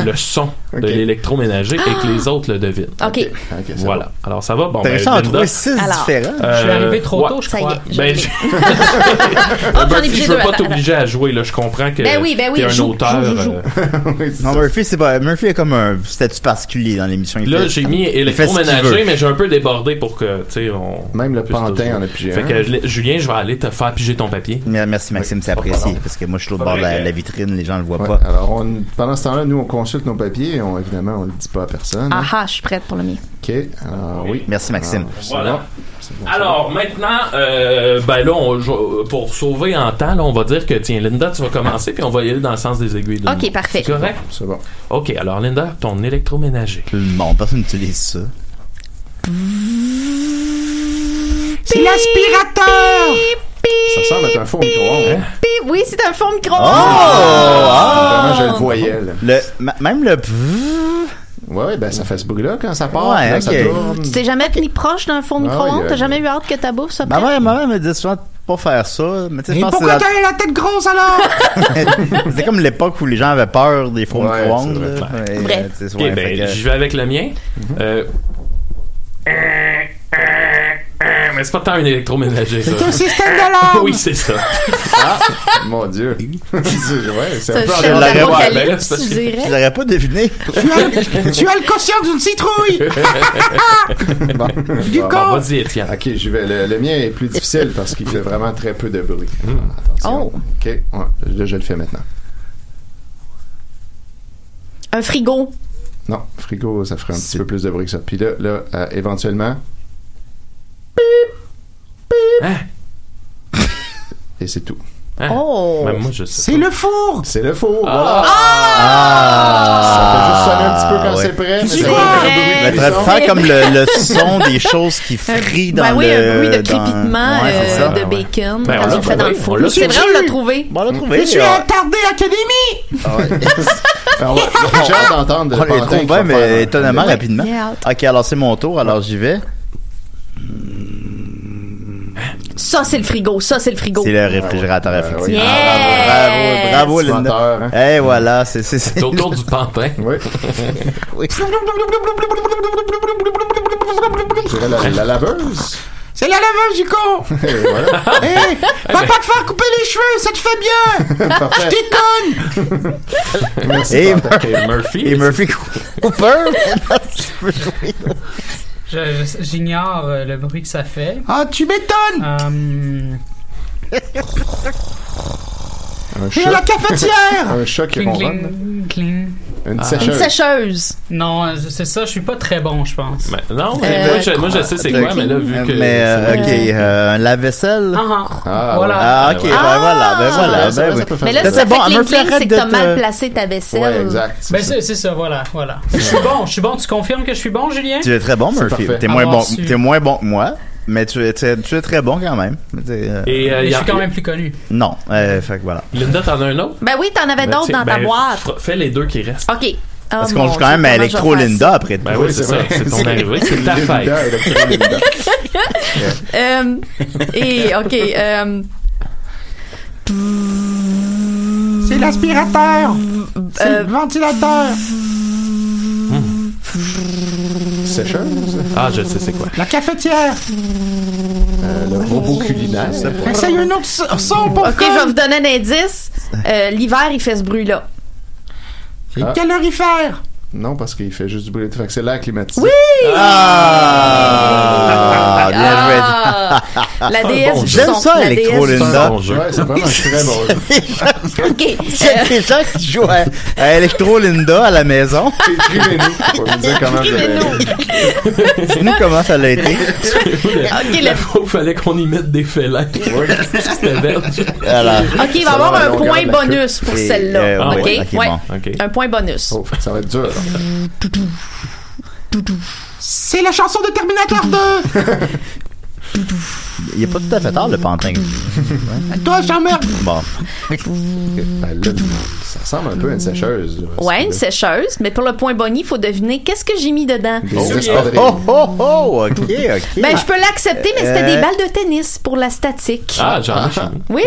Speaker 8: le son de l'électroménager et que les autres le devinent.
Speaker 7: OK. Ah,
Speaker 8: voilà. Alors ça va. Bon, ben,
Speaker 5: Intéressant, on a
Speaker 8: Linda,
Speaker 5: trouvé six
Speaker 7: Alors,
Speaker 5: différents.
Speaker 8: euh,
Speaker 10: Je suis arrivé trop
Speaker 8: ouais.
Speaker 10: tôt, je
Speaker 7: Ça y
Speaker 10: crois.
Speaker 7: est, je
Speaker 8: Ben,
Speaker 7: l'ai.
Speaker 8: je-
Speaker 7: Ah, j'en ai
Speaker 8: Murphy,
Speaker 7: pris
Speaker 8: Ben, je veux
Speaker 7: deux,
Speaker 8: pas
Speaker 7: attends,
Speaker 8: t'obliger à jouer, là. Je comprends que
Speaker 7: Ben oui, ben oui,
Speaker 8: t'es un
Speaker 7: joue,
Speaker 8: auteur.
Speaker 7: joue, joue, joue.
Speaker 8: euh,
Speaker 5: Non, Murphy, c'est pas. Murphy a comme un statut particulier dans l'émission. Il
Speaker 8: Là,
Speaker 5: fait-
Speaker 8: j'ai mis
Speaker 5: fait ce qu'il
Speaker 8: électroménager,
Speaker 5: veut.
Speaker 8: mais j'ai un peu débordé pour que, tu sais, on.
Speaker 6: Même le
Speaker 8: puisse te
Speaker 6: pantin
Speaker 8: jouer.
Speaker 6: en a hein. pigé
Speaker 8: Fait
Speaker 6: un.
Speaker 8: que, je l'ai- Julien, je vais aller te faire piger ton papier.
Speaker 5: Mais Merci Maxime, c'est apprécié parce que moi je suis l'autre bord de la, la vitrine, les gens le voient
Speaker 6: Ouais,
Speaker 5: pas.
Speaker 6: Alors, on- pendant ce temps-là, nous, on consulte nos papiers et on, évidemment, on le dit pas à personne.
Speaker 7: Ah ah, je suis prête pour le mien.
Speaker 6: OK. Alors, oui.
Speaker 5: Merci Maxime.
Speaker 6: Alors, ça
Speaker 8: Voilà.
Speaker 6: va. C'est bon, ça va.
Speaker 8: Alors, maintenant, euh, ben là, on- je- pour sauver en temps, là, on va dire que, tiens, Linda, tu vas commencer, puis on va y aller dans le sens des aiguilles. d'une
Speaker 7: OK,
Speaker 8: montre.
Speaker 7: parfait.
Speaker 8: C'est correct?
Speaker 6: C'est bon.
Speaker 8: OK, alors, Linda, ton électroménager.
Speaker 5: Non, personne n'utilise ça.
Speaker 4: C'est l'aspirateur!
Speaker 6: Ça ressemble à un faux micro-ondes. hein?
Speaker 7: Pi- Oui, c'est un fond micro.
Speaker 8: Ah!
Speaker 6: Vraiment, je le voyais, là.
Speaker 5: Ah! Le, ma- même le.
Speaker 6: Ouais, ouais, ben, ça fait ce bruit-là quand ça part.
Speaker 5: Ouais,
Speaker 6: là,
Speaker 5: ok.
Speaker 6: ça tourne.
Speaker 7: Tu t'es jamais tenu proche d'un fond
Speaker 6: Ah,
Speaker 7: micro-ondes?
Speaker 6: oui,
Speaker 7: T'as
Speaker 6: oui.
Speaker 7: jamais eu hâte que ta bouffe soit
Speaker 8: Ben
Speaker 5: Ma
Speaker 7: prête?
Speaker 5: mère, ma mère me dit souvent de pas faire ça. Mais tu sais, je
Speaker 4: Et
Speaker 5: pense que
Speaker 4: pourquoi
Speaker 5: c'est
Speaker 4: t'as la tête grosse alors?
Speaker 5: la- c'était comme l'époque où les gens avaient peur des faux
Speaker 6: Ouais,
Speaker 5: micro-ondes.
Speaker 6: c'est
Speaker 5: là. Ouais,
Speaker 7: Bref.
Speaker 5: tu sais,
Speaker 8: OK,
Speaker 5: ouais, fait
Speaker 8: ben,
Speaker 5: que-
Speaker 8: j'y vais avec le mien. Euh, mais c'est pas tant un électroménager, ça.
Speaker 4: Ton système d'alarme!
Speaker 8: Oui, c'est ça.
Speaker 6: Ah, mon Dieu. C'est- ouais, c'est un
Speaker 7: C'est
Speaker 6: peu
Speaker 7: un
Speaker 6: en
Speaker 7: système
Speaker 5: la-
Speaker 8: ouais, ben là,
Speaker 7: d'apocalypse,
Speaker 8: c'est parce
Speaker 7: tu
Speaker 8: que-
Speaker 5: Je
Speaker 7: dirais.
Speaker 5: l'aurais pas deviné.
Speaker 4: tu, as, tu as le quotient d'une citrouille!
Speaker 6: Bon.
Speaker 4: Du
Speaker 6: Bon.
Speaker 4: con!
Speaker 8: Vas-y, Étienne.
Speaker 6: Ok, je vais. Le, le mien est plus difficile parce qu'il fait vraiment très peu de bruit.
Speaker 8: Hmm.
Speaker 6: Attention.
Speaker 7: Oh.
Speaker 6: Ok, ouais, là, je le fais maintenant.
Speaker 7: Un frigo.
Speaker 6: Non, frigo, ça ferait un
Speaker 5: C'est-
Speaker 6: petit peu plus de bruit que ça. Puis là, là euh, éventuellement.
Speaker 8: Hein?
Speaker 6: Et c'est tout.
Speaker 8: Hein?
Speaker 7: Oh!
Speaker 8: Même moi, je sais.
Speaker 4: C'est le four!
Speaker 6: C'est le four.
Speaker 8: Ah!
Speaker 6: Voilà. ça fait juste sonner un petit peu quand
Speaker 5: ouais.
Speaker 6: c'est prêt. mais
Speaker 7: C'est
Speaker 6: c'est
Speaker 7: vrai.
Speaker 6: pas un
Speaker 5: Ben,
Speaker 6: bruit
Speaker 5: tu devrais
Speaker 6: puissant.
Speaker 5: faire comme le, le son des choses qui frient dans
Speaker 7: ben oui,
Speaker 5: le.
Speaker 7: un bruit de
Speaker 5: dans-
Speaker 7: crépitement
Speaker 5: Ouais,
Speaker 7: euh,
Speaker 5: c'est ça.
Speaker 7: de
Speaker 8: Ouais, ouais.
Speaker 7: bacon
Speaker 8: Ben, on
Speaker 7: quand
Speaker 8: l'a-
Speaker 7: on le fait
Speaker 8: ben
Speaker 7: dans
Speaker 8: oui,
Speaker 7: le
Speaker 8: on
Speaker 7: four.
Speaker 8: l'a
Speaker 7: C'est vrai, on l'a trouvé.
Speaker 5: Bon, on l'a trouvé. euh,
Speaker 4: Je suis
Speaker 5: on-
Speaker 4: attardé académie!
Speaker 5: Ah ouais.
Speaker 6: Enfin, on va- J'ai hâte d'entendre.
Speaker 5: On
Speaker 6: le
Speaker 5: les
Speaker 6: pantin qui
Speaker 5: trouve
Speaker 6: va
Speaker 5: bien,
Speaker 6: faire un-
Speaker 5: mais euh, étonnamment
Speaker 7: Ouais,
Speaker 5: rapidement.
Speaker 7: j'ai hâte.
Speaker 5: Ok, alors c'est mon tour, alors j'y vais.
Speaker 7: Ça, c'est le frigo. Ça, c'est le frigo.
Speaker 5: C'est le réfrigérateur à
Speaker 6: Ouais,
Speaker 5: frites.
Speaker 6: ouais.
Speaker 7: Yes!
Speaker 5: Bravo, bravo, Linda.
Speaker 6: Menteur, hein.
Speaker 5: Eh voilà, c'est c'est c'est
Speaker 8: C'est autour du pantin.
Speaker 6: Oui.
Speaker 5: oui.
Speaker 6: Je dirais la, la laveuse.
Speaker 4: C'est la laveuse du con!
Speaker 6: Et voilà.
Speaker 4: Hé! va pas te faire couper les cheveux, ça te fait bien! Je
Speaker 6: Parfait.
Speaker 4: déconne!
Speaker 6: Merci.
Speaker 5: Et,
Speaker 6: Pantin.
Speaker 8: OK, Murphy.
Speaker 5: et Murphy Cooper.
Speaker 10: Je- je- J'ignore euh, le bruit que ça fait.
Speaker 4: Ah, tu m'étonnes!
Speaker 10: Hum,
Speaker 6: Un
Speaker 4: Et à la
Speaker 6: choc.
Speaker 4: cafetière!
Speaker 6: Un choc qui
Speaker 10: cling,
Speaker 6: ronronne.
Speaker 10: cling, cling.
Speaker 6: Une
Speaker 7: Une
Speaker 6: sécheuse.
Speaker 7: sécheuse.
Speaker 10: Non, euh, c'est ça, je suis pas très bon, je pense.
Speaker 8: Mais Ben, non,
Speaker 7: Euh,
Speaker 8: moi, je, moi, je sais c'est
Speaker 5: euh,
Speaker 8: quoi, mais là, vu que.
Speaker 5: Mais euh, ok, euh, la vaisselle.
Speaker 10: Ah,
Speaker 6: Ah,
Speaker 10: voilà.
Speaker 5: Ah ok, ben
Speaker 7: Ah.
Speaker 5: voilà, ben voilà,
Speaker 6: Ça,
Speaker 5: ben
Speaker 6: ça
Speaker 5: oui.
Speaker 6: peut faire
Speaker 7: Mais là,
Speaker 5: Ça,
Speaker 7: ça
Speaker 5: c'est
Speaker 7: fait
Speaker 5: bon,
Speaker 7: bon,
Speaker 5: un
Speaker 7: cling,
Speaker 5: Murphy,
Speaker 7: cling,
Speaker 5: arrête
Speaker 7: c'est
Speaker 5: de
Speaker 7: que t'as
Speaker 5: te-
Speaker 7: mal placé ta vaisselle.
Speaker 6: Ouais, exact.
Speaker 10: Ben c'est c'est ça, voilà, voilà. Je suis bon, je suis bon. Tu confirmes que je suis bon, Julien?
Speaker 5: Tu es très bon, Murphy.
Speaker 6: parfait.
Speaker 5: T'es moins
Speaker 10: Avoir
Speaker 5: bon,
Speaker 10: su.
Speaker 5: t'es moins bon que moi, mais tu es, tu es- tu es très bon quand même. Tu sais, euh,
Speaker 8: Et euh,
Speaker 10: Mais
Speaker 8: y
Speaker 10: je
Speaker 8: a-
Speaker 10: suis quand même plus connu.
Speaker 5: Non, euh, fait que voilà.
Speaker 8: Linda, t'en as un autre?
Speaker 7: Ben oui, t'en avais
Speaker 8: Ben,
Speaker 7: d'autres
Speaker 8: tiens,
Speaker 7: dans ta
Speaker 8: ben,
Speaker 7: boîte.
Speaker 8: f- Fais les deux qui restent.
Speaker 7: OK. Ah,
Speaker 5: Parce qu'on
Speaker 7: mon
Speaker 5: joue quand même à
Speaker 7: Dieu, comment je vais
Speaker 5: Electro
Speaker 7: faire
Speaker 5: Linda après tout.
Speaker 8: Ben oui, c'est ça, c'est ton arrivée, c'est ta fête.
Speaker 6: Linda, elle a pris Linda.
Speaker 7: ça? Euh, et, OK. euh,
Speaker 4: C'est l'aspirateur! C'est
Speaker 7: euh,
Speaker 4: le ventilateur!
Speaker 6: Sécheuse.
Speaker 8: Ah, je sais c'est quoi.
Speaker 10: Ben,
Speaker 4: La cafetière!
Speaker 6: Euh, le robot culinaire.
Speaker 4: Essaye un autre so- son pour
Speaker 7: OK, je vais vous donner un indice. Euh, L'hiver, il fait ce bruit-là.
Speaker 6: Ah.
Speaker 4: Calorifère!
Speaker 6: Non, parce qu'il fait juste du bruit. Fait que c'est l'air climatisé.
Speaker 7: Oui!
Speaker 5: Ah, bien joué.
Speaker 7: Ah! La déesse du
Speaker 5: J'aime
Speaker 7: son,
Speaker 5: ça,
Speaker 7: la
Speaker 5: Electro
Speaker 7: déesse du
Speaker 5: Linda.
Speaker 8: Bon jeu.
Speaker 6: Ouais, c'est vraiment un très bon jeu.
Speaker 7: son. OK.
Speaker 5: C'est
Speaker 7: euh,
Speaker 5: des gens qui jouent à, à Electro Linda à la maison.
Speaker 6: Écrivez-nous pour nous dire comment vous avez
Speaker 7: Écrivez-nous.
Speaker 5: Dis-nous comment ça l'a été.
Speaker 7: OK,
Speaker 8: La
Speaker 7: le-
Speaker 8: fois où fallait qu'on y mette des félins. C'était belge.
Speaker 5: Voilà.
Speaker 7: OK, il va y
Speaker 6: Ça
Speaker 7: avoir
Speaker 6: va,
Speaker 7: un
Speaker 6: on
Speaker 7: point
Speaker 6: garde la
Speaker 7: bonus pour
Speaker 5: Et,
Speaker 7: celle-là.
Speaker 5: euh,
Speaker 8: Ah,
Speaker 7: OK?
Speaker 5: ouais, ok,
Speaker 7: Ouais.
Speaker 5: bon.
Speaker 8: OK.
Speaker 7: Un point bonus.
Speaker 6: Oh, fait que ça va être dur.
Speaker 4: C'est la chanson de Terminator 2!
Speaker 5: Il est pas tout à fait tard, le pantin.
Speaker 4: Toi, j'emmerde!
Speaker 5: Bon.
Speaker 6: Ben là, ça ressemble un peu à une sécheuse. là.
Speaker 7: Ouais, une sécheuse, mais pour le point Bonnie, il faut deviner qu'est-ce que j'ai mis dedans.
Speaker 6: Des espadrilles.
Speaker 5: Oh, oh, oh, ok, ok.
Speaker 7: Ben, je peux l'accepter, mais c'était
Speaker 5: Euh.
Speaker 7: des balles de tennis pour la statique.
Speaker 8: Ah, j'en ai chez nous.
Speaker 7: Oui,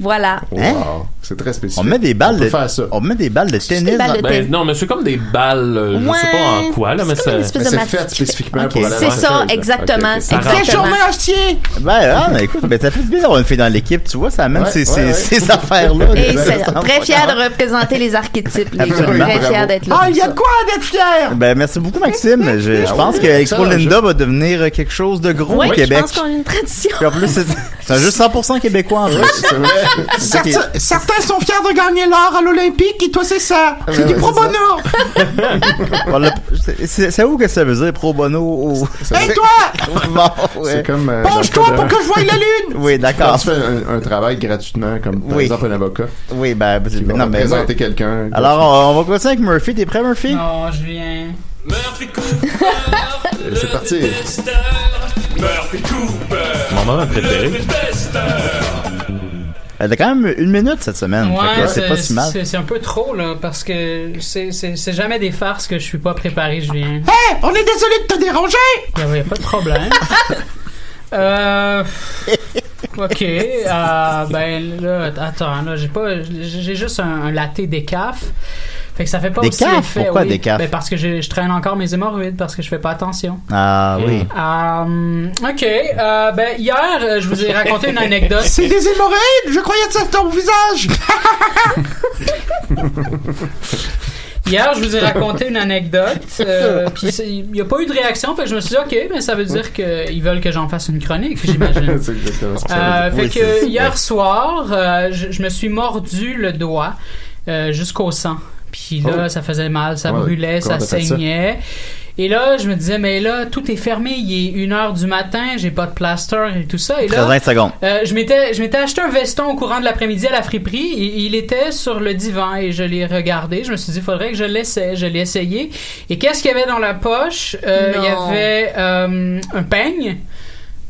Speaker 7: voilà.
Speaker 6: Wow.
Speaker 5: Hein? Oh!
Speaker 6: C'est très
Speaker 5: on
Speaker 6: spécifique.
Speaker 5: met des balles
Speaker 6: peut
Speaker 5: de
Speaker 6: faire ça.
Speaker 5: On met des balles de tennis.
Speaker 7: des balles de
Speaker 5: dans-
Speaker 8: Ben non, mais c'est comme des balles, euh, je sais pas en quoi, là, mais
Speaker 7: c'est
Speaker 8: ça.
Speaker 7: comme une
Speaker 6: Mais
Speaker 7: espèce de
Speaker 6: c'est
Speaker 7: matique.
Speaker 6: fait spécifiquement
Speaker 5: Ok.
Speaker 6: pour la
Speaker 7: C'est
Speaker 6: sécheuse,
Speaker 7: ça,
Speaker 6: là.
Speaker 7: exactement.
Speaker 6: Ok, ok.
Speaker 7: C'est
Speaker 8: Ça rentre.
Speaker 4: Fais
Speaker 7: exactement.
Speaker 4: chômer l'acier!
Speaker 5: Ben, ah, ben, écoute, ben, ça fait du bien d'avoir une fille dans l'équipe, tu vois, ça amène
Speaker 6: Ouais,
Speaker 5: ces, ces-
Speaker 6: ouais, ouais.
Speaker 5: ces affaires-là.
Speaker 7: Et
Speaker 5: Ben,
Speaker 7: c'est
Speaker 5: ça me
Speaker 7: très
Speaker 5: va.
Speaker 7: fier de représenter les archétypes. Les
Speaker 5: Absolument.
Speaker 7: très
Speaker 6: Bravo.
Speaker 7: fier d'être là.
Speaker 4: Ah, il y a de quoi d'être fier!
Speaker 5: Ben, merci beaucoup, Maxime. Je, je
Speaker 6: Ah
Speaker 5: pense
Speaker 6: oui,
Speaker 5: que Expo
Speaker 6: excellent
Speaker 5: Linda va devenir euh, quelque chose de gros
Speaker 7: Oui,
Speaker 5: au
Speaker 7: je
Speaker 5: Québec.
Speaker 7: pense qu'on a une tradition.
Speaker 5: Puis en plus, c'est c'est un jeu 100% québécois, en plus.
Speaker 6: C'est vrai.
Speaker 5: C'est ça qui
Speaker 4: Certains,
Speaker 5: est-
Speaker 4: certains sont fiers de gagner l'or à l'Olympique et toi c'est ça! C'est
Speaker 6: Ouais,
Speaker 4: du
Speaker 6: ouais,
Speaker 4: pro
Speaker 6: c'est ça.
Speaker 4: bono!
Speaker 5: on l'a- c'est- C'est c'est où que ça veut dire, pro bono? Au...
Speaker 4: Et toi!
Speaker 5: Bon, ouais.
Speaker 6: C'est comme. euh, dans
Speaker 4: Penche-toi
Speaker 6: le
Speaker 4: pour
Speaker 6: cas
Speaker 4: que je voie la lune!
Speaker 5: Oui,
Speaker 6: d'un- Quand
Speaker 5: d'accord.
Speaker 6: tu fais un, un travail gratuitement, comme par
Speaker 5: Oui.
Speaker 6: exemple un avocat,
Speaker 5: Oui, ben,
Speaker 6: qui va
Speaker 5: non, mais...
Speaker 6: présenter quelqu'un.
Speaker 5: Alors, on, on va continuer avec Murphy. T'es prêt, Murphy?
Speaker 10: Non, je viens.
Speaker 6: Euh, c'est parti.
Speaker 8: Mon moment préféré.
Speaker 5: Elle a quand même une minute cette semaine. fait que
Speaker 10: Ouais,
Speaker 5: c'est pas si mal.
Speaker 10: c'est- c'est un peu trop, là, parce que c'est- c'est c'est jamais des farces que je suis pas préparé, je viens.
Speaker 4: Hé! on est désolé de te déranger!
Speaker 10: Il n'y a pas de problème. euh. Ok, euh, ben là, attends, là, j'ai pas, j'ai juste un, un latte des caf. Fait que ça fait pas
Speaker 5: Des
Speaker 10: aussi
Speaker 5: caf?
Speaker 10: effet,
Speaker 5: Pourquoi
Speaker 10: oui.
Speaker 5: des caf?
Speaker 10: Ben parce que je, je traîne encore mes hémorroïdes parce que je fais pas attention. Hmm.
Speaker 5: Ah oui.
Speaker 10: Euh, ok, euh, ben hier, euh, je vous ai raconté une anecdote.
Speaker 4: C'est des hémorroïdes! Je croyais que ça c'était ton visage!
Speaker 10: Hier, je vous ai raconté une anecdote, euh, puis c'est- il n'y a pas eu de réaction, fait que je me suis dit, OK, mais ça veut dire qu'ils veulent que j'en fasse une chronique, j'imagine.
Speaker 6: C'est exactement ce que ça
Speaker 10: Euh,
Speaker 6: veut dire.
Speaker 10: fait
Speaker 5: Oui,
Speaker 10: que
Speaker 5: c'est-
Speaker 10: hier soir, euh, je, je me suis mordu le doigt euh, jusqu'au sang. Puis là,
Speaker 6: Oh.
Speaker 10: ça faisait mal, ça
Speaker 6: Ouais,
Speaker 10: brûlait,
Speaker 6: comment
Speaker 10: ça
Speaker 6: t'as fait ça?
Speaker 10: saignait. Et là, je me disais, mais là, tout est fermé, il est 1h du matin, j'ai pas de plaster et tout ça. Et là,
Speaker 5: 13 secondes.
Speaker 10: euh, je m'étais je m'étais acheté un veston au courant de l'après-midi à la friperie et il était sur le divan et je l'ai regardé. Je me suis dit, faudrait que je l'essaie. Je l'ai essayé. Et qu'est-ce qu'il y avait dans la poche? Euh, il y
Speaker 7: Non.
Speaker 10: avait euh, un peigne,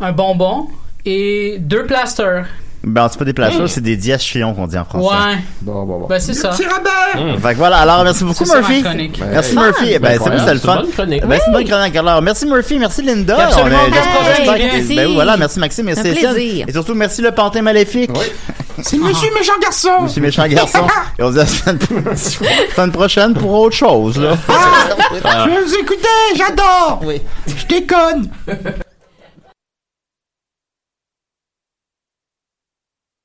Speaker 10: un bonbon et deux plasters.
Speaker 5: Ben, c'est pas des placeurs, c'est des diachions qu'on dit en français.
Speaker 10: Hmm. Ouais,
Speaker 6: Bon, bon,
Speaker 4: Bah,
Speaker 6: bon.
Speaker 10: ben c'est ça.
Speaker 4: C'est Robert!
Speaker 5: Fait que voilà, alors merci
Speaker 10: C'est
Speaker 5: beaucoup
Speaker 10: ça, ma
Speaker 5: Murphy.
Speaker 10: chronique.
Speaker 6: Ben,
Speaker 5: Merci
Speaker 6: hey,
Speaker 5: Murphy. Ben, c'est
Speaker 6: incroyable.
Speaker 5: plus ça le
Speaker 8: C'est une
Speaker 5: fun.
Speaker 8: bonne chronique.
Speaker 5: Ben, c'est une bonne chronique. Alors, merci Murphy, merci Linda.
Speaker 10: Absolument,
Speaker 5: On a-
Speaker 10: aucun
Speaker 5: j'espère-
Speaker 7: problème.
Speaker 5: j'espère que-
Speaker 7: Merci.
Speaker 5: Ben oui, voilà, merci Maxime, merci
Speaker 7: Un
Speaker 5: Étienne.
Speaker 7: plaisir.
Speaker 5: Et surtout, merci le pantin maléfique.
Speaker 6: Oui.
Speaker 4: C'est monsieur méchant garçon!
Speaker 5: Monsieur méchant garçon. Et on se dit à la semaine pro- semaine prochaine pour autre chose, là.
Speaker 8: Ah!
Speaker 4: Je vais vous écouter, j'adore! Je déconne!